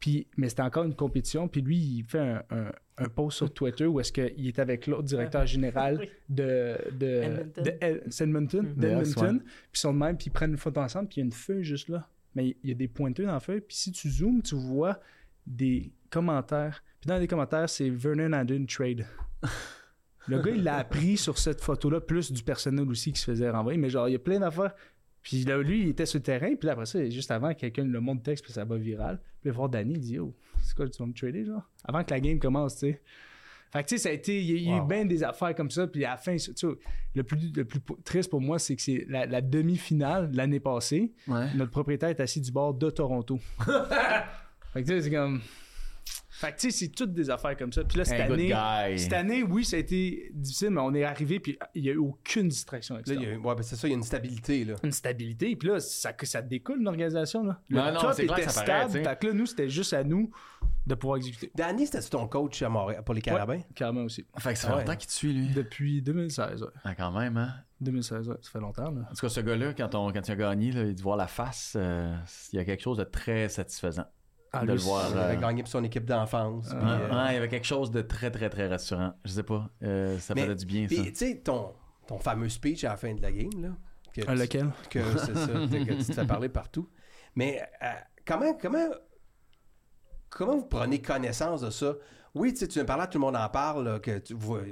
Speaker 4: Puis, mais c'était encore une compétition. Puis lui, il fait un, un, un post sur Twitter où est-ce qu'il est avec l'autre
Speaker 5: <laughs>
Speaker 4: directeur général de, de,
Speaker 5: Edmonton.
Speaker 4: de El- c'est Edmonton,
Speaker 5: Mm.
Speaker 4: d'Edmonton.
Speaker 6: Yes, ouais.
Speaker 4: Puis ils sont de même, puis ils prennent une photo ensemble, puis il y a une feuille juste là. Mais il y a des pointeux dans la feuille. Puis si tu zoomes, tu vois des commentaires. Puis dans les commentaires, c'est Vernon Adun trade. Le gars, il l'a appris sur cette photo-là, plus du personnel aussi qui se faisait renvoyer. Mais genre, il y a plein d'affaires. Puis là, lui, il était sur le terrain. Puis là, après ça, juste avant, quelqu'un le monte texte, puis ça va viral. Puis là, voir Danny, il dit, oh, c'est quoi, tu vas me trader, genre? Avant que la game commence, tu sais. Fait que, tu sais, ça a été, il y a eu bien des affaires comme ça. Puis à la fin, tu sais, le plus, le plus po- triste pour moi, c'est que c'est la, la demi-finale de l'année passée.
Speaker 6: Ouais.
Speaker 4: Notre propriétaire est assis du bord de <laughs> Toronto. fait que, tu sais, c'est comme. Fait que, tu sais, c'est toutes des affaires comme ça. Puis là, cette
Speaker 2: Un good
Speaker 4: année,
Speaker 2: guy.
Speaker 4: cette année, oui, ça a été difficile, mais on est arrivé, puis ah, il n'y a eu aucune distraction
Speaker 3: Là, il
Speaker 4: externe.
Speaker 3: y a- ouais, ben c'est ça, il y a une stabilité. Là.
Speaker 4: une stabilité, puis là, ça, ça découle une organisation. Là. Le
Speaker 2: Non, non,
Speaker 4: top
Speaker 2: c'est clair que
Speaker 4: était
Speaker 2: ça paraît,
Speaker 4: stable,
Speaker 2: tu sais.
Speaker 4: fait que là, nous, c'était juste à nous de pouvoir exécuter.
Speaker 3: Danny, c'était ton coach à Montréal pour les Carabins?
Speaker 4: Carrément aussi.
Speaker 2: Fait que ça fait
Speaker 3: Ah ouais.
Speaker 2: longtemps qu'il te suit, lui.
Speaker 4: Depuis 2016, ouais.
Speaker 2: Ah, quand même, hein.
Speaker 4: 2016, ouais. ça fait longtemps, là.
Speaker 2: En tout cas, ce gars-là, quand, on, quand il a gagné, là, il dit voir la face, euh, il y a quelque chose de très satisfaisant.
Speaker 4: Ah,
Speaker 2: de
Speaker 4: lui,
Speaker 2: le voir.
Speaker 3: Il
Speaker 2: euh,
Speaker 3: avait gagné pour son équipe d'enfance. puis,
Speaker 2: hein,
Speaker 3: euh,
Speaker 2: hein, il y avait quelque chose de très, très, très rassurant. Je sais pas. euh, ça
Speaker 3: Mais-
Speaker 2: faisait du bien, ça.
Speaker 3: Puis, tu sais, ton, ton fameux speech à la fin de la game, là. Que
Speaker 4: Ah,
Speaker 3: tu-
Speaker 4: lequel?
Speaker 3: que c'est ça, que tu te fais parler partout. Mais euh, comment, comment, comment vous prenez connaissance de ça? Oui, tu sais, tu me parlais, tout le monde en parle, là, que tu vois,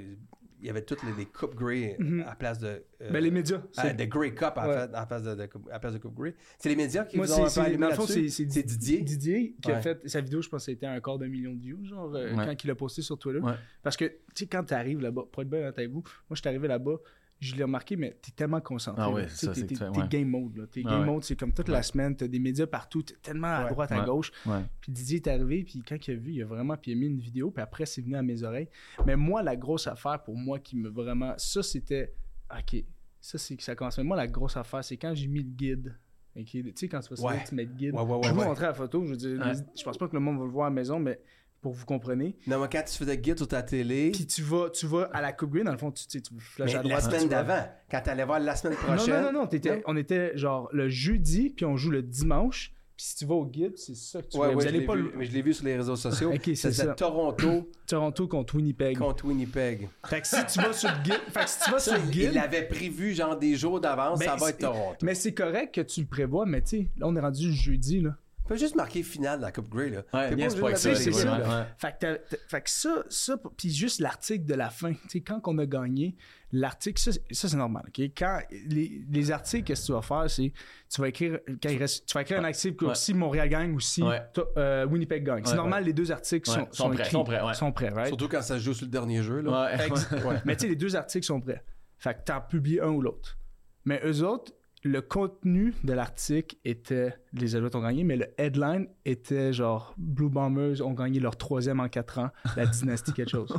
Speaker 3: il y avait toutes les, les coupes Grey à la place de... euh,
Speaker 4: Mhm. Ben, les médias.
Speaker 3: ah,
Speaker 4: c'est-
Speaker 3: de Grey Cup à, la
Speaker 4: Ouais.
Speaker 3: fa- à la place de, de coupe- à la place de Coupe Grey. C'est les médias qui
Speaker 4: Moi,
Speaker 3: vous ont un
Speaker 4: c'est,
Speaker 3: peu
Speaker 4: c'est,
Speaker 3: allumé
Speaker 4: dans le fond,
Speaker 3: là-dessus?
Speaker 4: c'est, c'est
Speaker 3: C'est Didier.
Speaker 4: Didier qui a
Speaker 3: Ouais.
Speaker 4: fait sa vidéo, je pense que c'était un quart de million de views, genre, euh,
Speaker 2: Ouais.
Speaker 4: quand il l'a posté sur Twitter.
Speaker 2: Ouais.
Speaker 4: Parce que, tu sais, quand t'arrives là-bas, pour être bien honnête avec vous, moi, je suis arrivé là-bas, je l'ai remarqué, mais t'es tellement concentré.
Speaker 2: Ah
Speaker 4: là.
Speaker 2: ouais,
Speaker 4: Tu sais,
Speaker 2: ça,
Speaker 4: t'es,
Speaker 2: c'est que
Speaker 4: t'es-
Speaker 2: tu fais-
Speaker 4: t'es
Speaker 2: ouais.
Speaker 4: game mode, là. T'es
Speaker 2: Ah
Speaker 4: game
Speaker 2: ouais.
Speaker 4: mode, c'est comme toute la semaine, t'as des médias partout, t'es tellement à
Speaker 3: Ouais.
Speaker 4: droite, à
Speaker 2: Ouais.
Speaker 4: gauche.
Speaker 2: Ouais.
Speaker 4: Puis Didier est arrivé, puis quand il a vu, il a vraiment, puis il a mis une vidéo, puis après, c'est venu à mes oreilles. Mais moi, la grosse affaire pour moi qui me vraiment. Ça, c'était. OK. Ça, c'est que ça commence. Mais moi, la grosse affaire, c'est quand j'ai mis le guide. OK, Tu sais, quand tu vas sur
Speaker 3: Ouais.
Speaker 4: le net, tu mets le guide.
Speaker 3: Ouais, ouais, ouais,
Speaker 4: je vais
Speaker 3: ouais.
Speaker 4: vous montrer la photo. Je veux dire,
Speaker 2: Ouais.
Speaker 4: les- je pense pas que le monde va le voir à la maison, mais pour vous compreniez.
Speaker 3: Non, mais quand tu faisais guide sur ta télé,
Speaker 4: Puis tu vas, tu vas à la Coupe Grey, dans le fond, tu, tu, sais, tu
Speaker 3: mais
Speaker 4: flashes à
Speaker 3: la
Speaker 4: droite.
Speaker 3: semaine
Speaker 4: tu vas-
Speaker 3: d'avant, quand t'allais voir la semaine
Speaker 4: <laughs> Non,
Speaker 3: prochaine...
Speaker 4: non, non, non, t'étais- on était genre le jeudi, puis on joue le dimanche. Puis si tu vas au guide, c'est ça que tu
Speaker 3: Ouais,
Speaker 4: vois.
Speaker 3: ouais,
Speaker 4: Vous
Speaker 3: je
Speaker 4: allez
Speaker 3: l'ai
Speaker 4: pas
Speaker 3: vu,
Speaker 4: le-
Speaker 3: mais je l'ai vu sur les réseaux sociaux.
Speaker 4: Ok, c'est
Speaker 3: C'était
Speaker 4: ça. <clears throat>
Speaker 3: Toronto
Speaker 4: Toronto contre Winnipeg.
Speaker 3: contre Winnipeg.
Speaker 4: Fait que si tu vas sur le guide, fait que si tu vas sur le
Speaker 3: Il- Il
Speaker 4: guide,
Speaker 3: l'avait prévu genre des jours d'avance,
Speaker 4: Ben,
Speaker 3: ça va
Speaker 4: c'est-
Speaker 3: être Toronto.
Speaker 4: mais c'est correct que tu le prévois, mais tu sais, là on est rendu jeudi là.
Speaker 3: On peut juste marquer finale de la Coupe Grey là.
Speaker 2: Ouais,
Speaker 3: T'es
Speaker 2: bien,
Speaker 3: pas
Speaker 2: c'est
Speaker 3: obligé
Speaker 2: pas
Speaker 3: de
Speaker 2: que
Speaker 3: la
Speaker 2: ça,
Speaker 3: faire
Speaker 4: c'est
Speaker 3: des
Speaker 4: ça,
Speaker 3: fois.
Speaker 2: ouais, ouais.
Speaker 4: Fait que, t'as- t'as- fait que ça, ça, puis juste l'article de la fin, tu sais, quand on a gagné, l'article, ça, ça, c'est normal, ok? Quand les, les articles, qu'est-ce que tu vas faire, c'est, tu vas écrire, quand il reste- tu vas écrire un article que
Speaker 2: Ouais.
Speaker 4: si Montréal gagne ou si
Speaker 2: Ouais.
Speaker 4: to- euh, Winnipeg gagne. C'est
Speaker 2: Ouais,
Speaker 4: normal, les deux articles
Speaker 2: Ouais,
Speaker 4: sont,
Speaker 2: sont prêts,
Speaker 4: écrits,
Speaker 2: sont prêts, ouais.
Speaker 4: sont prêts, right?
Speaker 3: Surtout quand ça se joue sur le dernier jeu là.
Speaker 2: Ouais,
Speaker 3: Ex- ouais.
Speaker 4: Mais tu sais, les deux articles sont prêts. Fait que t'en publies un ou l'autre. Mais eux autres, le contenu de l'article était les Alouettes ont gagné, mais le headline était genre Blue Bombers ont gagné leur troisième en quatre ans, la dynastie quelque chose.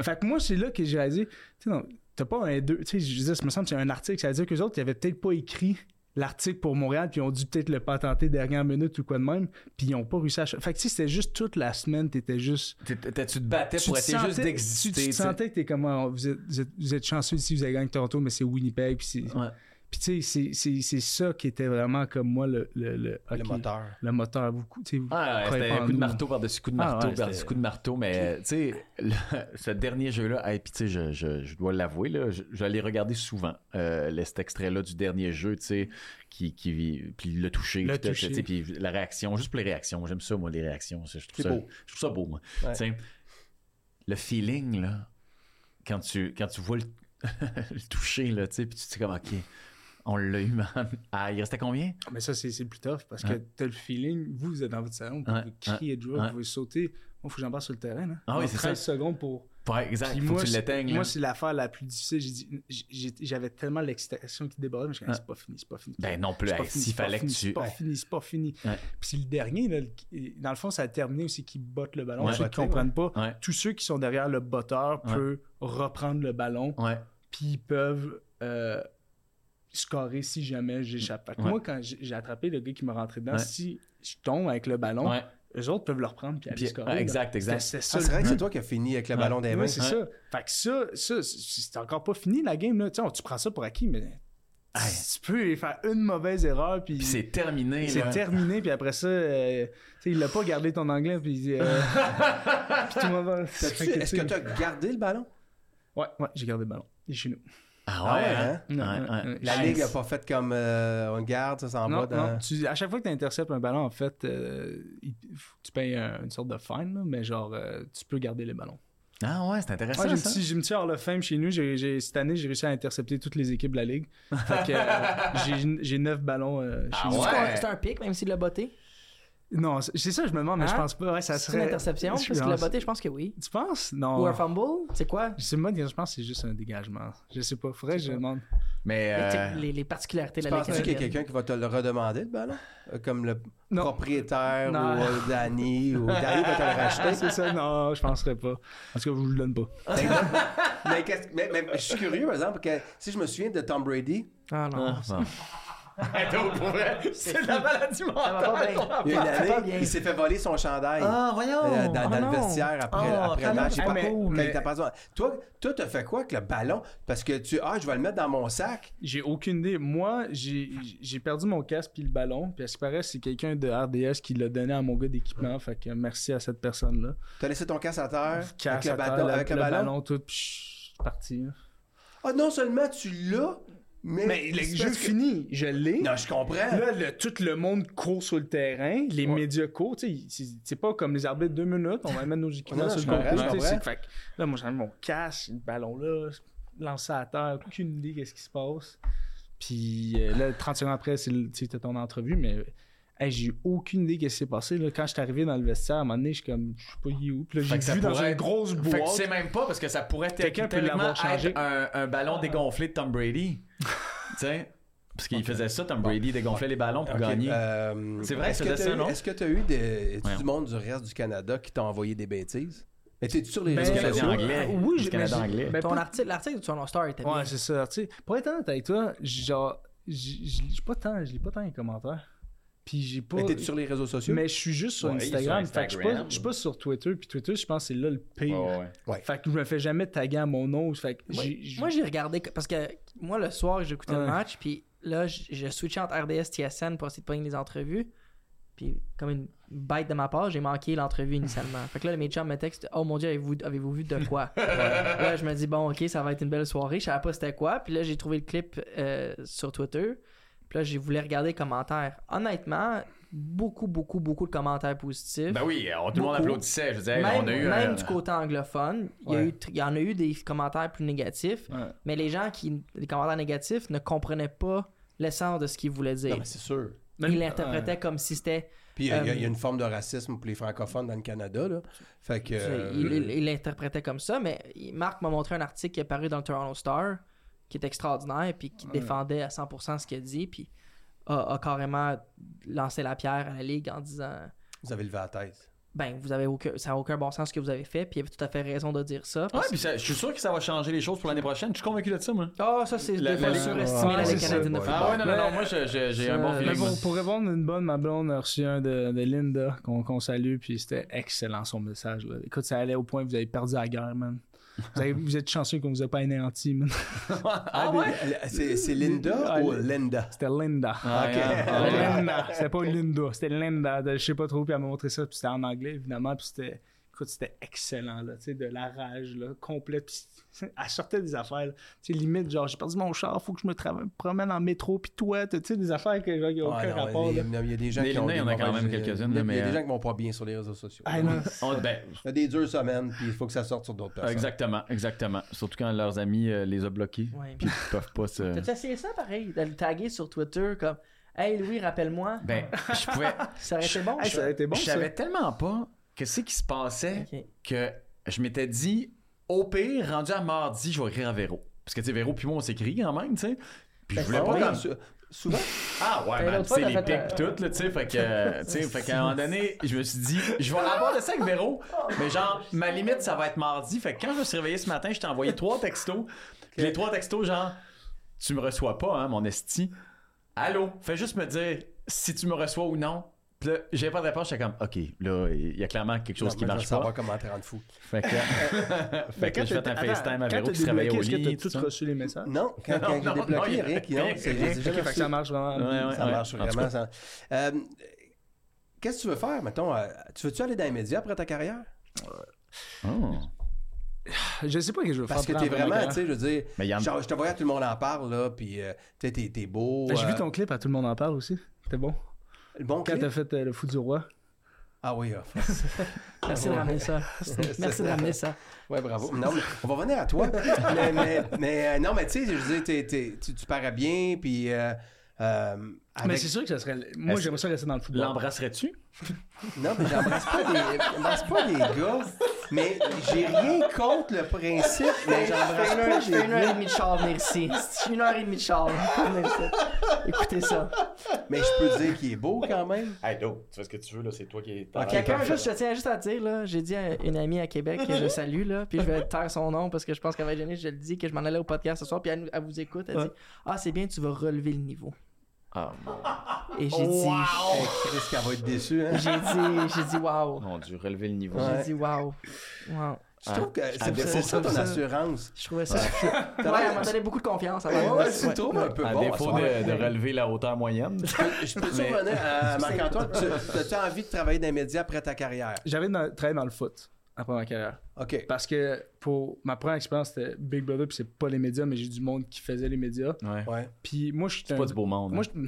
Speaker 4: fait que moi, c'est là que j'ai réalisé, tu sais, non, t'as pas un deux, tu sais, je disais, ça me semble que c'est un article, ça veut dire qu'eux autres, ils avaient peut-être pas écrit l'article pour Montréal, puis ils ont dû peut-être le patenter dernière minute ou quoi de même, puis ils ont pas réussi à... ach- Fait que tu sais, c'était juste toute la semaine, t'étais juste
Speaker 2: T'es- t'es- Tu te battais
Speaker 4: tu
Speaker 2: pour
Speaker 4: te
Speaker 2: essayer juste
Speaker 4: sentais-
Speaker 2: d'exister.
Speaker 4: Tu, tu te
Speaker 2: tu sais.
Speaker 4: sentais que t'es comme ah, vous, êtes, vous, êtes, vous êtes chanceux ici, vous avez gagné Toronto, mais c'est Winnipeg. Puis c'est-
Speaker 2: Ouais.
Speaker 4: puis tu sais, c'est- c'est c'est ça qui était vraiment comme moi le, le, le,
Speaker 3: Le
Speaker 4: hockey.
Speaker 3: moteur.
Speaker 4: Le moteur, vous, tu sais, vous
Speaker 2: Ah, ouais,
Speaker 4: croyez
Speaker 2: c'était
Speaker 4: pas en
Speaker 2: coup de
Speaker 4: nous,
Speaker 2: marteau par-dessus coup de
Speaker 4: Ah,
Speaker 2: marteau
Speaker 4: ouais,
Speaker 2: par-dessus
Speaker 4: c'était-
Speaker 2: coup de marteau, mais tu sais, le- <laughs> ce dernier jeu-là, et puis tu sais, je, je- je dois l'avouer, là, je, je l'ai regardé souvent, euh, le- cet extrait-là du dernier jeu, tu sais, qui, qui, puis le toucher,
Speaker 4: Le
Speaker 2: puis tout,
Speaker 4: toucher.
Speaker 2: tu sais, puis la réaction, juste pour les réactions, j'aime ça, moi, les réactions, je trouve,
Speaker 3: C'est
Speaker 2: ça,
Speaker 3: beau.
Speaker 2: je trouve ça beau, moi.
Speaker 3: Ouais.
Speaker 2: Tu sais, le feeling, <laughs> là, quand tu, quand tu vois le, le toucher, là, tu sais, puis tu te dis comme, OK,
Speaker 6: On l'a eu, man. Ah, il restait combien?
Speaker 4: Mais ça, c'est c'est plus tough parce que
Speaker 6: Ouais.
Speaker 4: t'as le feeling, vous, vous êtes dans votre salon, vous
Speaker 6: Ouais,
Speaker 4: pouvez crier de joie,
Speaker 6: ouais.
Speaker 4: vous pouvez sauter. Moi, faut que j'embarque sur le terrain. Hein.
Speaker 6: Ah oui,
Speaker 4: Dans
Speaker 6: c'est
Speaker 4: 13 secondes pour.
Speaker 6: Ouais, exact.
Speaker 4: Puis
Speaker 6: Faut
Speaker 4: moi,
Speaker 6: que tu
Speaker 4: c'est-
Speaker 6: l'éteignes.
Speaker 4: Moi,
Speaker 6: là.
Speaker 4: c'est l'affaire la plus difficile. J'ai dit- j'ai- J'avais tellement l'excitation qui débordait, mais je me suis dit,
Speaker 6: Ouais.
Speaker 4: c'est pas fini, c'est pas fini.
Speaker 6: Ben non plus.
Speaker 4: C'est pas
Speaker 6: hey,
Speaker 4: fini,
Speaker 6: S'il
Speaker 4: c'est pas
Speaker 6: fallait que
Speaker 4: fini, C'est
Speaker 6: tu.
Speaker 4: pas
Speaker 6: Hey,
Speaker 4: fini, c'est pas fini.
Speaker 6: Ouais.
Speaker 4: Puis c'est le dernier, là, le- dans le fond, ça a terminé aussi qui botte le ballon.
Speaker 6: Ouais.
Speaker 4: Ceux qui
Speaker 3: Botté,
Speaker 4: comprennent pas,
Speaker 6: Ouais.
Speaker 4: tous ceux qui sont derrière le botteur
Speaker 6: Ouais.
Speaker 4: peuvent reprendre le ballon,
Speaker 6: Ouais.
Speaker 4: puis ils peuvent euh, scorer si jamais j'échappe. Fait que
Speaker 6: Ouais.
Speaker 4: Moi, quand j'ai j'ai attrapé le gars qui m'a rentré dedans,
Speaker 6: Ouais.
Speaker 4: si je tombe avec le ballon,
Speaker 6: Ouais.
Speaker 4: eux autres peuvent le reprendre puis aller
Speaker 6: Puis-
Speaker 4: scorer.
Speaker 6: ouais,
Speaker 4: là.
Speaker 6: exact,
Speaker 4: C'était-
Speaker 6: exact.
Speaker 4: C'était ça
Speaker 3: Ah,
Speaker 4: le
Speaker 3: c'est vrai que c'est toi qui as fini avec le
Speaker 6: Ouais.
Speaker 3: ballon des mains.
Speaker 4: oui, c'est
Speaker 6: Ouais.
Speaker 4: ça. Fait que ça, ça c'est c'est encore pas fini la game. Là. Tu, sais, on- tu prends ça pour acquis, mais
Speaker 6: Hey.
Speaker 4: tu peux faire une mauvaise erreur, puis,
Speaker 6: Puis c'est terminé.
Speaker 4: c'est
Speaker 6: là.
Speaker 4: terminé. Puis après ça, euh, tu sais, il a pas gardé ton anglais, puis, euh, puis tout le monde va-
Speaker 3: T'as-tu-
Speaker 4: Fait tu
Speaker 3: Est-ce
Speaker 4: sais-
Speaker 3: que tu as gardé le ballon?
Speaker 4: Ouais, ouais, j'ai gardé le ballon. Il est chez nous.
Speaker 6: Ah ouais,
Speaker 3: Ah ouais,
Speaker 6: hein?
Speaker 4: Non,
Speaker 6: Ouais,
Speaker 4: non,
Speaker 6: ouais.
Speaker 4: non,
Speaker 3: La
Speaker 4: je-
Speaker 3: ligue euh, n'a pas fait comme euh, on le garde, ça s'en
Speaker 4: Non,
Speaker 3: va dans.
Speaker 4: non, tu- à chaque fois que tu interceptes un ballon, en fait, euh, il- faut que tu payes un- une sorte de fine, là, mais genre, euh, tu peux garder les ballons.
Speaker 6: Ah ouais, c'est intéressant.
Speaker 4: Ouais, j'ai, une
Speaker 6: ça.
Speaker 4: petite- j'ai une petite Hall of Fame chez nous. J'ai- j'ai- cette année, j'ai réussi à intercepter toutes les équipes de la Ligue. Fait que, euh, j'ai, j'ai neuf ballons euh, chez
Speaker 2: Ah
Speaker 4: nous.
Speaker 5: C'est
Speaker 2: ouais.
Speaker 5: un- C'est un pic, même s'il l'a botté.
Speaker 4: Non, c'est c'est ça, je me demande, mais je
Speaker 5: Hein?
Speaker 4: pense pas. Ouais, ça
Speaker 5: C'est une
Speaker 4: serait... Oh.
Speaker 5: interception,
Speaker 4: je
Speaker 5: parce qu'il l'a
Speaker 4: pense-
Speaker 5: botté, je pense que oui.
Speaker 4: Tu penses? Non.
Speaker 5: Ou un fumble, c'est quoi?
Speaker 4: Je sais pas, je pense que c'est juste un dégagement. Je sais pas. Faudrait que je demande.
Speaker 2: Mais
Speaker 5: Tu
Speaker 2: euh,
Speaker 5: sais, Les, les particularités de
Speaker 3: Tu
Speaker 5: la
Speaker 3: penses-tu
Speaker 5: Ligue
Speaker 3: qu'il y a
Speaker 5: canadienne.
Speaker 3: quelqu'un qui va te le redemander, le ballon? Euh, Comme le
Speaker 4: Non.
Speaker 3: propriétaire
Speaker 4: Non.
Speaker 3: ou euh, Danny ou Danny va te le
Speaker 4: Ah,
Speaker 3: racheter.
Speaker 4: c'est ça? Non, je penserais pas. En tout cas, je vous le donne pas.
Speaker 3: mais, qu'est-ce- mais- mais je suis curieux, par exemple, que si je me souviens de Tom Brady,
Speaker 5: Ah non.
Speaker 4: <laughs>
Speaker 6: Ah, bon.
Speaker 2: attends, pour vrai, <laughs> c'est de la maladie
Speaker 5: Ça va pas
Speaker 2: mentale.
Speaker 5: bien.
Speaker 3: il y a une
Speaker 5: C'est Ah, pas
Speaker 3: année,
Speaker 5: bien.
Speaker 3: il s'est fait voler son chandail.
Speaker 2: Ah, voyons.
Speaker 3: euh, dans, dans
Speaker 5: Ah
Speaker 3: le
Speaker 5: non.
Speaker 3: vestiaire après,
Speaker 2: Ah,
Speaker 3: après le
Speaker 2: quand même,
Speaker 3: match. j'ai
Speaker 4: ah, mais-
Speaker 3: pas, cool,
Speaker 4: mais-
Speaker 3: t'as pas besoin. Toi, toi, t'as fait quoi avec le ballon? Parce que tu. Ah, je vais le mettre dans mon sac.
Speaker 4: J'ai aucune idée. Moi, j'ai j'ai perdu mon casque puis le ballon. Puis à ce qui paraît, c'est quelqu'un de RDS qui l'a donné à mon gars d'équipement. Fait que merci à cette personne-là.
Speaker 3: T'as laissé ton casse à terre avec
Speaker 4: Casse
Speaker 3: le
Speaker 4: à terre,
Speaker 3: ballon. Avec le ballon.
Speaker 4: tout. Puis je suis parti. hein.
Speaker 3: Ah, non seulement tu l'as, mais.
Speaker 4: Mais le
Speaker 3: c'est
Speaker 4: jeu
Speaker 3: parce que-
Speaker 4: fini. Je l'ai.
Speaker 3: Non, je comprends.
Speaker 4: Là, le- tout le monde court sur le terrain, les
Speaker 3: Ouais.
Speaker 4: médias courent, tu sais, ils- c'est c'est pas comme les arbitres deux minutes, on va mettre nos
Speaker 3: Non,
Speaker 4: équipements
Speaker 3: non,
Speaker 4: sur
Speaker 3: je
Speaker 4: le
Speaker 3: comprends,
Speaker 4: côté.
Speaker 3: je
Speaker 4: tu sais, c'est-
Speaker 3: comprends.
Speaker 4: Fait que là, moi j'avais mon casque, le ballon là, lancé à terre, aucune idée qu'est-ce qui se passe. Puis euh, là, 30 secondes après, c'est le- tu sais, c'était ton entrevue, mais euh, hey, j'ai eu aucune idée qu'est-ce qui s'est passé. Là, quand je suis arrivé dans le vestiaire, à un moment donné, je suis comme, je sais pas, il est où. Puis là,
Speaker 2: Fait que
Speaker 4: j'ai
Speaker 2: ça
Speaker 4: vu dans
Speaker 2: pourrait
Speaker 4: une grosse
Speaker 2: Fait que tu
Speaker 4: boîte.
Speaker 2: sais même pas parce que ça pourrait être
Speaker 4: Quelqu'un peut l'avoir changé. Ah.
Speaker 2: un, un ballon dégonflé de Tom
Speaker 4: <laughs>
Speaker 2: Brady. tu sais, parce qu'il faisait ça, Tom Brady dégonflait les ballons pour
Speaker 3: Ok,
Speaker 2: gagner.
Speaker 3: euh,
Speaker 2: C'est vrai,
Speaker 3: est-ce
Speaker 2: ça
Speaker 3: que
Speaker 2: faisait
Speaker 3: t'as
Speaker 2: ça,
Speaker 3: eu-
Speaker 2: non?
Speaker 3: Est-ce que tu as eu des,
Speaker 2: Ouais.
Speaker 3: du monde du reste du Canada qui t'a envoyé des bêtises? Mais tu es sur les
Speaker 4: Ben,
Speaker 3: réseaux
Speaker 2: du Canada
Speaker 3: sociaux?
Speaker 2: anglais.
Speaker 4: Oui,
Speaker 2: du
Speaker 4: je-
Speaker 2: Canada
Speaker 4: mais-
Speaker 2: anglais.
Speaker 4: ben,
Speaker 5: Ton
Speaker 4: pas-
Speaker 5: article, l'article de ton star était bien.
Speaker 4: Ouais, c'est ça. Tu sais, pour être honnête avec toi, genre, j- je lis pas tant, je lis pas tant les commentaires. Puis j'ai pas.
Speaker 3: Mais t'es sur les réseaux sociaux?
Speaker 4: Mais je suis juste sur
Speaker 2: Ouais,
Speaker 4: Instagram.
Speaker 2: sur
Speaker 4: Fait que je suis pas-
Speaker 2: Instagram.
Speaker 4: je suis pas sur Twitter. Puis Twitter, je pense que c'est là le pire.
Speaker 2: Ouais, ouais.
Speaker 4: Fait que je me fais jamais taguer à mon nom. Fait que j'ai- j'ai- euh,
Speaker 5: Moi, j'ai regardé parce que moi, le soir, j'écoutais
Speaker 4: Ouais.
Speaker 5: le match, puis là, j- je switchais entre RDS TSN pour essayer de pogner les entrevues. Puis, comme une bête de ma part, j'ai manqué l'entrevue initialement. fait que là, mes chums me textent Oh mon dieu, avez-vous avez vu de
Speaker 4: <laughs>
Speaker 5: quoi Là, je me dis Bon, ok, ça va être une belle soirée. Je savais pas c'était quoi. Puis là, j'ai trouvé le clip euh, sur Twitter. Puis là, j'ai voulu regarder les commentaires. Honnêtement, beaucoup, beaucoup, beaucoup de commentaires positifs.
Speaker 2: Ben oui, on- tout le monde
Speaker 5: Beaucoup.
Speaker 2: applaudissait. Je veux dire,
Speaker 5: Même,
Speaker 2: on a eu euh,
Speaker 5: même
Speaker 2: un-
Speaker 5: du côté anglophone, il y, a
Speaker 4: Ouais.
Speaker 5: eu tr- il y en a eu des commentaires plus négatifs,
Speaker 4: Ouais.
Speaker 5: mais les gens qui, les commentaires négatifs, ne comprenaient pas l'essence de ce qu'ils voulaient
Speaker 3: Non,
Speaker 5: dire.
Speaker 3: mais c'est sûr.
Speaker 4: Même-
Speaker 5: Ils l'interprétaient comme si c'était.
Speaker 3: Puis il y, a- il y a-
Speaker 5: Euh,
Speaker 3: il y a une forme de racisme pour les francophones dans le Canada, là. Fait que...
Speaker 5: tu sais,
Speaker 3: euh,
Speaker 5: il- il- il l'interprétait comme ça, mais il- Marc m'a montré un article qui est paru dans le Toronto Star, qui est extraordinaire, puis qui défendait à 100% ce qu'il dit, puis a, a carrément lancé la pierre à la ligue en disant.
Speaker 3: Vous avez levé la tête.
Speaker 5: Ben, vous avez aucun, ça n'a aucun bon sens ce que vous avez fait, puis il avait tout à fait raison de dire ça.
Speaker 2: Ouais,
Speaker 5: parce
Speaker 2: puis ça- je suis sûr que ça va changer les choses pour l'année prochaine. Je suis convaincu de ça, moi.
Speaker 5: Ah, ça, c'est
Speaker 2: La-
Speaker 5: des fois
Speaker 2: la-
Speaker 5: surestimer
Speaker 4: Ah,
Speaker 5: la
Speaker 4: c'est
Speaker 5: Ligue
Speaker 4: ça,
Speaker 5: canadienne de
Speaker 3: ouais.
Speaker 5: football.
Speaker 2: Ah ouais, non, non, non, moi je- je- j'ai un bon
Speaker 5: Ça-
Speaker 4: Mais
Speaker 2: feeling.
Speaker 4: bon, pour répondre une bonne, ma blonde a reçu un de, de Linda qu'on qu'on salue, puis c'était excellent son message. là. Écoute, ça allait au point, vous avez perdu la guerre, man. Vous, avez- vous êtes chanceux qu'on vous a pas anéanti, man. <laughs>
Speaker 2: Ah ouais?
Speaker 3: Elle- C'est c'est Linda
Speaker 4: Ah,
Speaker 3: ou
Speaker 4: elle-
Speaker 3: Linda?
Speaker 4: C'était Linda.
Speaker 2: Ah,
Speaker 3: Ok.
Speaker 2: yeah. Ah, ouais.
Speaker 4: Linda. C'était pas Linda, c'était Linda. Je sais pas trop, puis elle m'a montré ça, puis c'était en anglais, évidemment, puis c'était. écoute, écoute, c'était excellent, là, tu sais, de la rage, là, complète. Puis, <laughs> elle sortait des affaires, là. tu sais, limite, genre, j'ai perdu mon char, faut que je me tra- promène en métro, puis toi, tu sais, des affaires que, genre, il n'y a aucun
Speaker 3: Ouais, non,
Speaker 4: rapport,
Speaker 3: il y
Speaker 4: là.
Speaker 3: a- Il y a des gens
Speaker 2: Des
Speaker 3: qui ont.
Speaker 2: lunettes, il y en a
Speaker 3: des
Speaker 2: quand
Speaker 3: mauvaises-
Speaker 2: même quelques-unes,
Speaker 3: Il y a-
Speaker 2: mais,
Speaker 3: il y a des
Speaker 2: euh,
Speaker 3: gens qui vont pas bien sur les réseaux sociaux.
Speaker 4: Ah, non,
Speaker 2: On- ben,
Speaker 3: Il y a des dures semaines, puis il faut que ça sorte sur d'autres personnes.
Speaker 2: exactement, exactement. Surtout quand leurs amis euh, les ont bloqués.
Speaker 5: Ouais.
Speaker 2: Puis ils peuvent pas se.
Speaker 5: T'as-tu essayé ça pareil, de le taguer sur Twitter comme Hey Louis, rappelle-moi,
Speaker 2: Ben, je <laughs> pouvais.
Speaker 5: ça aurait été bon.
Speaker 4: Hey, ça a été bon,
Speaker 2: je
Speaker 4: ça.
Speaker 2: savais tellement pas que c'est qui se passait
Speaker 5: Ok.
Speaker 2: que je m'étais dit, au pire, rendu à mardi, je vais écrire à Véro. Parce que, tu sais, Véro, puis moi, on s'écrit quand même, tu sais. Puis je
Speaker 5: Ben,
Speaker 2: voulais
Speaker 5: c'est
Speaker 2: pas
Speaker 5: vrai.
Speaker 2: comme-
Speaker 3: Sou- Ah Souvent,
Speaker 2: Ah ouais,
Speaker 5: Ben,
Speaker 2: man,
Speaker 5: l'autre
Speaker 2: tu sais,
Speaker 5: fois,
Speaker 2: les
Speaker 5: t'as fait,
Speaker 2: pics pis tout, là, tu sais, fait que, euh, tu sais, fait qu'à un moment donné, je me suis dit, je vais avoir le sac Véro, mais genre, ma limite, ça va être mardi, fait que quand je me suis réveillé ce matin, je t'ai envoyé trois textos, Puis les trois textos, genre, tu me reçois pas, hein, mon esti, allô, fais juste me dire si tu me reçois ou non, Puis là, j'ai pas de réponse, j'étais comme, ok, là, il y a clairement quelque chose
Speaker 3: Non,
Speaker 2: qui
Speaker 3: mais je veux
Speaker 2: marche pas,
Speaker 3: savoir comment te rendre fou.
Speaker 2: fait que, <laughs> fait que
Speaker 4: quand
Speaker 2: j'ai fait
Speaker 4: t'as-
Speaker 2: un
Speaker 4: attends,
Speaker 2: FaceTime à
Speaker 4: quand
Speaker 2: Véro
Speaker 4: t'as
Speaker 2: qui se réveillait au
Speaker 4: débloqué,
Speaker 2: lit,
Speaker 4: Est-ce que
Speaker 2: tout
Speaker 4: t'as
Speaker 2: ça.
Speaker 4: tous reçu les messages?
Speaker 3: Non,
Speaker 2: <laughs>
Speaker 3: quand,
Speaker 2: Non,
Speaker 3: quand j'ai
Speaker 2: non, non,
Speaker 3: débloqué
Speaker 2: il-
Speaker 3: Rick, non, c'est- j'ai
Speaker 4: Ok, fait
Speaker 3: jamais
Speaker 4: que ça marche vraiment.
Speaker 2: Ouais, ouais,
Speaker 3: Ça
Speaker 2: ouais.
Speaker 3: marche
Speaker 2: En tout
Speaker 3: vraiment.
Speaker 2: cas,
Speaker 3: ça- Euh, Qu'est-ce que tu veux faire, mettons? euh, tu veux-tu aller dans les médias après ta carrière?
Speaker 2: oh.
Speaker 4: Je sais pas ce que je veux
Speaker 3: Parce que
Speaker 4: faire.
Speaker 3: t'es
Speaker 4: pendant ma
Speaker 3: vraiment,
Speaker 4: carrière.
Speaker 3: tu sais, je veux dire,
Speaker 2: Mais Yann-
Speaker 3: genre, je te voyais, tout le monde en parle, là, puis euh, tu sais, t'es t'es beau.
Speaker 4: Ben, J'ai
Speaker 3: euh,
Speaker 4: vu ton clip, à tout le monde en parle aussi. C'était bon.
Speaker 3: le Bon
Speaker 4: Quand
Speaker 3: clip.
Speaker 4: t'as fait euh, le fou du roi.
Speaker 3: Ah oui, euh,
Speaker 5: Merci de ramener ça. Merci de ramener ça.
Speaker 3: ouais, bravo. Non, mais on va revenir à toi. mais, mais- mais, euh, non, mais tu sais, je veux dire, t'es- t'es- tu, tu parais bien, puis... euh, euh,
Speaker 4: Mais
Speaker 3: avec-
Speaker 4: c'est sûr que ça serait. Moi,
Speaker 2: Est-ce-
Speaker 4: j'aimerais ça rester dans le football.
Speaker 2: L'embrasserais-tu?
Speaker 3: Non, mais j'embrasse pas des, j'embrasse pas des gars, mais j'ai rien contre le principe, mais j'embrasse
Speaker 5: Une heure-
Speaker 3: pas
Speaker 5: Je fais
Speaker 3: des
Speaker 5: une heure et
Speaker 3: gars.
Speaker 5: demie de char venir ici. <laughs> C'est Une heure et demie de char pour venir ici. Écoutez ça.
Speaker 3: Mais je peux dire qu'il est beau quand même.
Speaker 2: Hey, no, tu fais ce que tu veux, là, c'est toi qui es.
Speaker 5: Quelqu'un, juste, je tiens juste à dire, là, j'ai dit à une amie à Québec que je salue, là, puis je vais taire son nom parce que je pense qu'elle va être gênée, je le dis, que je m'en allais au podcast ce soir, puis elle, nous- elle vous écoute, elle dit Ah, c'est bien, tu vas relever le niveau.
Speaker 2: Ah,
Speaker 5: Et j'ai
Speaker 3: Hey, Chris, qu'elle va être déçue, hein.
Speaker 5: dit J'ai dit, j'ai dit, waouh.
Speaker 2: mon dieu, relever le niveau.
Speaker 3: Ouais.
Speaker 5: J'ai dit, waouh. Wow.
Speaker 3: Je trouve que
Speaker 2: Ah,
Speaker 3: c'est-
Speaker 2: défaut,
Speaker 3: c'est ça
Speaker 5: comme
Speaker 3: ton
Speaker 5: ça.
Speaker 3: assurance.
Speaker 5: Je trouvais ça. <laughs> Ouais, elle m'a donné beaucoup de confiance. avant.
Speaker 3: Ouais, ouais,
Speaker 5: Ouais,
Speaker 3: tu
Speaker 5: ouais.
Speaker 3: te trouves un peu
Speaker 2: À
Speaker 3: bon. à
Speaker 2: défaut
Speaker 3: soir.
Speaker 2: de, de relever la hauteur moyenne.
Speaker 3: Je peux te revenir à Marc-Antoine. Tu as-tu envie de travailler dans les médias après ta carrière?
Speaker 4: J'avais dans- travaillé dans le foot après ma carrière.
Speaker 3: OK.
Speaker 4: Parce que pour ma première expérience, c'était Big Brother, puis c'est pas les médias, mais j'ai du monde qui faisait les médias.
Speaker 2: Ouais.
Speaker 3: Ouais.
Speaker 4: Puis moi, je suis
Speaker 2: C'est
Speaker 4: un-
Speaker 2: pas du beau monde. hein.
Speaker 4: Moi, je...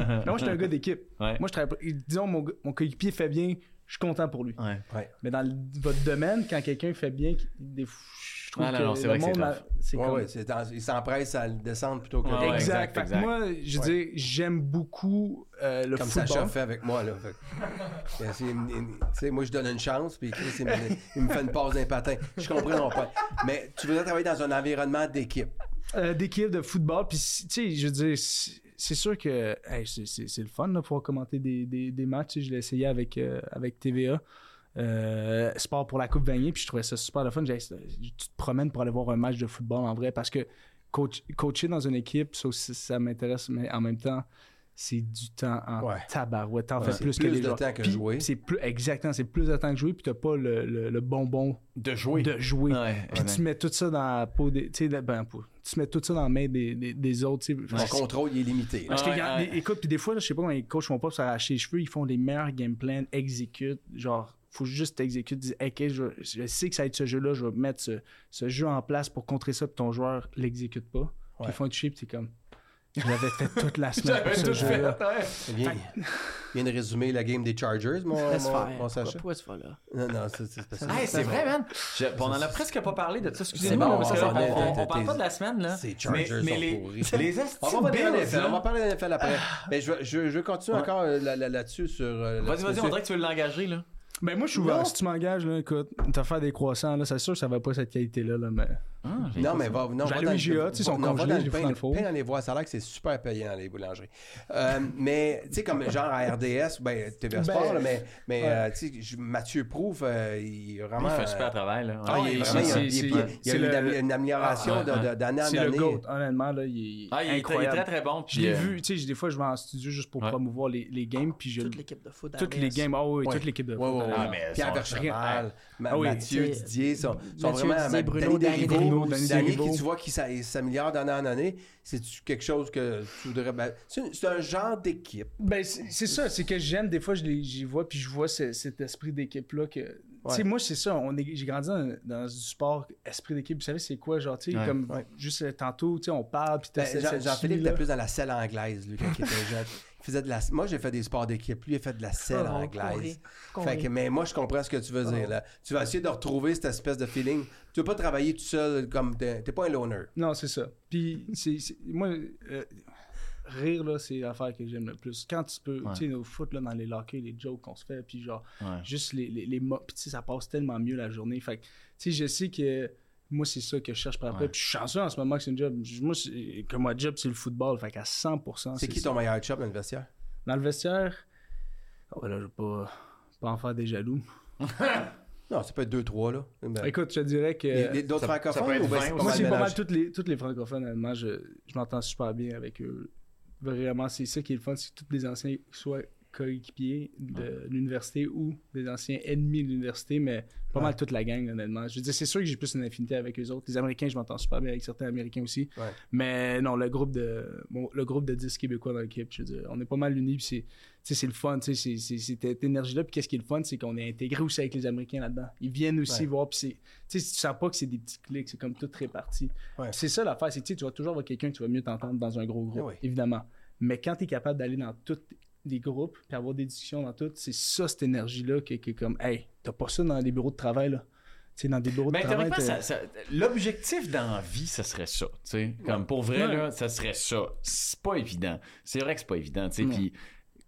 Speaker 4: Non, moi, j'étais <laughs> un gars d'équipe.
Speaker 2: Ouais.
Speaker 4: Moi, je travaille. pas- Disons, mon, mon coéquipier fait bien, je suis content pour lui.
Speaker 2: Ouais.
Speaker 4: Mais dans le- votre domaine, quand quelqu'un fait bien, qui- des... fois, je trouve
Speaker 2: Ah, non,
Speaker 4: que
Speaker 2: non, c'est
Speaker 4: le
Speaker 2: vrai que
Speaker 4: monde,
Speaker 2: c'est
Speaker 4: a-
Speaker 2: rough.
Speaker 4: c'est
Speaker 3: Ouais,
Speaker 4: comme-
Speaker 3: ouais, c'est dans- il s'empresse à le descendre plutôt que
Speaker 2: Ouais, ouais.
Speaker 4: exact.
Speaker 2: exact,
Speaker 4: Fait que
Speaker 2: exact.
Speaker 4: Moi, je veux dire, j'aime beaucoup euh, le
Speaker 3: comme
Speaker 4: football.
Speaker 3: Sacha fait avec moi. Là. Fait que- Bien, c'est- il me- il- tu sais, moi, je donne une chance, puis Chris, il me, il me fait une passe d'un patin. Je comprends non pas. Mais tu voudrais travailler dans un environnement d'équipe.
Speaker 4: Euh, d'équipe de football. Puis, si- tu sais, je veux dire, si- c'est sûr que hey, c'est- c'est c'est le fun de pouvoir commenter des, des, des matchs. Tu sais, Je l'ai essayé avec, euh, avec TVA. euh, sport pour la Coupe Vanier, puis je trouvais ça super le fun. J'ai- Tu te promènes pour aller voir un match de football en vrai parce que coach- coacher dans une équipe, ça, aussi, ça m'intéresse, mais en même temps, c'est du temps en
Speaker 3: Ouais.
Speaker 4: tabarouette. T'en
Speaker 3: Ouais,
Speaker 4: fais
Speaker 3: c'est
Speaker 4: plus, que
Speaker 3: plus
Speaker 4: les
Speaker 3: de
Speaker 4: joueurs.
Speaker 3: temps que
Speaker 4: Puis
Speaker 3: jouer.
Speaker 4: C'est plus, exactement, c'est plus de temps que jouer, puis t'as pas le, le- le bonbon
Speaker 2: De jouer.
Speaker 4: de jouer.
Speaker 2: Ouais.
Speaker 4: Puis tu mets tout ça dans la peau des. Tu sais, ben, la peau. Tu mets tout ça dans la main des, des, des autres. tu sais.
Speaker 3: Mon
Speaker 4: Parce que-
Speaker 3: contrôle, il est limité. là.
Speaker 4: parce que,
Speaker 2: Ouais,
Speaker 4: regarde,
Speaker 2: ouais.
Speaker 4: les- écoute, puis des fois, là, je sais pas comment les coachs font pas pour s'arracher les cheveux, ils font les meilleurs game plans, exécutent. Genre, faut juste t'exécutes, dis, Hey, ok, je, je sais que ça va être ce jeu-là, je vais mettre ce, ce jeu en place pour contrer ça, puis ton joueur l'exécute pas. Puis
Speaker 3: Ouais.
Speaker 4: ils font du chip, t'es comme. J'avais fait toute la semaine pour ce jeu-là.
Speaker 3: Il vient, il vient de résumer la game des Chargers, mon,
Speaker 5: Laisse
Speaker 3: mon,
Speaker 5: faire.
Speaker 3: mon Sacha.
Speaker 5: Pourquoi- Pourquoi tu vas là
Speaker 3: Non, non, c'est c'est pas ça.
Speaker 2: Hey, c'est vrai, man. Je, on en a presque pas parlé de ça.
Speaker 3: bon,
Speaker 2: Excusez-moi, parce que
Speaker 3: on va
Speaker 2: là,
Speaker 3: parler
Speaker 2: on,
Speaker 3: de-
Speaker 2: on,
Speaker 3: de
Speaker 2: on parle
Speaker 3: tes-
Speaker 2: pas de la semaine, là.
Speaker 3: Ces Chargers
Speaker 2: hein? mais, mais
Speaker 3: sont
Speaker 2: les,
Speaker 3: pourris.
Speaker 2: Les
Speaker 3: On va
Speaker 2: estis
Speaker 3: parler de
Speaker 2: Bills,
Speaker 3: NFL,
Speaker 2: là.
Speaker 3: on va parler de NFL après. Mais je, je, je continue encore euh, là- là- là-dessus sur. euh,
Speaker 2: Vas-y, vas-y,
Speaker 3: là-dessus.
Speaker 2: on dirait que tu veux l'engager, là.
Speaker 4: Ben, moi, je suis
Speaker 3: Non.
Speaker 4: ouvert. Si tu m'engages, là, écoute, t'as fait des croissants, là, c'est sûr que ça va pas cette qualité-là, là, mais.
Speaker 2: Ah,
Speaker 3: Non, mais va. Non,
Speaker 4: J'allais
Speaker 3: va dans
Speaker 4: au
Speaker 3: le-
Speaker 4: IGA, tu sais, ils sont
Speaker 3: non, va
Speaker 4: congelés,
Speaker 3: dans
Speaker 4: je
Speaker 3: le
Speaker 4: les fous
Speaker 3: pain,
Speaker 4: dans
Speaker 3: le
Speaker 4: le four.
Speaker 3: pain dans les voies, ça a l'air que c'est super payant, les boulangeries. Euh, mais, tu sais, comme genre à RDS, ben, TVA Sport,
Speaker 4: Ben,
Speaker 3: là, mais, mais euh, tu sais, je- Mathieu Prouve, euh, il est vraiment.
Speaker 2: Il fait un
Speaker 3: euh,
Speaker 2: super travail, là.
Speaker 3: ah,
Speaker 2: Ouais.
Speaker 3: il est
Speaker 4: Ah,
Speaker 3: vraiment-
Speaker 4: c'est-
Speaker 3: il y a-
Speaker 4: c'est-
Speaker 3: il y a- il y a
Speaker 4: c'est
Speaker 3: eu
Speaker 4: le-
Speaker 3: une am- une amélioration
Speaker 2: Ah,
Speaker 3: de-
Speaker 2: ah,
Speaker 3: de- d'année en
Speaker 4: C'est le
Speaker 3: année.
Speaker 4: GOAT, honnêtement, là, il,
Speaker 2: Ah, il est, il est
Speaker 4: incroyable.
Speaker 2: très, très bon.
Speaker 4: Je
Speaker 2: puis,
Speaker 4: l'ai
Speaker 2: euh,
Speaker 4: vu, tu sais, j'ai- des fois je vais en studio juste pour
Speaker 2: Ouais.
Speaker 4: promouvoir les, les games, puis je
Speaker 5: Toute l'équipe de foot. à
Speaker 4: toutes les
Speaker 5: RDS.
Speaker 4: games, oh oui,
Speaker 3: Ouais.
Speaker 4: toute l'équipe de
Speaker 3: Ouais, ouais, ouais.
Speaker 2: Ah, mais
Speaker 3: Pierre
Speaker 2: son-
Speaker 3: Bercheval, Ma-
Speaker 4: Ah oui.
Speaker 3: Mathieu,
Speaker 5: C'est-
Speaker 3: Didier, sont, sont
Speaker 5: Mathieu,
Speaker 3: vraiment.
Speaker 5: Didier, Bruno,
Speaker 3: Danny
Speaker 5: Danny
Speaker 3: Derivo,
Speaker 4: Derivo,
Speaker 3: Danny,
Speaker 4: Danny
Speaker 3: qui
Speaker 4: Derivo.
Speaker 3: tu vois qui s'a- s'améliore d'année en année, c'est quelque chose que tu voudrais. ben, c'est une- c'est un genre d'équipe.
Speaker 4: Ben, c'est c'est ça, c'est que j'aime, des fois je les j'y vois, puis je vois ce- cet esprit d'équipe-là que Tu sais, moi, c'est ça. on est- J'ai grandi dans, dans du sport esprit d'équipe. Vous savez, c'est quoi, genre, tu sais,
Speaker 6: Ouais.
Speaker 4: comme
Speaker 3: Ouais.
Speaker 4: juste euh, tantôt, tu sais, on parle, puis t'as
Speaker 3: Ben,
Speaker 4: cette-
Speaker 3: Jean-
Speaker 4: cette
Speaker 3: Jean-Philippe
Speaker 4: chimie-là.
Speaker 3: était plus dans la selle anglaise, lui, quand il était jeune. Il faisait de la... Moi, j'ai fait des sports d'équipe. Lui, il a fait de la selle
Speaker 5: Ah,
Speaker 3: anglaise.
Speaker 5: qu'on rit, qu'on
Speaker 3: Fait que,
Speaker 5: rit.
Speaker 3: mais moi, je comprends ce que tu veux
Speaker 5: Ah.
Speaker 3: dire. Là. Tu vas essayer de retrouver cette espèce de feeling. Tu veux pas travailler tout seul comme. T'es t'es pas un loner.
Speaker 5: Ah,
Speaker 4: Non, c'est ça. Puis, c'est, c'est- moi, euh, rire, là, c'est l'affaire que j'aime le plus. Quand tu peux, tu sais, au foot, là, dans les lockers, les jokes qu'on se fait, puis genre, juste les, les, les mots, puis tu sais, ça passe tellement mieux la journée. Fait que, tu sais, je sais que moi, c'est ça que je cherche par après. Puis, je suis chanceux en ce moment que c'est une job. Je- Moi, c'est- que ma job, c'est le football. Fait qu'à 100%,
Speaker 3: C'est qui ton meilleur chum dans le vestiaire?
Speaker 4: Dans le vestiaire, oh, ben là, je vais pas, pas en faire des jaloux.
Speaker 3: Non, ça peut être deux, trois, là. Ben,
Speaker 4: Écoute, je te dirais que.
Speaker 3: les- les- D'autres
Speaker 2: euh, ça- ça
Speaker 3: francophones
Speaker 2: peut être
Speaker 3: ou ben,
Speaker 2: vingt
Speaker 3: c'est
Speaker 2: aussi.
Speaker 3: pas
Speaker 4: Moi,
Speaker 3: mal
Speaker 4: c'est pas
Speaker 3: mélange?
Speaker 4: mal toutes les, toutes les francophones allemands. Je, je m'entends super bien avec eux. Vraiment, c'est ça qui est le fun. C'est que tous les anciens, soit coéquipiers de l'université ou des anciens ennemis de l'université, mais pas mal toute la gang, honnêtement. Je veux dire, c'est sûr que j'ai plus une affinité avec eux autres. Les Américains, je m'entends super bien avec certains Américains aussi.
Speaker 3: Ouais.
Speaker 4: Mais non, le groupe de bon, le groupe de 10 Québécois dans l'équipe, je veux dire, on est pas mal unis. Puis c'est- tu sais, c'est le fun, tu sais, c'est- c'est c'est cette énergie-là. Puis qu'est-ce qui est le fun, c'est qu'on est intégré aussi avec les Américains là-dedans. Ils viennent aussi
Speaker 3: Ouais.
Speaker 4: voir. Puis c'est- tu sais, si tu sens pas que c'est des petits clics, c'est comme tout réparti.
Speaker 3: Ouais.
Speaker 4: C'est ça l'affaire, c'est que tu sais, tu vas toujours avoir quelqu'un que tu vas mieux t'entendre dans un gros groupe,
Speaker 3: Ah oui.
Speaker 4: évidemment. Mais quand tu es capable d'aller dans tous les groupes puis avoir des discussions dans tout, c'est ça cette énergie-là qui qui est comme, hey, t'as pas ça dans les bureaux de travail, là. Tu sais, dans des bureaux
Speaker 3: Ben,
Speaker 2: Mais
Speaker 4: de travail.
Speaker 2: Ben, théoriquement,
Speaker 4: t'as-
Speaker 2: ça- ça- l'objectif dans la vie, ça serait ça. tu sais. Comme pour vrai,
Speaker 4: euh, Ouais.
Speaker 2: là, ça serait ça. C'est pas évident. C'est vrai que c'est pas évident. tu sais.
Speaker 4: Non.
Speaker 2: Puis,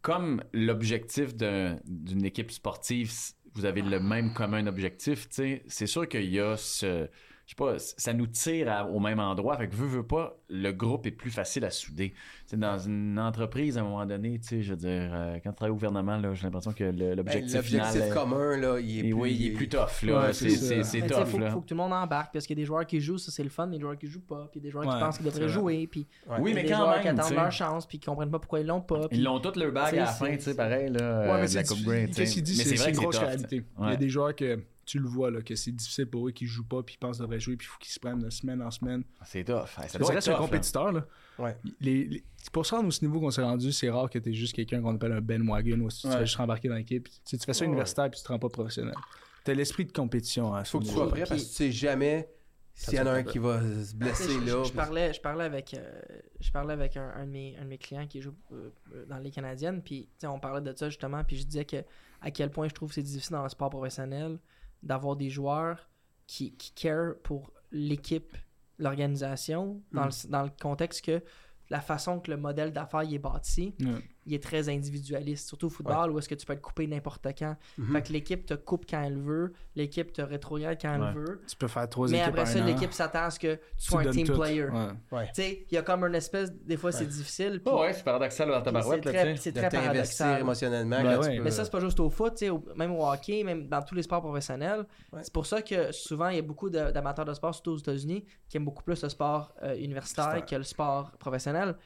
Speaker 2: comme l'objectif d'un- d'une équipe sportive, c- vous avez le même commun objectif, tu sais, c'est sûr qu'il y a ce. Je sais pas, c- ça nous tire à- au même endroit. Fait que, veux, veux pas, le groupe est plus facile à souder. Tu sais, dans une entreprise, à un moment donné, tu sais, je veux dire, euh, quand tu travailles au gouvernement, là, j'ai l'impression que le-
Speaker 3: Ben,
Speaker 2: l'objectif final.
Speaker 3: L'objectif
Speaker 2: est-
Speaker 3: commun, là, il est
Speaker 2: est-
Speaker 3: plus.
Speaker 2: oui, il est plus tough, là.
Speaker 4: Ouais,
Speaker 2: c'est
Speaker 4: c'est ça.
Speaker 2: c'est- c'est
Speaker 5: Mais Ben, tu sais,
Speaker 2: tough,
Speaker 5: faut,
Speaker 2: là.
Speaker 5: faut que tout le monde embarque parce qu'il y a des joueurs qui jouent, ça c'est le fun, des joueurs qui jouent pas, puis il y a des joueurs
Speaker 4: Ouais,
Speaker 5: qui pensent qu'ils devraient
Speaker 4: c'est vrai.
Speaker 5: jouer, puis
Speaker 3: Ouais.
Speaker 2: Oui,
Speaker 5: il y a
Speaker 2: mais
Speaker 5: des
Speaker 2: quand
Speaker 5: joueurs
Speaker 2: même.
Speaker 5: qui
Speaker 2: tu
Speaker 5: attendent
Speaker 2: sais.
Speaker 5: leur chance puis qui comprennent pas pourquoi ils l'ont pas. puis-
Speaker 2: Ils l'ont toutes leur bague
Speaker 5: Tu sais,
Speaker 2: à la
Speaker 5: c'est-
Speaker 2: fin, tu sais,
Speaker 5: c'est-
Speaker 2: pareil, là,
Speaker 4: Ouais,
Speaker 2: euh,
Speaker 4: mais
Speaker 2: de la
Speaker 4: c'est
Speaker 2: Coupe
Speaker 4: difficile.
Speaker 2: Grey, tu sais.
Speaker 4: Qu'est-ce qu'il dit,
Speaker 2: Mais
Speaker 4: c'est
Speaker 2: vrai
Speaker 4: une
Speaker 2: que
Speaker 4: grosse
Speaker 2: tough,
Speaker 4: réalité.
Speaker 2: tu sais.
Speaker 4: Il y a
Speaker 2: Ouais.
Speaker 4: des joueurs que tu le vois, là, que c'est difficile pour eux, qui jouent pas, puis ils pensent devraient jouer, puis il faut qu'ils se prennent de semaine en semaine.
Speaker 2: C'est tough. Hey, Ça
Speaker 4: Je
Speaker 2: doit
Speaker 4: dirais
Speaker 2: être
Speaker 4: c'est un
Speaker 2: tough, hein. là.
Speaker 4: compétiteur, là.
Speaker 3: Ouais.
Speaker 4: Les, les- Pour ça, nous, ce niveau qu'on s'est rendu, c'est rare que tu juste quelqu'un qu'on appelle un Ben Wagon ou si tu vas juste rembarquer dans l'équipe. Tu, sais, tu fais ça universitaire puis tu te rends pas professionnel. T'as l'esprit de compétition. à ce
Speaker 3: Faut que tu
Speaker 4: niveau-là.
Speaker 3: sois prêt parce que tu sais jamais s'il y en a un qui va se
Speaker 5: Tu sais,
Speaker 3: blesser,
Speaker 5: je-
Speaker 3: là.
Speaker 5: Je, je parlais, je parlais avec, euh, je parlais avec un, un de mes, un de mes clients qui joue euh, euh, dans les Canadiennes, puis tu sais, on parlait de ça justement, puis je disais que à quel point je trouve que c'est difficile dans le sport professionnel d'avoir des joueurs qui, qui care pour l'équipe, l'organisation, dans,
Speaker 4: Mm.
Speaker 5: le, dans le contexte que la façon que le modèle d'affaires y est bâti,
Speaker 4: Ouais.
Speaker 5: il est très individualiste, surtout au football où est-ce que tu peux être coupé n'importe quand.
Speaker 4: Mm.
Speaker 5: Fait que l'équipe te coupe quand elle veut, l'équipe te rétrograade quand elle veut.
Speaker 4: Tu peux faire trois
Speaker 5: Mais
Speaker 4: équipes.
Speaker 5: après
Speaker 4: en
Speaker 5: ça,
Speaker 4: un an.
Speaker 5: l'équipe s'attend à ce que tu
Speaker 4: Tu
Speaker 5: sois un
Speaker 4: donnes
Speaker 5: team
Speaker 4: tout.
Speaker 5: player.
Speaker 4: Ouais.
Speaker 5: Tu sais, il y a comme une espèce. Des fois, c'est difficile. puis-
Speaker 2: Ouais, ouais, c'est paradoxal dans ta
Speaker 5: puis
Speaker 2: barouette, là,
Speaker 5: c'est très,
Speaker 2: tu sais.
Speaker 5: c'est
Speaker 3: Mhm. de
Speaker 5: très
Speaker 3: t'investir
Speaker 5: paradoxal.
Speaker 3: émotionnellement.
Speaker 4: Ben
Speaker 3: quand tu
Speaker 4: ouais.
Speaker 3: peux-
Speaker 5: Mais ça, c'est pas juste au foot, tu sais, au- même au hockey, même dans tous les sports professionnels. C'est pour ça que souvent, il y a beaucoup de- d'amateurs de sport, surtout aux États-Unis, qui aiment beaucoup plus le sport euh, universitaire que le sport professionnel.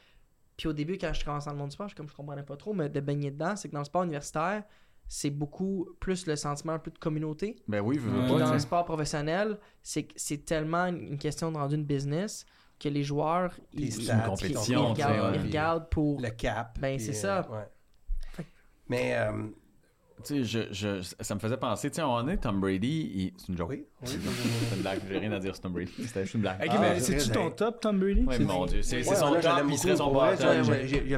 Speaker 5: Puis au début, quand je commençais dans le monde du sport, je, comme je comprenais pas trop, mais de baigner dedans, c'est que dans le sport universitaire, c'est beaucoup plus le sentiment un peu de communauté.
Speaker 2: Ben oui, veux,
Speaker 4: Ouais.
Speaker 2: veux
Speaker 5: Puis
Speaker 2: pas,
Speaker 5: dans
Speaker 2: tu
Speaker 5: le
Speaker 2: sais.
Speaker 5: sport professionnel, c'est que c'est tellement une une question de rendu une business que les joueurs
Speaker 3: Tes
Speaker 5: ils,
Speaker 3: stats,
Speaker 5: ils-
Speaker 2: une
Speaker 5: ils- ils
Speaker 2: compétition,
Speaker 5: regardent,
Speaker 2: tu sais, ouais.
Speaker 5: ils regardent pour
Speaker 3: le cap.
Speaker 5: Ben,
Speaker 3: puis,
Speaker 5: c'est ça.
Speaker 3: euh, ouais. Mais euh,
Speaker 2: Tu sais, je- je- ça me faisait penser, tu sais, on est Tom Brady, il- c'est une joke.
Speaker 3: oui, oui.
Speaker 2: C'est une blague, j'ai rien à dire sur Tom Brady. C'était juste une blague.
Speaker 4: Ok,
Speaker 3: Ah,
Speaker 4: mais
Speaker 3: c'est
Speaker 4: c'est-tu
Speaker 3: vrai,
Speaker 4: ton
Speaker 3: j'ai-
Speaker 4: top, Tom Brady?
Speaker 2: Ouais,
Speaker 4: C'est-
Speaker 2: mon Dieu, c'est c'est
Speaker 3: Ouais,
Speaker 2: son top,
Speaker 3: là,
Speaker 2: il
Speaker 3: j'aime beaucoup,
Speaker 2: serait son
Speaker 3: pour vrai,
Speaker 2: bâton.
Speaker 3: j'ai- j'ai- j'ai-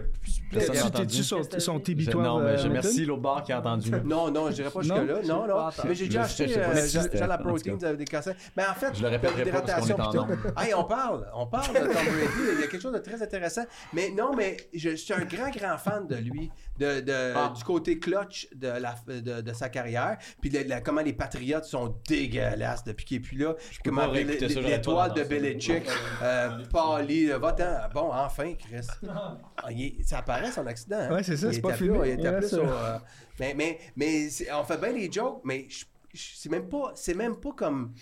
Speaker 2: Personne n'a
Speaker 4: T'es-tu-
Speaker 2: entendu.
Speaker 4: T'es-tu son, son TB12?
Speaker 2: Non, mais je
Speaker 4: euh,
Speaker 2: merci l'autre bar qui a entendu.
Speaker 3: Non, non, je dirais pas jusque-là. Non, non.
Speaker 5: attends.
Speaker 3: Mais j'ai déjà
Speaker 2: Je-
Speaker 3: acheté
Speaker 2: je sais pas
Speaker 3: euh,
Speaker 2: si
Speaker 3: Jean-
Speaker 2: c'était-
Speaker 3: Jean la
Speaker 2: en tout
Speaker 3: protéine des cassins. Mais en fait,
Speaker 2: Je le répéterai pas parce qu'on est en
Speaker 3: l'hydratation,
Speaker 2: nombre.
Speaker 3: puis tout. Hey, on parle, on parle de Tom Brady. Il y a quelque chose de très intéressant. Mais non, mais je, je suis un grand, grand fan de lui, de, de-
Speaker 2: Ah.
Speaker 3: du côté clutch de, la, de, de sa carrière, puis de, la- comment les Patriotes sont dégueulasses depuis qu'il est plus là.
Speaker 2: peux
Speaker 3: Comment
Speaker 2: pas
Speaker 3: Bel-
Speaker 2: réécouter ça, j'aurais pas
Speaker 3: l'étoile de
Speaker 2: tendance.
Speaker 3: Belichick, euh, Pali, va-t'en. Bon, enfin, Chris. Ah, il est- ça apparaît son accident. hein.
Speaker 4: Ouais, c'est ça,
Speaker 3: Il
Speaker 4: c'est pas
Speaker 3: était
Speaker 4: filmé.
Speaker 3: plus- il était
Speaker 4: Ouais,
Speaker 3: plus
Speaker 4: ça.
Speaker 3: au, euh, mais mais, mais c'est- on fait bien des jokes, mais je- je- c'est même pas c'est même pas comme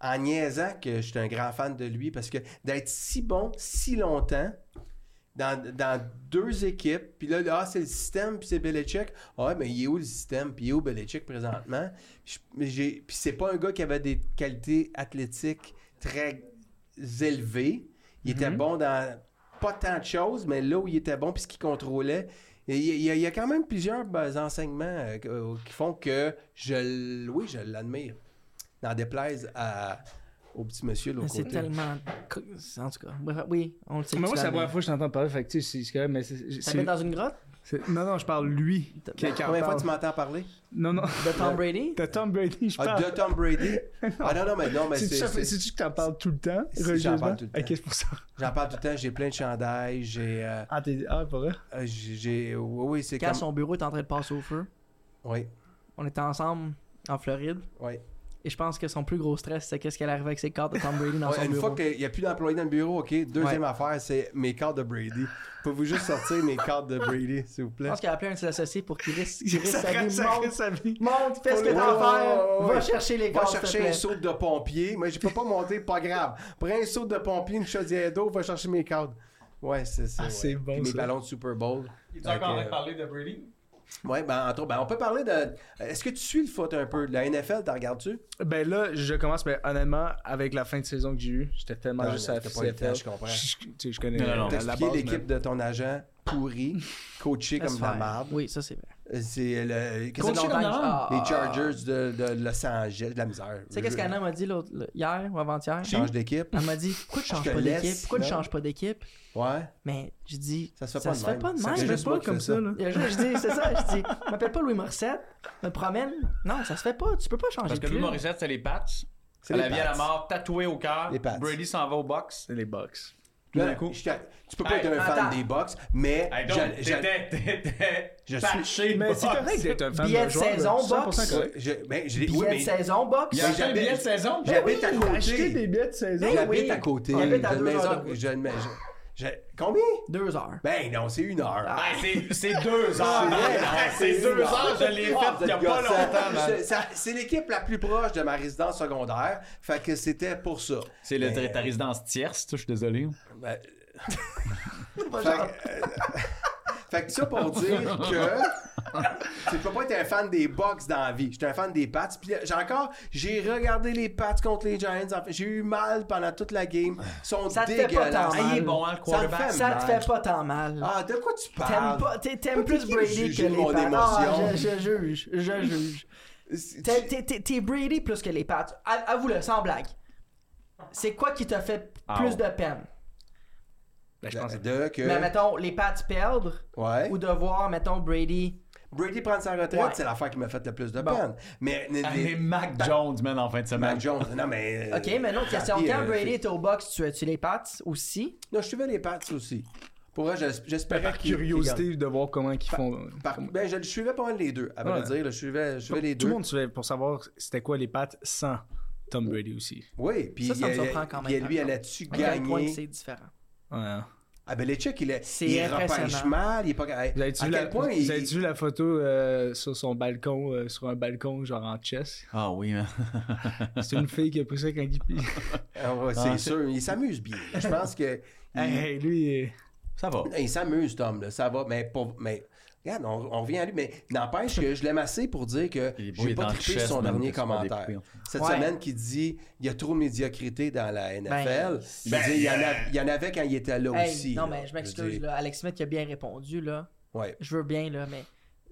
Speaker 3: en niaisant que je suis un grand fan de lui parce que d'être si bon si longtemps dans, dans deux équipes, puis là, là, ah, c'est le système, puis c'est Belichick. Ah, ouais, mais il est où le système, puis il est où Belichick présentement? Je- mais j'ai- Puis c'est pas un gars qui avait des qualités athlétiques très
Speaker 5: Mhm.
Speaker 3: élevées. Il était bon dans pas tant de choses, mais là où il était bon, puis ce qu'il contrôlait, il y, a- il y a- il y a quand même plusieurs ben, enseignements euh, que- euh, qui font que je, l- oui, je l'admire. N'en déplaise à, au petit monsieur de
Speaker 5: Mais
Speaker 3: l'autre
Speaker 5: Ah, C'est
Speaker 3: côté.
Speaker 5: tellement. En tout cas, bref, oui, on le sait.
Speaker 4: Mais
Speaker 5: que
Speaker 4: moi, c'est
Speaker 5: tu
Speaker 4: la
Speaker 5: l'admires.
Speaker 4: première fois que je t'entends parler. Fait que, tu sais, c'est c'est quand même. mais c'est- c'est-
Speaker 5: T'habites dans une grotte
Speaker 4: c'est- Non, non, je parle lui.
Speaker 5: T'as-
Speaker 4: qui- qui en
Speaker 3: La première fois
Speaker 4: parle.
Speaker 3: que tu m'entends parler?
Speaker 4: Non, non. <laughs>
Speaker 5: de Tom Brady
Speaker 4: T'as Tom Brady, je
Speaker 3: Ah,
Speaker 4: parle.
Speaker 3: de Tom Brady? ah non, non, mais non, mais
Speaker 4: C'est-tu
Speaker 3: c'est-
Speaker 4: ça-
Speaker 3: c'est...
Speaker 4: c'est-tu que t'en parles tout le temps?
Speaker 3: Si, j'en
Speaker 4: religieusement?
Speaker 3: parle tout le temps.
Speaker 4: Ok, c'est pour ça.
Speaker 3: J'en parle tout le temps, j'ai plein de chandails, j'ai... euh,
Speaker 4: Ah, t'es. Ah, pour vrai?
Speaker 3: <laughs> euh, j'ai- j'ai- oui, oui, c'est
Speaker 5: quand
Speaker 3: comme...
Speaker 5: son bureau est en train de passer au feu.
Speaker 3: Oui,
Speaker 5: On était ensemble en Floride
Speaker 3: oui.
Speaker 5: et je pense que son plus gros stress, c'est qu'est-ce qu'elle arrivait avec ses cartes de Tom Brady dans
Speaker 3: Ouais,
Speaker 5: son
Speaker 3: une
Speaker 5: bureau.
Speaker 3: fois qu'il n'y a plus d'employés dans le bureau, OK, deuxième affaire, c'est mes cartes de Brady. Pouvez-vous juste sortir mes cartes de Brady, s'il vous
Speaker 5: Je
Speaker 3: plaît?
Speaker 5: pense qu'elle a appelé un de ses associés pour qu'il risque,
Speaker 3: <laughs>
Speaker 5: qu'il risque sa
Speaker 4: Ça
Speaker 5: vie.
Speaker 4: sacré
Speaker 5: Monte,
Speaker 4: sa vie.
Speaker 5: monte, fais ce que
Speaker 3: Ouais,
Speaker 5: t'as à
Speaker 3: ouais,
Speaker 5: faire.
Speaker 3: ouais, ouais.
Speaker 5: Va chercher les
Speaker 3: Va
Speaker 5: cartes. s'il te
Speaker 3: chercher
Speaker 5: plaît.
Speaker 3: un saut de pompier. Moi, je peux pas monter, pas grave. Prends un saut de pompier, une chaudière d'eau, va chercher mes cartes. Ouais, c'est ça.
Speaker 4: Ah,
Speaker 3: ouais.
Speaker 4: c'est bon,
Speaker 3: Puis mes
Speaker 4: ça.
Speaker 3: ballons de Super Bowl.
Speaker 8: Tu encore en
Speaker 3: Ok.
Speaker 8: train de parler de Brady?
Speaker 3: Ouais, ben, entre autres, ben, on peut parler de. Est-ce que tu suis le foot un peu? La NFL, t'en regardes-tu?
Speaker 4: Ben là, je commence, mais honnêtement, avec la fin de saison que j'ai eue, j'étais tellement
Speaker 3: Non,
Speaker 4: juste
Speaker 3: non,
Speaker 4: à la
Speaker 3: t'as pas le temps,
Speaker 4: CFL.
Speaker 3: je comprends.
Speaker 4: Je- Tu sais, je connais
Speaker 2: Non, non, non.
Speaker 4: la-
Speaker 3: T'as
Speaker 4: la
Speaker 3: expliqué
Speaker 4: base,
Speaker 3: l'équipe de ton agent pourri, coaché
Speaker 5: Laisse
Speaker 3: comme de la
Speaker 5: faire.
Speaker 3: marde.
Speaker 5: Oui, ça c'est vrai.
Speaker 3: C'est euh, le. qu'est-ce que
Speaker 5: Coaché
Speaker 3: c'est
Speaker 5: comme
Speaker 3: donc?
Speaker 5: la
Speaker 2: Ah.
Speaker 5: marde?
Speaker 3: Les Chargers de, de Los Angeles, de la misère.
Speaker 5: Tu sais qu'est-ce qu'Anna m'a dit l'autre- le- hier ou avant-hier
Speaker 3: Change d'équipe.
Speaker 5: Elle m'a dit Pourquoi tu
Speaker 3: Je
Speaker 5: changes
Speaker 3: te
Speaker 5: pas
Speaker 3: laisse,
Speaker 5: d'équipe Pourquoi tu
Speaker 3: non?
Speaker 5: changes pas d'équipe
Speaker 3: Ouais.
Speaker 5: Mais j'ai dit
Speaker 3: Ça se fait
Speaker 5: Ça
Speaker 3: pas
Speaker 5: se
Speaker 3: de
Speaker 5: fait
Speaker 3: même.
Speaker 5: pas de
Speaker 3: Ça
Speaker 5: même.
Speaker 3: fait
Speaker 4: mais-
Speaker 5: Je
Speaker 3: juste
Speaker 4: C'est
Speaker 3: moi
Speaker 4: pas
Speaker 3: qui
Speaker 4: comme
Speaker 3: fais
Speaker 4: ça, là.
Speaker 5: Et Je, je dis, c'est ça, je dis, m'appelle pas Louis Morissette, me promène. Non, ça se fait pas, tu peux pas changer
Speaker 2: Parce que
Speaker 5: de
Speaker 2: Louis
Speaker 5: club.
Speaker 2: Morissette, c'est les Pats.
Speaker 3: C'est
Speaker 2: Elle
Speaker 3: les
Speaker 2: la vie à la
Speaker 3: Pats.
Speaker 2: mort, tatouée au cœur.
Speaker 3: Les Pats.
Speaker 2: Brady s'en va au box.
Speaker 4: C'est les Bucks.
Speaker 3: Là, je te- tu peux pas
Speaker 2: Hey,
Speaker 3: être un fan
Speaker 2: attends.
Speaker 3: des box, mais
Speaker 2: Hey, donc,
Speaker 3: je- je-
Speaker 2: t'étais, t'étais
Speaker 3: Je
Speaker 2: patché
Speaker 4: Mais c'est
Speaker 2: box.
Speaker 4: correct d'être un fan
Speaker 5: Billet
Speaker 4: de
Speaker 5: de
Speaker 4: joueur.
Speaker 5: saison,
Speaker 4: là, 100%
Speaker 5: box.
Speaker 4: correct.
Speaker 3: je- ben, je l'ai-
Speaker 5: Billet
Speaker 3: oui, mais
Speaker 5: de saison Ben box.
Speaker 2: Il a acheté un
Speaker 3: J'avais-
Speaker 2: billet de saison.
Speaker 3: j'habite à
Speaker 4: Acheter des
Speaker 3: côté.
Speaker 4: billets de saison.
Speaker 5: Ben
Speaker 3: J'habite
Speaker 5: oui.
Speaker 3: à côté.
Speaker 5: On habite à
Speaker 3: J'ai une
Speaker 5: deux
Speaker 3: maison-
Speaker 5: heures de-
Speaker 3: j'ai une maison- j'ai- Combien?
Speaker 5: Deux heures.
Speaker 3: Ben non, c'est une heure.
Speaker 2: Ah, c'est- c'est deux
Speaker 3: Ah,
Speaker 2: heures.
Speaker 3: ouais,
Speaker 2: Ah,
Speaker 3: non,
Speaker 2: C'est deux
Speaker 3: une
Speaker 2: heures, je l'ai
Speaker 3: Ah,
Speaker 2: fait
Speaker 3: vous
Speaker 2: il n'y a
Speaker 3: êtes
Speaker 2: pas
Speaker 3: gossant.
Speaker 2: longtemps, man.
Speaker 3: Je- ça- C'est l'équipe la plus proche de ma résidence secondaire. Fait que c'était pour ça.
Speaker 2: C'est le- ta résidence tierce, ça, je suis désolé.
Speaker 3: Ben, fait, que, euh, <laughs> fait que ça pour dire que tu peux pas être un fan des Bucks dans la vie. J'étais un fan des Pats. Puis là, j'ai encore, j'ai regardé les Pats contre les Giants. En fait, J'ai eu mal pendant toute la game. Ils sont
Speaker 5: Ça te fait pas
Speaker 3: dégueulasses.
Speaker 5: tant mal. Ah, il est
Speaker 2: bon, hein, le quarterback.
Speaker 3: Ça
Speaker 5: Ça
Speaker 3: me
Speaker 5: te
Speaker 3: fait
Speaker 5: fait
Speaker 3: mal.
Speaker 5: pas tant mal.
Speaker 3: Ah, de quoi tu
Speaker 5: T'aimes
Speaker 3: parles?
Speaker 5: pas, t'es- t'aimes plus
Speaker 3: qui
Speaker 5: Brady que
Speaker 3: juger
Speaker 5: les
Speaker 3: mon
Speaker 5: Pats. Ah,
Speaker 3: émotion?
Speaker 5: je, je juge, je juge.
Speaker 3: C'est-
Speaker 5: T'es- t'es- T'es t'es Brady plus que les Pats. À- Avoue-le, sans blague. C'est quoi qui t'a fait plus de peine?
Speaker 4: Ben, je pense que
Speaker 3: De que...
Speaker 5: Mais mettons, les Pats perdre
Speaker 3: Ouais.
Speaker 5: ou de voir, mettons, Brady.
Speaker 3: Brady prendre sa retraite,
Speaker 5: Ouais.
Speaker 3: c'est l'affaire qui m'a fait le plus de peine. Mais, mais-
Speaker 2: Ah,
Speaker 3: mais-
Speaker 2: mais Mac Jones, man, en fin de semaine.
Speaker 3: Mac Jones, non mais.
Speaker 5: <laughs> Ok, mais non, question.
Speaker 3: Tant pis,
Speaker 5: Quand
Speaker 3: euh,
Speaker 5: Brady
Speaker 3: c'est-
Speaker 5: était au box, tu as-tu les Pats aussi?
Speaker 3: Non, je suivais les Pats aussi. Pour vrai, j'es- j'espérais.
Speaker 4: par
Speaker 3: qu'ils- qu'ils
Speaker 4: curiosité de voir comment ils
Speaker 3: Par-
Speaker 4: font.
Speaker 3: gagnent. Par- ben, je le suivais pas mal les deux, à vrai
Speaker 4: Ouais.
Speaker 3: dire. là, je suivais, je suivais les deux.
Speaker 4: Tout le monde suivait pour savoir c'était quoi les pattes sans Tom Brady aussi.
Speaker 3: Oui, puis
Speaker 5: Ça, ça me
Speaker 3: il-
Speaker 5: surprend quand même,
Speaker 3: il-
Speaker 5: par
Speaker 3: lui, elle
Speaker 5: contre.
Speaker 3: a-tu
Speaker 5: À quel point que
Speaker 3: gagné.
Speaker 5: c'est différent.
Speaker 4: Ouais. hein.
Speaker 3: Ah, ben, les Tchèques, il est.
Speaker 5: C'est
Speaker 3: il
Speaker 5: impressionnant.
Speaker 3: repêche mal, il est pas. À
Speaker 4: Vous avez
Speaker 3: quel
Speaker 4: vu, la...
Speaker 3: point
Speaker 4: vous
Speaker 3: il.
Speaker 4: avez-tu vu la photo euh, sur son balcon, euh, sur un balcon genre en chess?
Speaker 2: Ah oui, man.
Speaker 4: C'est <laughs> une fille qui a pris ça quand il... <laughs>
Speaker 3: Ah, ouais, c'est
Speaker 2: Ah.
Speaker 3: sûr, il s'amuse bien. Je pense
Speaker 5: <laughs>
Speaker 3: que. il-
Speaker 4: hey, lui, il est-
Speaker 2: Ça va.
Speaker 3: Il s'amuse, Tom, là, ça va, mais pour- mais regarde, on, on revient à lui, mais n'empêche que je l'aime assez pour dire que
Speaker 2: Il est beau, il
Speaker 3: j'ai
Speaker 2: est
Speaker 3: pas
Speaker 2: dans le
Speaker 3: trippé
Speaker 2: chest,
Speaker 3: son
Speaker 2: man,
Speaker 3: dernier
Speaker 2: c'est pas
Speaker 3: commentaire.
Speaker 2: découpé.
Speaker 3: Cette
Speaker 5: Ouais.
Speaker 3: semaine qui dit il y a trop de médiocrité dans la NFL, je
Speaker 2: ben,
Speaker 3: veux dire, il, y en a- il y en avait quand il était là
Speaker 5: Hey,
Speaker 3: aussi.
Speaker 5: non,
Speaker 3: là,
Speaker 5: mais je
Speaker 3: veux
Speaker 5: m'excuse,
Speaker 3: dire.
Speaker 5: là. Alex Smith qui a bien répondu, là.
Speaker 3: Ouais.
Speaker 5: Je veux bien, là, mais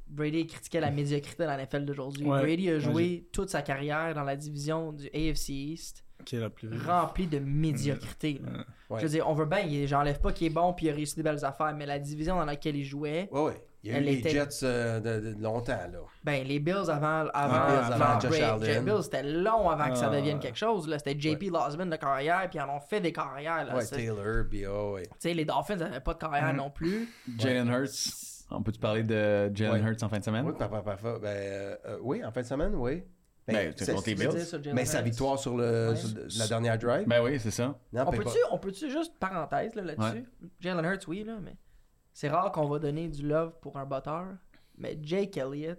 Speaker 5: Brady critiquait la médiocrité dans la NFL d'aujourd'hui.
Speaker 4: Ouais.
Speaker 5: Brady a
Speaker 4: Ouais,
Speaker 5: joué toute sa carrière dans la division du AFC East,
Speaker 4: qui est la plus...
Speaker 5: remplie de médiocrité. là.
Speaker 3: Ouais.
Speaker 5: Je veux dire, on veut bien, il- j'enlève pas qu'il est bon puis il a réussi des belles affaires, mais la division dans laquelle il jouait,
Speaker 3: Ouais, ouais. Il y a
Speaker 5: Elle
Speaker 3: eu les
Speaker 5: était-
Speaker 3: Jets euh, de, de longtemps, là.
Speaker 5: ben les Bills avant, avant,
Speaker 3: Ah, Bills avant Josh
Speaker 5: Brady-
Speaker 3: Allen.
Speaker 5: les Bills, c'était long avant que ça
Speaker 4: Ah.
Speaker 5: devienne quelque chose. là. C'était JP Losman de carrière, puis ils en ont fait des carrières. Là.
Speaker 3: ouais,
Speaker 5: Ben,
Speaker 3: Mm-hmm.
Speaker 5: C'est-
Speaker 3: Taylor, puis oh, ouais.
Speaker 5: Tu sais, les Dolphins n'avaient pas de carrière non plus.
Speaker 2: Jalen Hurts. On peut-tu parler de Jalen
Speaker 3: Ouais.
Speaker 2: Hurts en fin de semaine?
Speaker 3: Oui, papa, papa, ben, euh, euh, oui, en fin de semaine, oui.
Speaker 2: Ben, c'est
Speaker 3: c'est-
Speaker 2: contre les
Speaker 3: c'est-
Speaker 2: Bills.
Speaker 5: Dire sur Jalen
Speaker 3: Mais sa
Speaker 5: Hurts.
Speaker 3: victoire sur, le,
Speaker 5: Ouais.
Speaker 3: sur le- la dernière drive.
Speaker 2: Ben oui, c'est ça.
Speaker 3: non,
Speaker 5: On
Speaker 3: peut pas-
Speaker 5: peut-tu, on peut-tu juste, parenthèse là, là-dessus, Jalen Hurts, oui, là, mais c'est rare qu'on va donner du love pour un batteur. Mais Jake Elliott,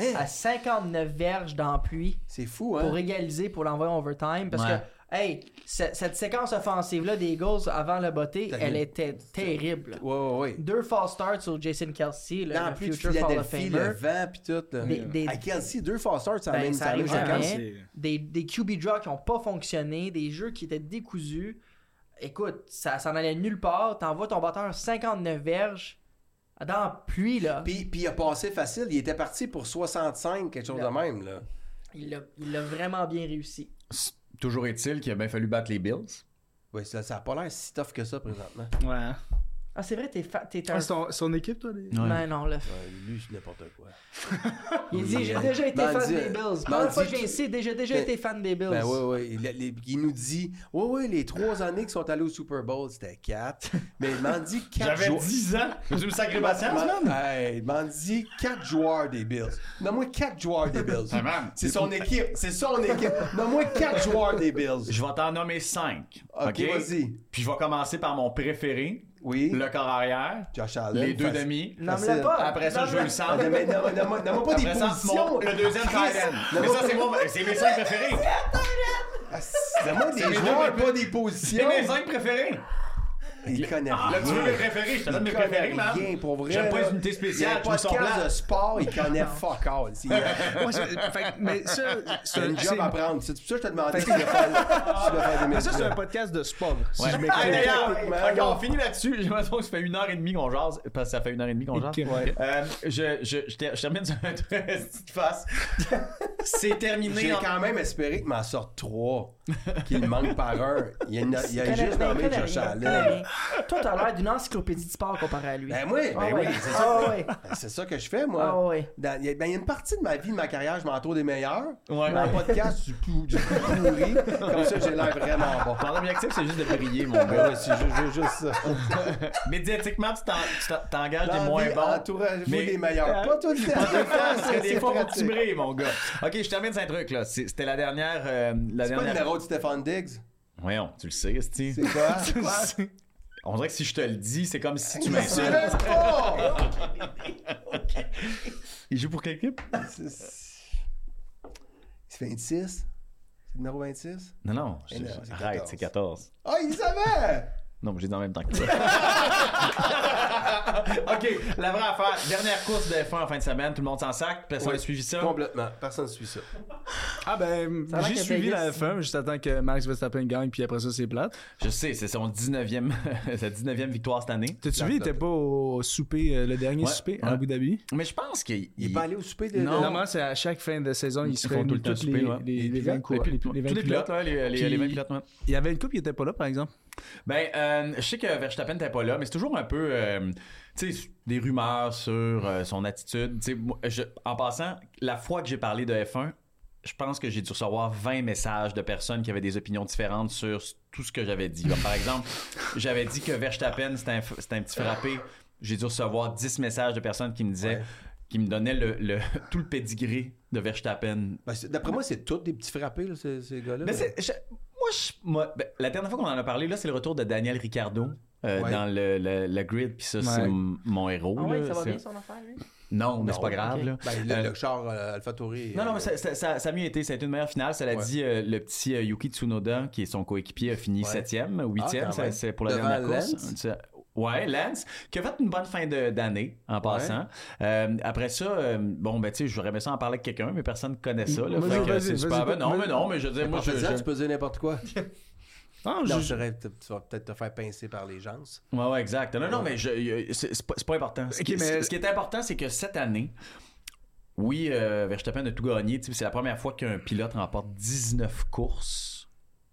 Speaker 3: Hein?
Speaker 5: à 59 verges dans le puits,
Speaker 3: C'est fou, hein?
Speaker 5: pour égaliser, pour l'envoyer en overtime, parce
Speaker 2: Ouais.
Speaker 5: que, hey, ce- cette séquence offensive-là des Eagles avant le botté,
Speaker 3: T'as
Speaker 5: elle
Speaker 3: vu?
Speaker 5: était terrible. là.
Speaker 3: Ouais, ouais, ouais.
Speaker 5: Deux false starts sur Jason Kelsey, le,
Speaker 3: Dans
Speaker 5: le
Speaker 3: plus de
Speaker 5: future Hall of
Speaker 3: Philadelphie, le
Speaker 5: Famer.
Speaker 3: vent puis tout. Là.
Speaker 5: Des- des-
Speaker 3: À Kelsey, deux forceurs, ça
Speaker 5: Ben,
Speaker 3: amène
Speaker 5: ça
Speaker 3: ça
Speaker 5: arrive
Speaker 3: amène
Speaker 5: jamais.
Speaker 3: séquence.
Speaker 4: C'est-
Speaker 5: Des, des QB draws qui n'ont pas fonctionné, des jeux qui étaient décousus. Écoute, ça s'en allait nulle part. T'envoies ton batteur 59 verges Dans la pluie, là.
Speaker 3: Puis, puis il a passé facile. Il était parti pour 65, quelque chose de même. Là.
Speaker 5: Il l'a- il l'a vraiment bien réussi.
Speaker 2: C'est- Toujours est-il qu'il a bien fallu battre les Bills.
Speaker 3: Oui, ça n'a pas l'air si tough que ça présentement.
Speaker 4: Ouais. hein.
Speaker 5: Ah, c'est vrai, t'es fa... t'es un.
Speaker 4: Ah, son, son équipe, toi, les...
Speaker 5: Mais non, là.
Speaker 3: Ouais, lui, c'est n'importe quoi.
Speaker 5: <laughs> Il dit J'ai
Speaker 3: euh,
Speaker 5: déjà été
Speaker 3: ben,
Speaker 5: fan
Speaker 3: dis-
Speaker 5: des Bills.
Speaker 3: ben,
Speaker 5: Première fois que
Speaker 3: dis-
Speaker 5: j'ai ici, déjà, déjà
Speaker 3: Ben-
Speaker 5: été fan des Bills.
Speaker 3: Ben oui, oui. Il, les- il nous dit Oui, oui, les trois années qui sont allés au Super Bowl, c'était
Speaker 5: <laughs>
Speaker 3: quatre. Mais il m'en dit quatre joueurs.
Speaker 2: 10 ans. Tu me sacré
Speaker 3: Man, hey, il m'en dit quatre joueurs des Bills. Nomme-moi quatre joueurs des Bills.
Speaker 2: Hey, man.
Speaker 3: C'est son équipe. C'est son équipe. Nomme-moi quatre joueurs des
Speaker 2: <laughs>
Speaker 3: Bills.
Speaker 2: Je vais t'en nommer 5.
Speaker 3: Ok, vas-y.
Speaker 2: Puis je vais commencer par mon préféré,
Speaker 3: Oui.
Speaker 2: le corps arrière,
Speaker 3: Josh Allen.
Speaker 2: les deux
Speaker 3: facile.
Speaker 2: demi.
Speaker 3: Facile.
Speaker 5: Nomme-le pas.
Speaker 2: Après ça, je veux le
Speaker 3: Ah,
Speaker 2: centre.
Speaker 3: non, mais non, non, non, non, pas des
Speaker 2: Après ça,
Speaker 3: positions.
Speaker 2: mon- le deuxième tight
Speaker 3: Chris,
Speaker 2: end.
Speaker 3: non,
Speaker 2: Mais ça, c'est mon- c'est mes 5 préférés.
Speaker 3: Ah, C'est moi
Speaker 2: C'est
Speaker 3: des
Speaker 2: mes
Speaker 3: joueurs,
Speaker 2: deux-
Speaker 3: pas des positions.
Speaker 2: C'est mes Ah, 5 préférés.
Speaker 3: Il connaît
Speaker 2: Là,
Speaker 3: rien.
Speaker 2: tu veux mes préférés. Je te donne mes
Speaker 3: Il connaît
Speaker 2: préférés, là.
Speaker 3: rien, pour vrai.
Speaker 2: J'aime pas
Speaker 3: là.
Speaker 2: les unités spéciales,
Speaker 3: Il y a un
Speaker 2: je me sens
Speaker 3: podcast
Speaker 2: blanc.
Speaker 3: de sport, il
Speaker 2: <laughs>
Speaker 3: connaît fuck all. Il a
Speaker 4: Ouais, c'est- fait que- mais ça, c'est
Speaker 3: un job
Speaker 4: c'est-
Speaker 3: à prendre. C'est pour ça que je te demandais si tu voulais faire si tu voulais faire des
Speaker 4: Mais ça, c'est un
Speaker 3: médias.
Speaker 4: podcast de sport. Si
Speaker 2: Ouais.
Speaker 4: je m'explique.
Speaker 2: Ah, d'ailleurs,
Speaker 3: Techniquement,
Speaker 2: ok,
Speaker 3: là.
Speaker 2: on finit là-dessus. J'ai l'impression que ça fait une heure et demie qu'on jase. Parce que ça fait une heure et demie qu'on jase.
Speaker 4: Ok. <laughs> Ouais.
Speaker 2: Euh, je, je, je, ter- je termine sur un truc <laughs> petite face. C'est terminé
Speaker 3: J'ai
Speaker 2: en...
Speaker 3: quand même espéré que m'en sorte trois, qu'il manque par un. Il y a, une- il y a
Speaker 5: Connais-
Speaker 3: juste
Speaker 5: ben,
Speaker 3: nommé
Speaker 5: connais
Speaker 3: Josh
Speaker 5: rien,
Speaker 3: Allen.
Speaker 5: connais rien. Toi, t'as l'air d'une encyclopédie de sport comparé à lui.
Speaker 3: Ben oui,
Speaker 5: Ah
Speaker 3: ben oui,
Speaker 5: ouais.
Speaker 3: c'est
Speaker 5: Ah
Speaker 3: ça.
Speaker 5: ouais.
Speaker 3: Ben, C'est ça que je fais, moi.
Speaker 5: Ah ouais.
Speaker 3: Dans- il y a- ben, il y a une partie de ma vie, de ma carrière, je m'entoure des meilleurs.
Speaker 2: Ouais.
Speaker 3: Dans le podcast, du plus, du plus pourri. Comme ça, j'ai l'air vraiment bon.
Speaker 2: Ton objectif, c'est juste de briller, mon gars.
Speaker 3: Ouais, c'est ju- ju- juste ça.
Speaker 2: Médiatiquement, tu t'en- tu t'en- t'engages des
Speaker 3: Dans
Speaker 2: moins
Speaker 3: la vie,
Speaker 2: bons.
Speaker 3: Entourez-vous
Speaker 2: Mais-
Speaker 3: des meilleurs. Pas tout le temps.
Speaker 2: Des fois,
Speaker 3: Ça,
Speaker 2: c'est des
Speaker 3: c'est
Speaker 2: fois, faut que tu
Speaker 3: pratique.
Speaker 2: brilles, mon gars. Ok, je termine sur un truc, là. C'est- C'était la dernière. euh, la
Speaker 3: C'est pas le
Speaker 2: dernière...
Speaker 3: numéro de Stéphane Diggs.
Speaker 2: Voyons, tu le sais, Esti.
Speaker 3: C'est quoi?
Speaker 2: Tu le sais. <laughs> On dirait que si je te le dis, c'est comme si tu
Speaker 3: C'est
Speaker 2: m'insultes.
Speaker 3: le sport!
Speaker 2: Il joue pour quelle équipe
Speaker 3: C'est- C'est 26? C'est le numéro 26?
Speaker 2: Non, non. je-
Speaker 3: Eh non,
Speaker 2: je-
Speaker 3: c'est
Speaker 2: Arrête,
Speaker 3: 14.
Speaker 2: c'est 14.
Speaker 3: Ah, il savait!
Speaker 2: Non, mais j'ai dit en même temps que
Speaker 3: <laughs>
Speaker 2: toi. ok, la vraie affaire. Dernière course de F1 en fin de semaine. Tout le monde s'en sac. Personne
Speaker 3: Ouais.
Speaker 2: a suivi ça.
Speaker 3: Complètement. Personne ne suit ça.
Speaker 4: Ah ben,
Speaker 5: Ça a l'air
Speaker 4: j'ai
Speaker 5: que
Speaker 4: suivi la
Speaker 5: Vegas-
Speaker 4: F1, mais juste attends que Max Verstappen gagne, puis après ça, c'est plate.
Speaker 2: Je sais, c'est son 19e, <laughs> sa 19e victoire cette année.
Speaker 4: T'as-tu vu, il était pas au souper, euh, le dernier
Speaker 2: Ouais,
Speaker 4: souper
Speaker 2: ouais.
Speaker 4: à Abu Dhabi?
Speaker 2: Mais je pense qu'il
Speaker 3: Il est pas allé au souper de.
Speaker 2: Non.
Speaker 3: de-
Speaker 4: Normalement, c'est à chaque fin de saison, ils se
Speaker 2: Ils font tout le
Speaker 4: réunissent
Speaker 2: temps
Speaker 4: tous les,
Speaker 2: souper, ouais.
Speaker 4: les,
Speaker 2: Les
Speaker 4: les 20
Speaker 2: Ouais,
Speaker 4: coureurs,
Speaker 2: puis-
Speaker 4: les, les 20
Speaker 2: tous les pilotes,
Speaker 4: pilotes.
Speaker 2: là, les, les-
Speaker 4: Puis-
Speaker 2: les 20 pilotes, ouais.
Speaker 4: Il y avait une coupe, il était pas là, par exemple.
Speaker 2: Ben, euh, je sais que Verstappen n'était pas là, mais c'est toujours un peu, euh, tu sais, des rumeurs sur euh, son attitude. Tu sais, moi, je- en passant, la fois que j'ai parlé de F1, je pense que j'ai dû recevoir 20 messages de personnes qui avaient des opinions différentes sur s- tout ce que j'avais dit. Comme par exemple, j'avais dit que Verstappen, c'était un, f- c'était un petit frappé. J'ai dû recevoir 10 messages de personnes qui me disaient, qui me donnaient le, le- <laughs> tout le pedigree de Verstappen
Speaker 3: Ben, c'est- D'après moi, c'est tous des petits frappés, là, ces, ces gars-là.
Speaker 2: mais c'est- je- moi, je- moi, ben, la dernière fois qu'on en a parlé, là, c'est le retour de Daniel Ricardo euh,
Speaker 3: Ouais.
Speaker 2: dans le, le- le grid, puis ça, c'est
Speaker 4: Ouais.
Speaker 2: m- mon héros.
Speaker 5: Ah ouais,
Speaker 2: là,
Speaker 5: ça va
Speaker 2: c'est-
Speaker 5: bien son affaire, lui.
Speaker 2: Non, mais
Speaker 3: Non,
Speaker 2: c'est pas grave.
Speaker 5: ok.
Speaker 2: là.
Speaker 3: Ben, le,
Speaker 2: Euh,
Speaker 3: le char euh, Alpha Tauri.
Speaker 2: Non, non,
Speaker 3: euh,
Speaker 2: mais ça, ça- ça- ça a mieux été. Ça a été une meilleure finale. Cela
Speaker 3: Ouais.
Speaker 2: dit, euh, le petit euh, Yuki Tsunoda, qui est son coéquipier, a fini
Speaker 3: Ouais. Ah,
Speaker 2: 7e ou 8e.
Speaker 3: quand
Speaker 2: ça-
Speaker 3: même.
Speaker 2: c'est pour la
Speaker 3: Devant
Speaker 2: dernière
Speaker 3: Lance?
Speaker 2: course. Ça- Ouais, Lance, qui a fait une bonne fin de- d'année en passant. Euh, après ça, euh, bon, ben, tu sais, j'aurais aimé ça en parler avec quelqu'un, mais personne ne connaît
Speaker 3: Mm.
Speaker 2: ça. là.
Speaker 4: Vas-y,
Speaker 2: Fait que
Speaker 4: vas-y,
Speaker 2: c'est super.
Speaker 4: vas-y,
Speaker 2: Ben, non,
Speaker 4: vas-y.
Speaker 2: mais non, mais je veux dire, moi,
Speaker 3: en
Speaker 2: je.
Speaker 3: faisant,
Speaker 2: je-
Speaker 3: tu peux dire
Speaker 2: <laughs>
Speaker 3: n'importe quoi.
Speaker 4: Ah,
Speaker 3: Non,
Speaker 4: je-
Speaker 3: je dirais, tu tu vas peut-être te faire pincer par les gens. ça.
Speaker 2: Ouais, ouais, exact. Non, non, mais je- euh, c'est c'est pas, c'est pas important. Ce, qui,
Speaker 4: Ok, mais-
Speaker 2: ce qui est important, c'est que cette année, oui, euh, Verstappen a tout gagné. Tu sais, C'est la première fois qu'un pilote remporte 19 courses.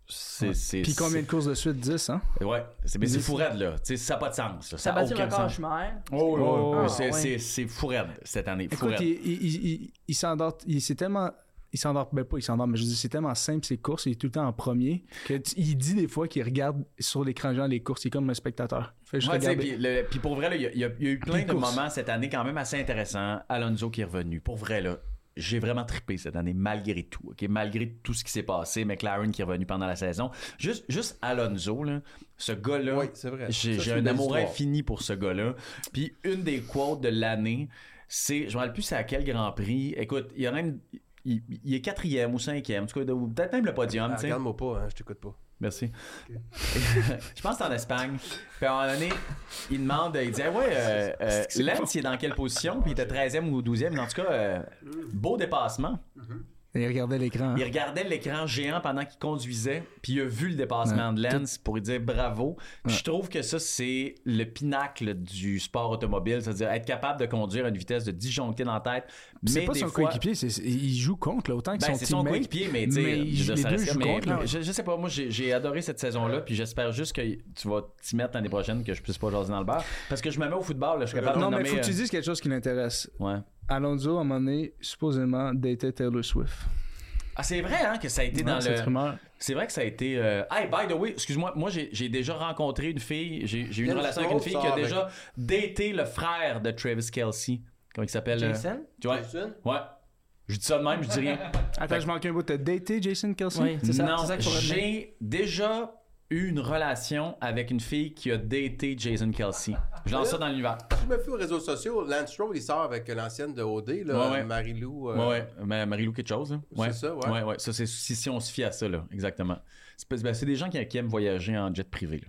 Speaker 2: C'est. c'est-
Speaker 4: Puis combien de courses de suite? 10, hein?
Speaker 2: c'est- Ouais, c'est mais c'est
Speaker 4: 10?
Speaker 2: fou raide, là. Tu sais, ça n'a pas de sens. là.
Speaker 5: Ça
Speaker 2: Ça
Speaker 5: a
Speaker 2: n'a
Speaker 5: battu le
Speaker 2: aucun
Speaker 5: record
Speaker 2: sens.
Speaker 5: Schumacher.
Speaker 2: Oh,
Speaker 4: Oh,
Speaker 5: ouais.
Speaker 2: c'est
Speaker 5: Ah, ouais.
Speaker 2: c'est- c'est fou raide cette année. Fou
Speaker 4: Écoute,
Speaker 2: raide.
Speaker 4: il, il, il, il- il s'endort, il s'est tellement... Il s'endort, ben pas il s'endort, mais je veux dire, c'est tellement simple ses courses, il est tout le temps en premier, qu'il dit des fois qu'il regarde sur l'écran géant les courses, il est comme un spectateur. Fait juste
Speaker 2: Ouais, tu sais,
Speaker 4: regarder.
Speaker 2: puis le- puis pour vrai, là, il y, a- il y a il y a eu plein
Speaker 4: Puis
Speaker 2: de
Speaker 4: course.
Speaker 2: moments cette année quand même assez intéressants. Alonso qui est revenu. Pour vrai, là, j'ai vraiment trippé cette année, malgré tout. ok? Malgré tout ce qui s'est passé, McLaren qui est revenu pendant la saison. Juste, juste Alonso, là, ce gars-là,
Speaker 3: Oui, c'est vrai.
Speaker 2: j'ai
Speaker 3: Ça,
Speaker 2: j'ai
Speaker 3: c'est
Speaker 2: un
Speaker 3: une
Speaker 2: amour
Speaker 3: histoire.
Speaker 2: infini pour ce gars-là. Puis une des quotes de l'année, c'est, je me rappelle plus c'est à quel Grand Prix. Écoute, il y en a une- il, il est quatrième ou cinquième, en tout cas, ou peut-être même le podium.
Speaker 3: Ah,
Speaker 2: tu sais.
Speaker 3: Regarde-moi pas, hein, je t'écoute pas.
Speaker 2: Merci. <laughs> je pense que c'est en Espagne. Puis à un moment donné, il demande, il dit Ah ouais, euh, euh,
Speaker 4: Hein?
Speaker 2: Lens, il est dans quelle position Puis il était 13e ou 12e. Mais En tout cas, euh, beau dépassement.
Speaker 4: Il regardait l'écran.
Speaker 2: Il regardait l'écran géant pendant qu'il conduisait, puis il a vu le
Speaker 4: Hein?
Speaker 2: dépassement de Lens pour lui dire bravo. Puis Je trouve que ça, c'est le pinacle du sport automobile, c'est-à-dire être capable de conduire à une vitesse de disjoncter dans la tête.
Speaker 4: C'est
Speaker 2: Mais
Speaker 4: pas
Speaker 2: des
Speaker 4: son
Speaker 2: fois-
Speaker 4: coéquipier, c'est- c'est- il joue contre, là, autant que
Speaker 2: Ben,
Speaker 4: son
Speaker 2: c'est son
Speaker 4: teammate.
Speaker 2: coéquipier, mais, tu sais,
Speaker 4: mais
Speaker 2: je
Speaker 4: ils-
Speaker 2: veux dire,
Speaker 4: les
Speaker 2: ça
Speaker 4: deux
Speaker 2: reste-
Speaker 4: jouent
Speaker 2: mais-
Speaker 4: contre, là.
Speaker 2: mais je, je sais pas, moi j'ai j'ai adoré cette saison-là, puis j'espère juste que tu vas t'y mettre l'année prochaine, que je puisse pas jaser dans le bar. Parce que je me mets au football, là, je suis capable
Speaker 4: Non,
Speaker 2: de
Speaker 4: mais
Speaker 2: nommer.
Speaker 4: faut que tu
Speaker 2: euh,
Speaker 4: dises quelque chose qui l'intéresse.
Speaker 2: ouais.
Speaker 4: Alonso, à un moment donné, supposément, datait Taylor Swift.
Speaker 2: Ah, c'est vrai, hein, que ça a été dans
Speaker 4: Ouais, cette
Speaker 2: le.
Speaker 4: rumeur.
Speaker 2: C'est vrai que ça a été. euh, Hey, by the way, excuse-moi, moi, j'ai j'ai déjà rencontré une fille, j'ai j'ai eu une
Speaker 3: Quelle
Speaker 2: relation avec une
Speaker 3: sauce
Speaker 2: fille
Speaker 3: ça
Speaker 2: qui a
Speaker 3: avec-
Speaker 2: déjà daté le frère de Travis Kelsey. Comment il s'appelle euh,
Speaker 5: Jason?
Speaker 2: Tu vois? Ouais. Je dis ça de même, je dis rien.
Speaker 4: Attends, je manque un bout. T'as daté Jason Kelsey?
Speaker 5: Oui, c'est ça.
Speaker 2: non,
Speaker 5: c'est ça qu'il faut retenir.
Speaker 2: j'ai déjà eu une relation avec une fille qui a daté Jason Kelsey. Je lance ça dans l'univers.
Speaker 3: Je me fie aux réseaux sociaux. Lance Stroll, il sort avec l'ancienne de OD, là,
Speaker 2: Ouais, ouais.
Speaker 3: Marie-Lou.
Speaker 2: Ouais,
Speaker 3: euh,
Speaker 2: ouais. Ma- Marie-Lou, quelque chose. là.
Speaker 3: C'est ça, ouais.
Speaker 2: Ouais, Ça, c'est si, si on se fie à ça, là. Exactement. C'est pas- ben, c'est des gens qui, qui aiment voyager en jet privé, là.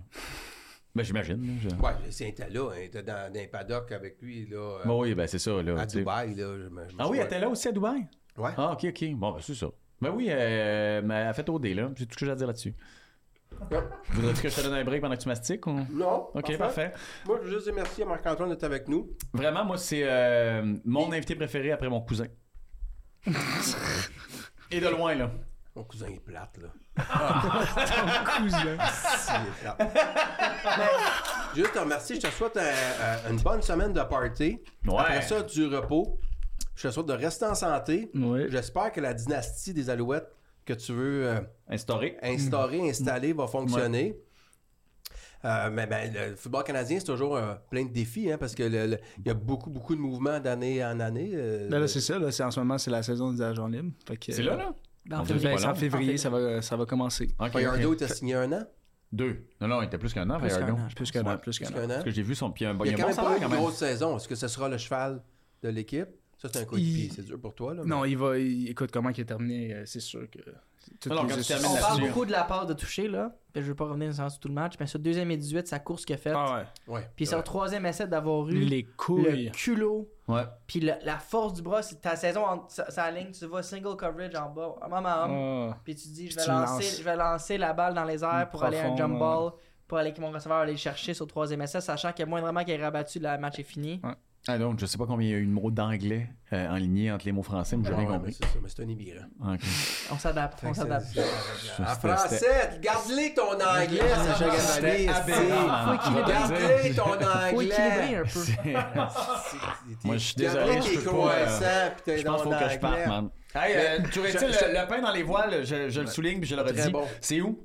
Speaker 2: Ben, j'imagine. là, je-
Speaker 3: Ouais, c'est était là, il était dans, dans un paddock avec lui, là, euh,
Speaker 2: Ben oui, ben, c'est ça, là.
Speaker 3: à
Speaker 2: tu sais.
Speaker 3: Dubaï, là. je me- je me
Speaker 2: Ah oui,
Speaker 3: souviens.
Speaker 2: elle était là aussi à Dubaï?
Speaker 3: Ouais.
Speaker 2: Ah, ok, ok. Bon, ben, c'est ça. Ben oui, euh, mais elle a fait OD, là. J'ai tout ce que j'ai à dire là-dessus.
Speaker 3: Ouais.
Speaker 2: Voudrais-tu que je te donne un break pendant que tu mastiques ou...
Speaker 3: Non.
Speaker 2: Ok, parfait.
Speaker 3: Moi, je veux juste dire merci à Marc-Antoine d'être avec nous.
Speaker 2: Vraiment, moi, c'est euh, mon invité préféré après mon cousin. Et de loin, là.
Speaker 3: Mon cousin est plate, là.
Speaker 4: <laughs>
Speaker 2: <laughs>
Speaker 4: Cousin.
Speaker 3: Il est plate. Mais, juste te remercier. Je te souhaite un- un- une bonne semaine de party.
Speaker 2: Ouais.
Speaker 3: Après ça, du repos. Je te souhaite de rester en santé.
Speaker 4: Ouais.
Speaker 3: J'espère que la dynastie des Alouettes que tu veux euh,
Speaker 2: Instauré.
Speaker 3: instaurer, installer, va fonctionner. Euh, mais ben, le football canadien, c'est toujours euh, plein de défis, hein, parce que le- le- il y a beaucoup, beaucoup de mouvements d'année en année. euh,
Speaker 4: Ben là, c'est ça. Là, c'est- en ce moment, c'est la saison des agents libres. Fait que,
Speaker 2: C'est
Speaker 4: euh,
Speaker 2: là, là?
Speaker 5: Ben, en
Speaker 2: On
Speaker 5: fait,
Speaker 2: dirait
Speaker 4: ben,
Speaker 2: pas
Speaker 4: c'est
Speaker 2: long.
Speaker 4: en février, ça va, ça va commencer.
Speaker 2: Ok,
Speaker 3: Fajardo,
Speaker 2: ok.
Speaker 3: il t'a signé un an.
Speaker 2: Deux. Non, non, il était plus qu'un an,
Speaker 5: Plus qu'un
Speaker 2: Fajardo.
Speaker 5: an,
Speaker 4: Plus qu'un an,
Speaker 2: Ouais.
Speaker 4: plus qu'un
Speaker 3: plus
Speaker 4: an.
Speaker 3: qu'un an.
Speaker 2: Parce que j'ai vu son pied. Il,
Speaker 3: Il y a
Speaker 2: a un
Speaker 3: quand
Speaker 2: bon
Speaker 3: même pas
Speaker 2: salaire,
Speaker 3: eu
Speaker 2: quand
Speaker 3: une
Speaker 2: même.
Speaker 3: grosse saison. Est-ce que ce sera le cheval de l'équipe? Ça, c'est un coup de
Speaker 4: Il-
Speaker 3: pied. C'est dur pour toi. Là,
Speaker 4: Non, il va. il- écoute, comment il est terminé, euh, c'est sûr que. toutes
Speaker 2: Alors,
Speaker 4: les
Speaker 2: quand tu
Speaker 4: essuies-
Speaker 2: termines
Speaker 5: On
Speaker 2: la
Speaker 5: parle
Speaker 2: Là-dessus.
Speaker 5: beaucoup de la part de toucher, là. Puis je veux pas revenir sur tout le match. Mais sur le deuxième et 18, sa course qu'il a faite.
Speaker 4: Ah ouais.
Speaker 3: mais- Ouais.
Speaker 5: Puis son
Speaker 3: Ouais.
Speaker 5: troisième essai d'avoir
Speaker 2: Mm.
Speaker 5: eu
Speaker 4: Les
Speaker 5: le
Speaker 4: couilles.
Speaker 5: culot.
Speaker 2: Ouais.
Speaker 5: Puis le- la force du bras, c'est ta saison, en, sa, sa ligne, tu vas single coverage en bas, homme à homme.
Speaker 4: Ah.
Speaker 5: Puis tu dis, je
Speaker 4: Puis
Speaker 5: vais,
Speaker 4: tu le
Speaker 5: lancer,
Speaker 4: lances.
Speaker 5: je vais lancer la balle dans les airs pour aller à un
Speaker 4: Profond,
Speaker 5: jump
Speaker 4: ouais.
Speaker 5: ball, pour aller que mon receveur aller le chercher sur le troisième essai, sachant que moindrement qu'il est rabattu, le match est fini.
Speaker 2: Ah, donc, je sais pas combien il y a eu de mots d'anglais euh, en ligne entre les mots français, mais j'ai
Speaker 3: Ouais,
Speaker 2: rien
Speaker 3: mais
Speaker 2: compris. Ah,
Speaker 3: c'est ça, mais c'est un immigrant.
Speaker 2: Ok.
Speaker 5: On s'adapte, on s'adapte.
Speaker 3: En
Speaker 2: c'était- <laughs>
Speaker 3: français, garde-les ton anglais, ça va
Speaker 2: C'était
Speaker 3: gagner,
Speaker 2: aberrant.
Speaker 3: esti.
Speaker 2: Faut équilibrer.
Speaker 3: Garde-les ton
Speaker 5: Faut équilibrer
Speaker 3: <laughs> anglais.
Speaker 5: un peu.
Speaker 2: Moi, je suis désolé, je
Speaker 3: Garde-les tes
Speaker 2: peux pas, euh,
Speaker 3: croissants, puis tes
Speaker 2: Je pense qu'il
Speaker 3: dons
Speaker 2: faut que je
Speaker 3: d'anglais.
Speaker 2: parte, man. Hey, euh, tu aurais-tu le, le pain dans les voiles, je, je le souligne puis je le
Speaker 3: Très
Speaker 2: redis.
Speaker 3: bon.
Speaker 2: C'est où?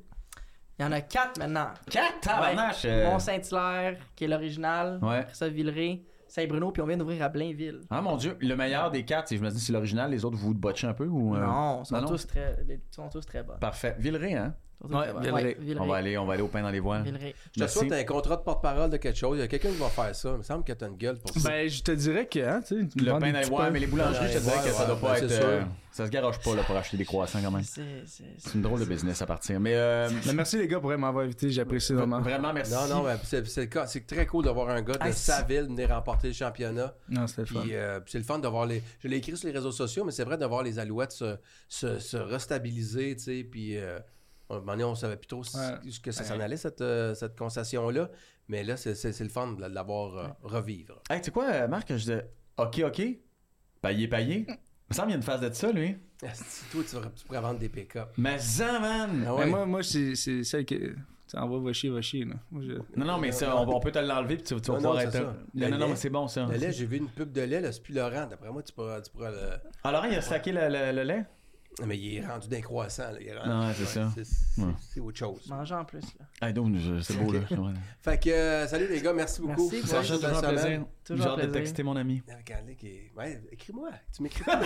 Speaker 5: Il y en a quatre maintenant.
Speaker 2: Quatre
Speaker 5: tabarnache,
Speaker 2: euh.
Speaker 5: Mont-Saint-Hilaire, qui est l'original.
Speaker 2: Ouais.
Speaker 5: Christophe Villeray, Saint-Bruno, puis on vient d'ouvrir à Blainville.
Speaker 2: Ah mon dieu, le meilleur des quatre, c'est je me dis c'est l'original, les autres vous vous botchez un peu ou euh,
Speaker 5: Non, ils sont,
Speaker 2: non, non.
Speaker 5: Tous très, les- ils sont tous très bons.
Speaker 2: Parfait. Villeray, hein?
Speaker 5: Ils sont tous très bons.
Speaker 4: Villeray.
Speaker 5: Ouais,
Speaker 2: On va aller, hein. on va aller au pain dans les voiles.
Speaker 5: Villeray.
Speaker 3: Je te
Speaker 2: Merci.
Speaker 3: souhaite euh, un contrat de porte-parole de quelque chose. Il y a quelqu'un qui va faire ça. Il me semble que t'as une gueule pour ça.
Speaker 4: Ben, je te dirais que, hein, tu sais, tu me
Speaker 2: Le
Speaker 4: vends
Speaker 2: pain
Speaker 4: des
Speaker 2: dans les
Speaker 4: petits
Speaker 2: voiles,
Speaker 4: pains.
Speaker 2: mais les boulangeries, je te dirais
Speaker 3: Ouais,
Speaker 2: que ça
Speaker 3: ouais,
Speaker 2: doit pas
Speaker 3: ben, c'est
Speaker 2: être. euh,
Speaker 3: sûr.
Speaker 2: ça se garoche pas là, pour acheter des croissants quand même.
Speaker 5: C'est- c'est-
Speaker 2: C'est une drôle de business à partir. Mais euh,
Speaker 4: Mais Ben, merci les gars pour m'avoir invité, j'apprécie vraiment.
Speaker 2: vraiment, merci.
Speaker 3: Non, non, mais c'est c'est le cas. C'est très cool d'avoir un gars de
Speaker 5: Ah,
Speaker 3: sa
Speaker 5: si.
Speaker 3: ville venir remporter le championnat.
Speaker 4: Non, c'était le fun.
Speaker 3: Puis euh, puis c'est le fun de voir les. Je l'ai écrit sur les réseaux sociaux, mais c'est vrai de voir les Alouettes se, se, se restabiliser, tu sais. Puis euh, à un moment donné, on savait plus trop si-
Speaker 4: Ouais.
Speaker 3: ce que ça s'en allait, cette, euh, cette concession-là. Mais là, c'est- c'est c'est le fun de l'avoir euh, revivre. <laughs>
Speaker 2: Hey, tu sais quoi, euh, Marc, je disais OK, OK, paillé, paillé. Il me semble qu'il y a une phase de ça, lui.
Speaker 3: Asti, toi, tu, aurais- tu pourrais vendre des pick-up.
Speaker 2: Mais ça, man!
Speaker 3: Ah
Speaker 4: Mais
Speaker 3: ouais?
Speaker 4: moi, moi c'est c'est celle qui. Tu envoies, va chier, va chier. Là. Moi, je-
Speaker 2: Non, non, mais ça, on, on peut te l'enlever puis tu, tu vas
Speaker 3: Non,
Speaker 2: pouvoir
Speaker 3: non,
Speaker 2: être.
Speaker 3: c'est
Speaker 2: un-
Speaker 3: ça.
Speaker 2: Non,
Speaker 3: Le
Speaker 2: non, non,
Speaker 3: lait.
Speaker 2: mais c'est bon ça.
Speaker 3: Le lait, j'ai vu une pub de lait, là, c'est plus Laurent. D'après moi, tu pourras, tu pourras le.
Speaker 2: Alors, il a stacké le, le- le lait?
Speaker 3: Mais il est rendu d'un croissant, là. Il est rendu-
Speaker 2: Non, ouais, c'est ça.
Speaker 3: C'est- c'est-
Speaker 2: Ouais.
Speaker 3: C'est autre chose.
Speaker 5: Manger en plus. Là.
Speaker 2: Hey, Ah, donc, je- c'est beau, là. Ouais.
Speaker 3: Fait que, euh, salut les gars, merci beaucoup.
Speaker 5: Merci,
Speaker 2: Ça
Speaker 5: Ouais,
Speaker 2: change toujours un
Speaker 3: Bonne
Speaker 2: plaisir.
Speaker 3: semaine.
Speaker 5: Toujours
Speaker 2: Genre de
Speaker 5: plaisir.
Speaker 2: texter mon ami.
Speaker 3: Regardez qui est- Ouais, écris-moi. Tu m'écris pas.